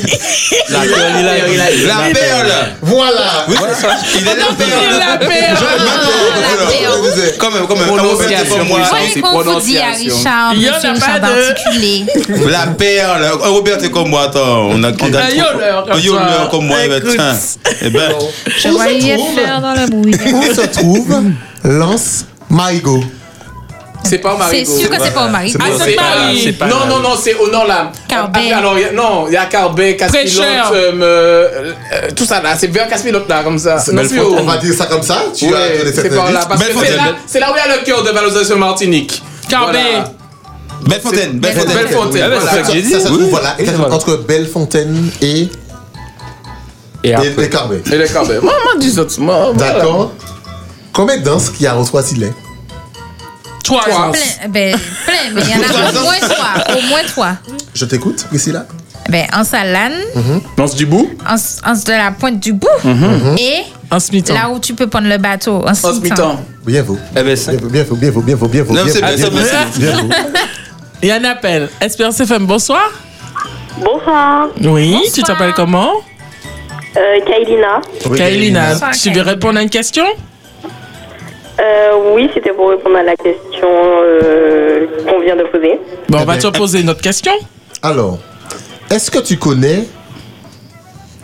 [SPEAKER 10] il a- il a- il a-
[SPEAKER 3] La perle
[SPEAKER 8] Voilà
[SPEAKER 3] Oui, c'est ça. Il est la perle
[SPEAKER 4] La perle.
[SPEAKER 3] Je-
[SPEAKER 9] perle.
[SPEAKER 3] je- je- je- Quand même, quand même, quand même, c'est pour moi.
[SPEAKER 9] Voyez qu'on vous dit à Richard,
[SPEAKER 5] Il y en
[SPEAKER 9] monsieur
[SPEAKER 5] a pas
[SPEAKER 9] Richard
[SPEAKER 5] deux.
[SPEAKER 9] d'articuler.
[SPEAKER 3] La perle. Euh, Robert, t'es comme moi, attends. On a, on a
[SPEAKER 5] Un yoleur comme
[SPEAKER 3] Un yoleur
[SPEAKER 5] toi.
[SPEAKER 3] comme moi, eh ben,
[SPEAKER 5] Écoute.
[SPEAKER 3] tiens. Eh ben,
[SPEAKER 9] Je voyais faire dans le
[SPEAKER 8] Où
[SPEAKER 9] brouillard.
[SPEAKER 8] se trouve Lance Marigot
[SPEAKER 11] C'est pas au Marigot.
[SPEAKER 9] C'est sûr que c'est pas au Marigot.
[SPEAKER 11] Ah, c'est Marie.
[SPEAKER 8] c'est pas
[SPEAKER 11] Non,
[SPEAKER 8] Marie.
[SPEAKER 11] non, non, c'est au nom là.
[SPEAKER 9] Carbet.
[SPEAKER 11] Ah, Alors, il y a- non, il y a Carbet, Caspilote,
[SPEAKER 9] Prêcheur.
[SPEAKER 11] euh, euh, euh, tout ça là. C'est vers Caspilote là, comme ça. Non, c'est
[SPEAKER 8] Bellefontaine.
[SPEAKER 11] où
[SPEAKER 8] On va dire ça comme ça Tu
[SPEAKER 11] Ouais,
[SPEAKER 8] as donné
[SPEAKER 11] c'est
[SPEAKER 8] cette
[SPEAKER 11] par là.
[SPEAKER 8] indice
[SPEAKER 11] parce que
[SPEAKER 8] Bellefontaine.
[SPEAKER 11] c'est là- C'est là où il y a le cœur de valorisation Martinique.
[SPEAKER 5] Carbet.
[SPEAKER 11] Voilà.
[SPEAKER 3] Bellefontaine, Bellefontaine.
[SPEAKER 11] Bellefontaine,
[SPEAKER 3] Ah, ben,
[SPEAKER 11] voilà.
[SPEAKER 3] c'est ça que j'ai dit.
[SPEAKER 8] Ça se trouve,
[SPEAKER 3] Oui.
[SPEAKER 8] voilà,
[SPEAKER 3] Et
[SPEAKER 8] exactement, entre Bellefontaine et.
[SPEAKER 10] Et,
[SPEAKER 8] les Carbets.
[SPEAKER 11] Et les Carbets. Moi, moi, dis autres. Moi, voilà.
[SPEAKER 8] D'accord. Combien de danses qu'il y a au trois îlets
[SPEAKER 5] Trois.
[SPEAKER 9] Plein, ben, plein, mais il y en a au moins trois. Au moins trois.
[SPEAKER 8] Je t'écoute, Priscilla.
[SPEAKER 9] Ben, en Salane,
[SPEAKER 3] Mhm.
[SPEAKER 11] Lance du bout.
[SPEAKER 9] en, en- de la pointe du bout
[SPEAKER 8] Mhm.
[SPEAKER 9] et
[SPEAKER 5] En
[SPEAKER 9] là où tu peux prendre le bateau, en Smitan.
[SPEAKER 8] Bien vous.
[SPEAKER 11] Eh ben,
[SPEAKER 8] Bien vous, bien vous, bien vous, bien vous.
[SPEAKER 5] Non,
[SPEAKER 8] bien
[SPEAKER 5] c'est
[SPEAKER 8] vous,
[SPEAKER 5] bien,
[SPEAKER 8] bien
[SPEAKER 5] c'est
[SPEAKER 8] vous,
[SPEAKER 5] bien, c'est
[SPEAKER 8] bien vous.
[SPEAKER 5] Il y a un appel. Espérance FM, bonsoir.
[SPEAKER 12] Bonsoir.
[SPEAKER 5] Oui, tu t'appelles comment
[SPEAKER 12] Euh, Kailina.
[SPEAKER 5] Kailina, tu veux répondre à une question
[SPEAKER 12] Euh, oui, c'était pour répondre à la question euh, qu'on vient de poser.
[SPEAKER 5] Bon, on va te poser une autre question.
[SPEAKER 8] Eh Alors, est-ce que tu connais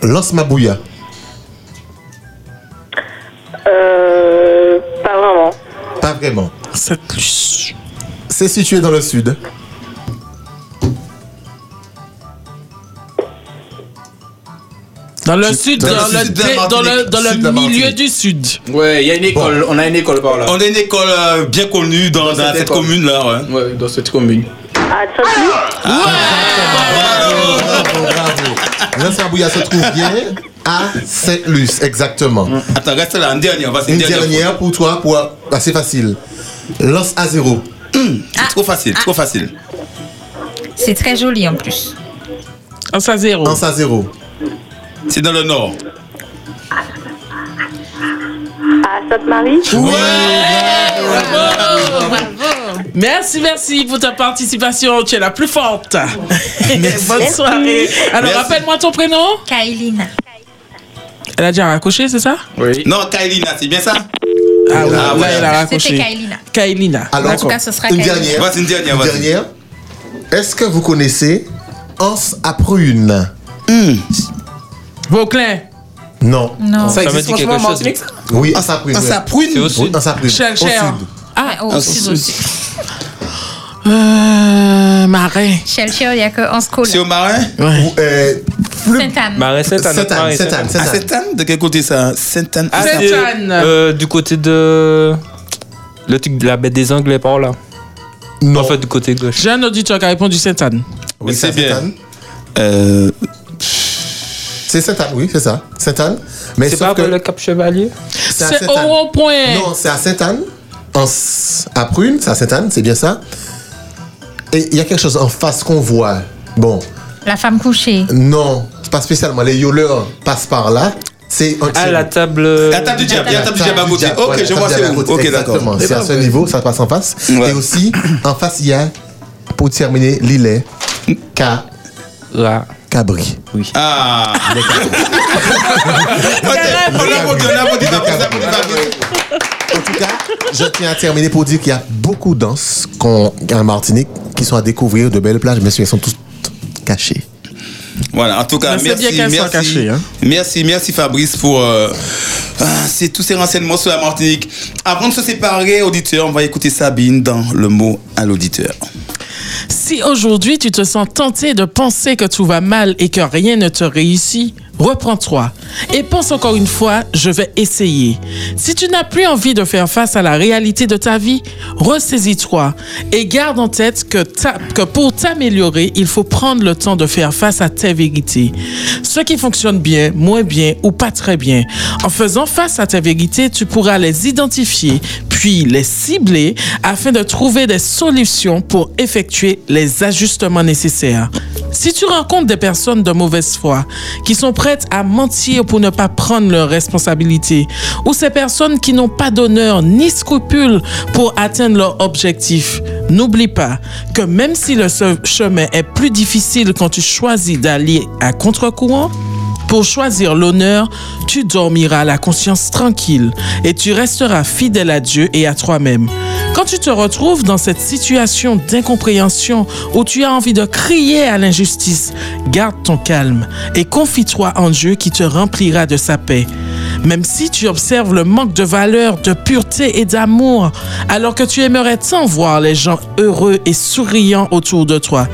[SPEAKER 8] Lance Mabouya
[SPEAKER 12] Euh, pas vraiment.
[SPEAKER 8] Pas vraiment.
[SPEAKER 5] C'est
[SPEAKER 8] situé dans le sud.
[SPEAKER 5] Dans le sud, dans,
[SPEAKER 11] dans le
[SPEAKER 5] le,
[SPEAKER 11] sud de
[SPEAKER 5] dé-
[SPEAKER 11] la
[SPEAKER 5] dans le,
[SPEAKER 11] Martinique.
[SPEAKER 5] dans le
[SPEAKER 11] Sud de
[SPEAKER 5] milieu
[SPEAKER 11] la Martinique.
[SPEAKER 5] du sud.
[SPEAKER 11] Ouais, il y a une école. On a une école par là.
[SPEAKER 3] On a une école euh, bien connue dans, dans cette commune là. Ouais.
[SPEAKER 11] dans cette commune.
[SPEAKER 12] Ah, ça
[SPEAKER 8] Bravo, bravo. Lance Mabouya se trouve bien à Saint-Luce, exactement.
[SPEAKER 3] Mm. Attends, reste là, une dernière. Vas
[SPEAKER 8] Une dernière pour toi, pour assez facile. Lance à zéro.
[SPEAKER 3] Mm. C'est trop facile, trop
[SPEAKER 11] Ah.
[SPEAKER 3] facile.
[SPEAKER 9] C'est très joli en plus.
[SPEAKER 5] En à zéro.
[SPEAKER 8] En à zéro.
[SPEAKER 3] C'est dans le nord.
[SPEAKER 12] À Sainte-Marie
[SPEAKER 5] Bravo. Merci, merci pour ta participation. Tu es la plus forte. Bonne soirée. Alors,
[SPEAKER 3] Merci.
[SPEAKER 5] rappelle-moi ton prénom.
[SPEAKER 9] Kailina.
[SPEAKER 5] Elle a déjà raccroché, c'est ça
[SPEAKER 3] Oui. Non, Kailina, c'est bien ça
[SPEAKER 5] Ah, ouais,
[SPEAKER 3] Ah,
[SPEAKER 5] là,
[SPEAKER 3] ouais.
[SPEAKER 5] elle a raccroché.
[SPEAKER 9] C'était Kailina.
[SPEAKER 5] Kailina.
[SPEAKER 8] Alors,
[SPEAKER 5] D'accord.
[SPEAKER 8] une dernière.
[SPEAKER 3] Vas-y, une dernière, vas-y.
[SPEAKER 8] dernière. Est-ce que vous connaissez Anse à prune
[SPEAKER 3] Mm.
[SPEAKER 5] Vauclin.
[SPEAKER 8] Non.
[SPEAKER 9] Non.
[SPEAKER 11] Eh. Ça Ça existe me dit franchement quelque en chose. Martinique, ça
[SPEAKER 8] Oui, Anse à prune.
[SPEAKER 11] Anse à prune C'est au sud.
[SPEAKER 8] Oui, Anse à prune.
[SPEAKER 11] Cher,
[SPEAKER 8] Au
[SPEAKER 11] cher.
[SPEAKER 8] sud.
[SPEAKER 5] Ah,
[SPEAKER 9] au
[SPEAKER 8] Ah,
[SPEAKER 9] sud
[SPEAKER 8] au
[SPEAKER 9] aussi.
[SPEAKER 5] Euh, marin.
[SPEAKER 9] Shell Shell, il n'y a que 11 cols.
[SPEAKER 3] C'est au marin
[SPEAKER 8] Ou, euh,
[SPEAKER 9] Sainte-Anne.
[SPEAKER 3] Sainte-Anne, Sainte-Anne. Ah, Sainte-Anne, de quel côté ça Sainte-Anne.
[SPEAKER 10] Ah,
[SPEAKER 3] Sainte-Anne.
[SPEAKER 10] c'est, euh, du côté de. Le truc de la baie des Anglais par là.
[SPEAKER 8] Non.
[SPEAKER 10] En fait, du côté gauche.
[SPEAKER 5] J'ai un auditeur qui a répondu Sainte-Anne.
[SPEAKER 8] Oui, c'est bien.
[SPEAKER 3] Euh,
[SPEAKER 8] C'est Sainte-Anne, oui, c'est ça. Sainte-Anne. Mais
[SPEAKER 10] C'est
[SPEAKER 8] sauf
[SPEAKER 10] pas
[SPEAKER 8] que
[SPEAKER 10] après le Cap Chevalier
[SPEAKER 8] à
[SPEAKER 5] C'est
[SPEAKER 8] Sainte-Anne.
[SPEAKER 5] au rond-point.
[SPEAKER 8] Non, c'est à Sainte-Anne. Anse à prune, c'est à Sainte-Anne, c'est bien ça. Et il y a quelque chose en face qu'on voit. Bon,
[SPEAKER 9] La femme couchée.
[SPEAKER 8] non, pas spécialement. Les yoleurs passent par là. C'est un-
[SPEAKER 10] Ah,
[SPEAKER 8] c'est-
[SPEAKER 10] la table.
[SPEAKER 3] La table du diable, la table du diable à côté.
[SPEAKER 8] voilà,
[SPEAKER 3] Ok, je
[SPEAKER 8] ça
[SPEAKER 3] vois
[SPEAKER 8] vient
[SPEAKER 3] c'est
[SPEAKER 8] à
[SPEAKER 3] où.
[SPEAKER 8] côté,
[SPEAKER 3] Ok,
[SPEAKER 8] exactement.
[SPEAKER 3] d'accord.
[SPEAKER 8] C'est à ce niveau, ça passe en face. Et aussi, en face, il y a, pour terminer, l'îlet, Ca- Cabri. Oui.
[SPEAKER 3] Ah Ok, On a voté, on a voté, on a voté, on a voté.
[SPEAKER 8] En tout cas, je tiens à terminer pour dire qu'il y a beaucoup de danses qu'on- en Martinique qui sont à découvrir, de belles plages, mais elles sont toutes cachées.
[SPEAKER 3] Voilà, en tout cas,
[SPEAKER 8] Mais c'est
[SPEAKER 3] merci,
[SPEAKER 8] bien qu'elle
[SPEAKER 3] merci,
[SPEAKER 8] soit cachée, hein.
[SPEAKER 3] merci, merci Fabrice pour euh, ah, c'est tous ces renseignements sur la Martinique. Avant de se séparer, auditeur, on va écouter Sabine dans le mot à l'auditeur.
[SPEAKER 5] Si aujourd'hui tu te sens tenté de penser que tout va mal et que rien ne te réussit, reprends-toi et pense encore une fois, je vais essayer. Si tu n'as plus envie de faire face à la réalité de ta vie, ressaisis-toi et garde en tête que, ta- que pour t'améliorer, il faut prendre le temps de faire face à tes vérités. Ce qui fonctionne bien, moins bien ou pas très bien. En faisant face à tes vérités, tu pourras les identifier, puis les cibler afin de trouver des solutions pour effectuer les ajustements nécessaires. Si tu rencontres des personnes de mauvaise foi qui sont prêtes à mentir pour ne pas prendre leurs responsabilités, ou ces personnes qui n'ont pas d'honneur ni scrupules pour atteindre leur objectif, n'oublie pas que même si le seul chemin est plus difficile quand tu choisis d'aller à contre-courant, pour choisir l'honneur, tu dormiras la conscience tranquille et tu resteras fidèle à Dieu et à toi-même. Quand tu te retrouves dans cette situation d'incompréhension où tu as envie de crier à l'injustice, garde ton calme et confie-toi en Dieu qui te remplira de sa paix. Même si tu observes le manque de valeur, de pureté et d'amour, alors que tu aimerais tant voir les gens heureux et souriants autour de toi,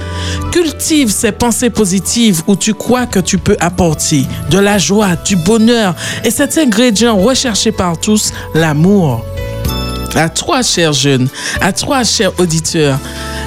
[SPEAKER 5] cultive ces pensées positives où tu crois que tu peux apporter de la joie, du bonheur et cet ingrédient recherché par tous, l'amour. À toi, chers jeunes, à toi, chers auditeurs,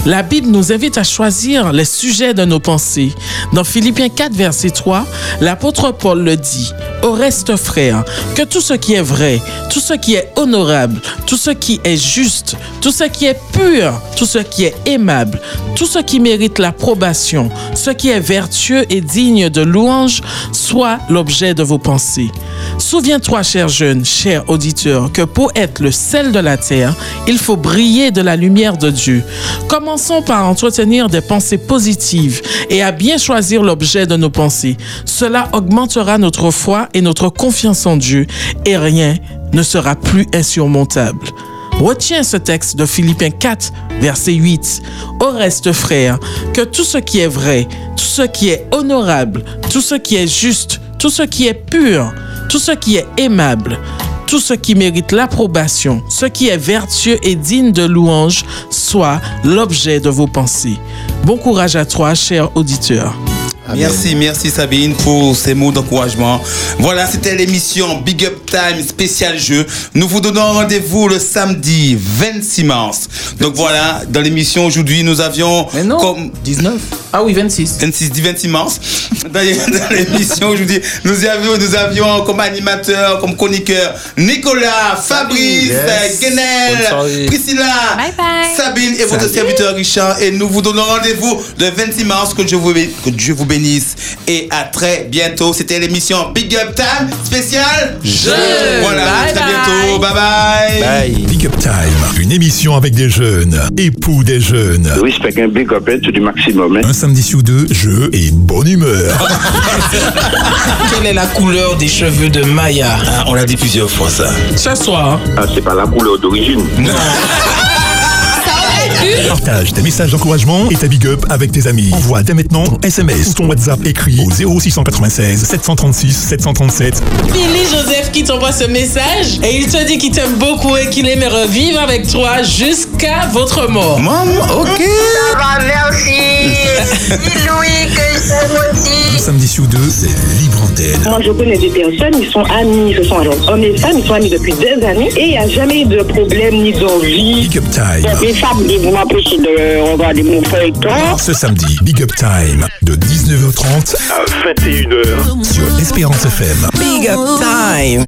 [SPEAKER 5] la Bible nous invite à choisir les sujets de nos pensées. Dans Philippiens 4, verset 3, l'apôtre Paul le dit, Au reste, frères, que tout ce qui est vrai, tout ce qui est honorable, tout ce qui est juste, tout ce qui est pur, tout ce qui est aimable, tout ce qui mérite l'approbation, ce qui est vertueux et digne de louange, soit l'objet de vos pensées. Souviens-toi, cher jeune, cher auditeur, que pour être le sel de la terre, il faut briller de la lumière de Dieu. Commençons par entretenir des pensées positives et à bien choisir l'objet de nos pensées. Cela augmentera notre foi et notre confiance en Dieu et rien ne sera plus insurmontable. Retiens ce texte de Philippiens 4, verset 8. Au reste, frères, que tout ce qui est vrai, tout ce qui est honorable, tout ce qui est juste, tout ce qui est pur, tout ce qui est aimable, tout ce qui mérite l'approbation, ce qui est vertueux et digne de louange, soit l'objet de vos pensées. Bon courage à toi, cher auditeur.
[SPEAKER 3] Merci, merci Sabine pour ces mots d'encouragement. Voilà, c'était l'émission Big Up Time spécial jeu. Nous vous donnons rendez-vous le samedi 26 mars. Donc voilà, dans l'émission aujourd'hui, nous avions comme
[SPEAKER 11] 19. Ah oui, 26.
[SPEAKER 3] 26, dit 26 mars. Dans dans l'émission aujourd'hui, nous avions, nous avions comme animateur, comme chroniqueur Nicolas, Fabrice,
[SPEAKER 4] Yes. Bonne soirée.
[SPEAKER 3] euh, Guenel, Priscilla, Sabine et votre
[SPEAKER 4] Salut.
[SPEAKER 3] serviteur Richard. Et nous vous donnons rendez-vous le 26 mars. Que Dieu vous, bé- que Dieu vous bénisse. Et à très bientôt. C'était l'émission Big Up Time spéciale.
[SPEAKER 2] Jeu.
[SPEAKER 3] Voilà,
[SPEAKER 2] Bye
[SPEAKER 3] à très bientôt. Bye bye.
[SPEAKER 2] Big Up Time, une émission avec des jeunes, époux des jeunes.
[SPEAKER 6] Oui, c'est qu'un big up hein, tout du maximum.
[SPEAKER 2] Un samedi sur deux, jeu et bonne humeur.
[SPEAKER 15] Quelle est la couleur des cheveux de Maya
[SPEAKER 3] Ah, On l'a dit plusieurs fois ça.
[SPEAKER 5] Ce soir. hein.
[SPEAKER 6] Ah, c'est pas la couleur d'origine.
[SPEAKER 2] Partage tes messages d'encouragement et ta big up avec tes amis. Envoie dès maintenant ton SMS ou ton WhatsApp écrit au 0696 736 737.
[SPEAKER 5] Billy Joseph qui t'envoie ce message et il te dit qu'il t'aime beaucoup et qu'il aimerait revivre avec toi jusqu'à votre mort.
[SPEAKER 3] Maman, ok.
[SPEAKER 4] Ça
[SPEAKER 5] va, merci.
[SPEAKER 4] Louis, que
[SPEAKER 2] Un samedi sur deux, c'est libre antenne.
[SPEAKER 16] Moi, je connais des personnes, ils sont amis, ce sont alors hommes et femmes, ils sont amis depuis des années et il n'y a jamais eu de problème ni d'envie.
[SPEAKER 2] Big up time.
[SPEAKER 16] Il y a des femmes qui vous m'empêchent de regarder mon feuilleton.
[SPEAKER 2] Ce samedi, Big Up Time, de 19h30 à 21h sur Espérance FM.
[SPEAKER 15] Big up time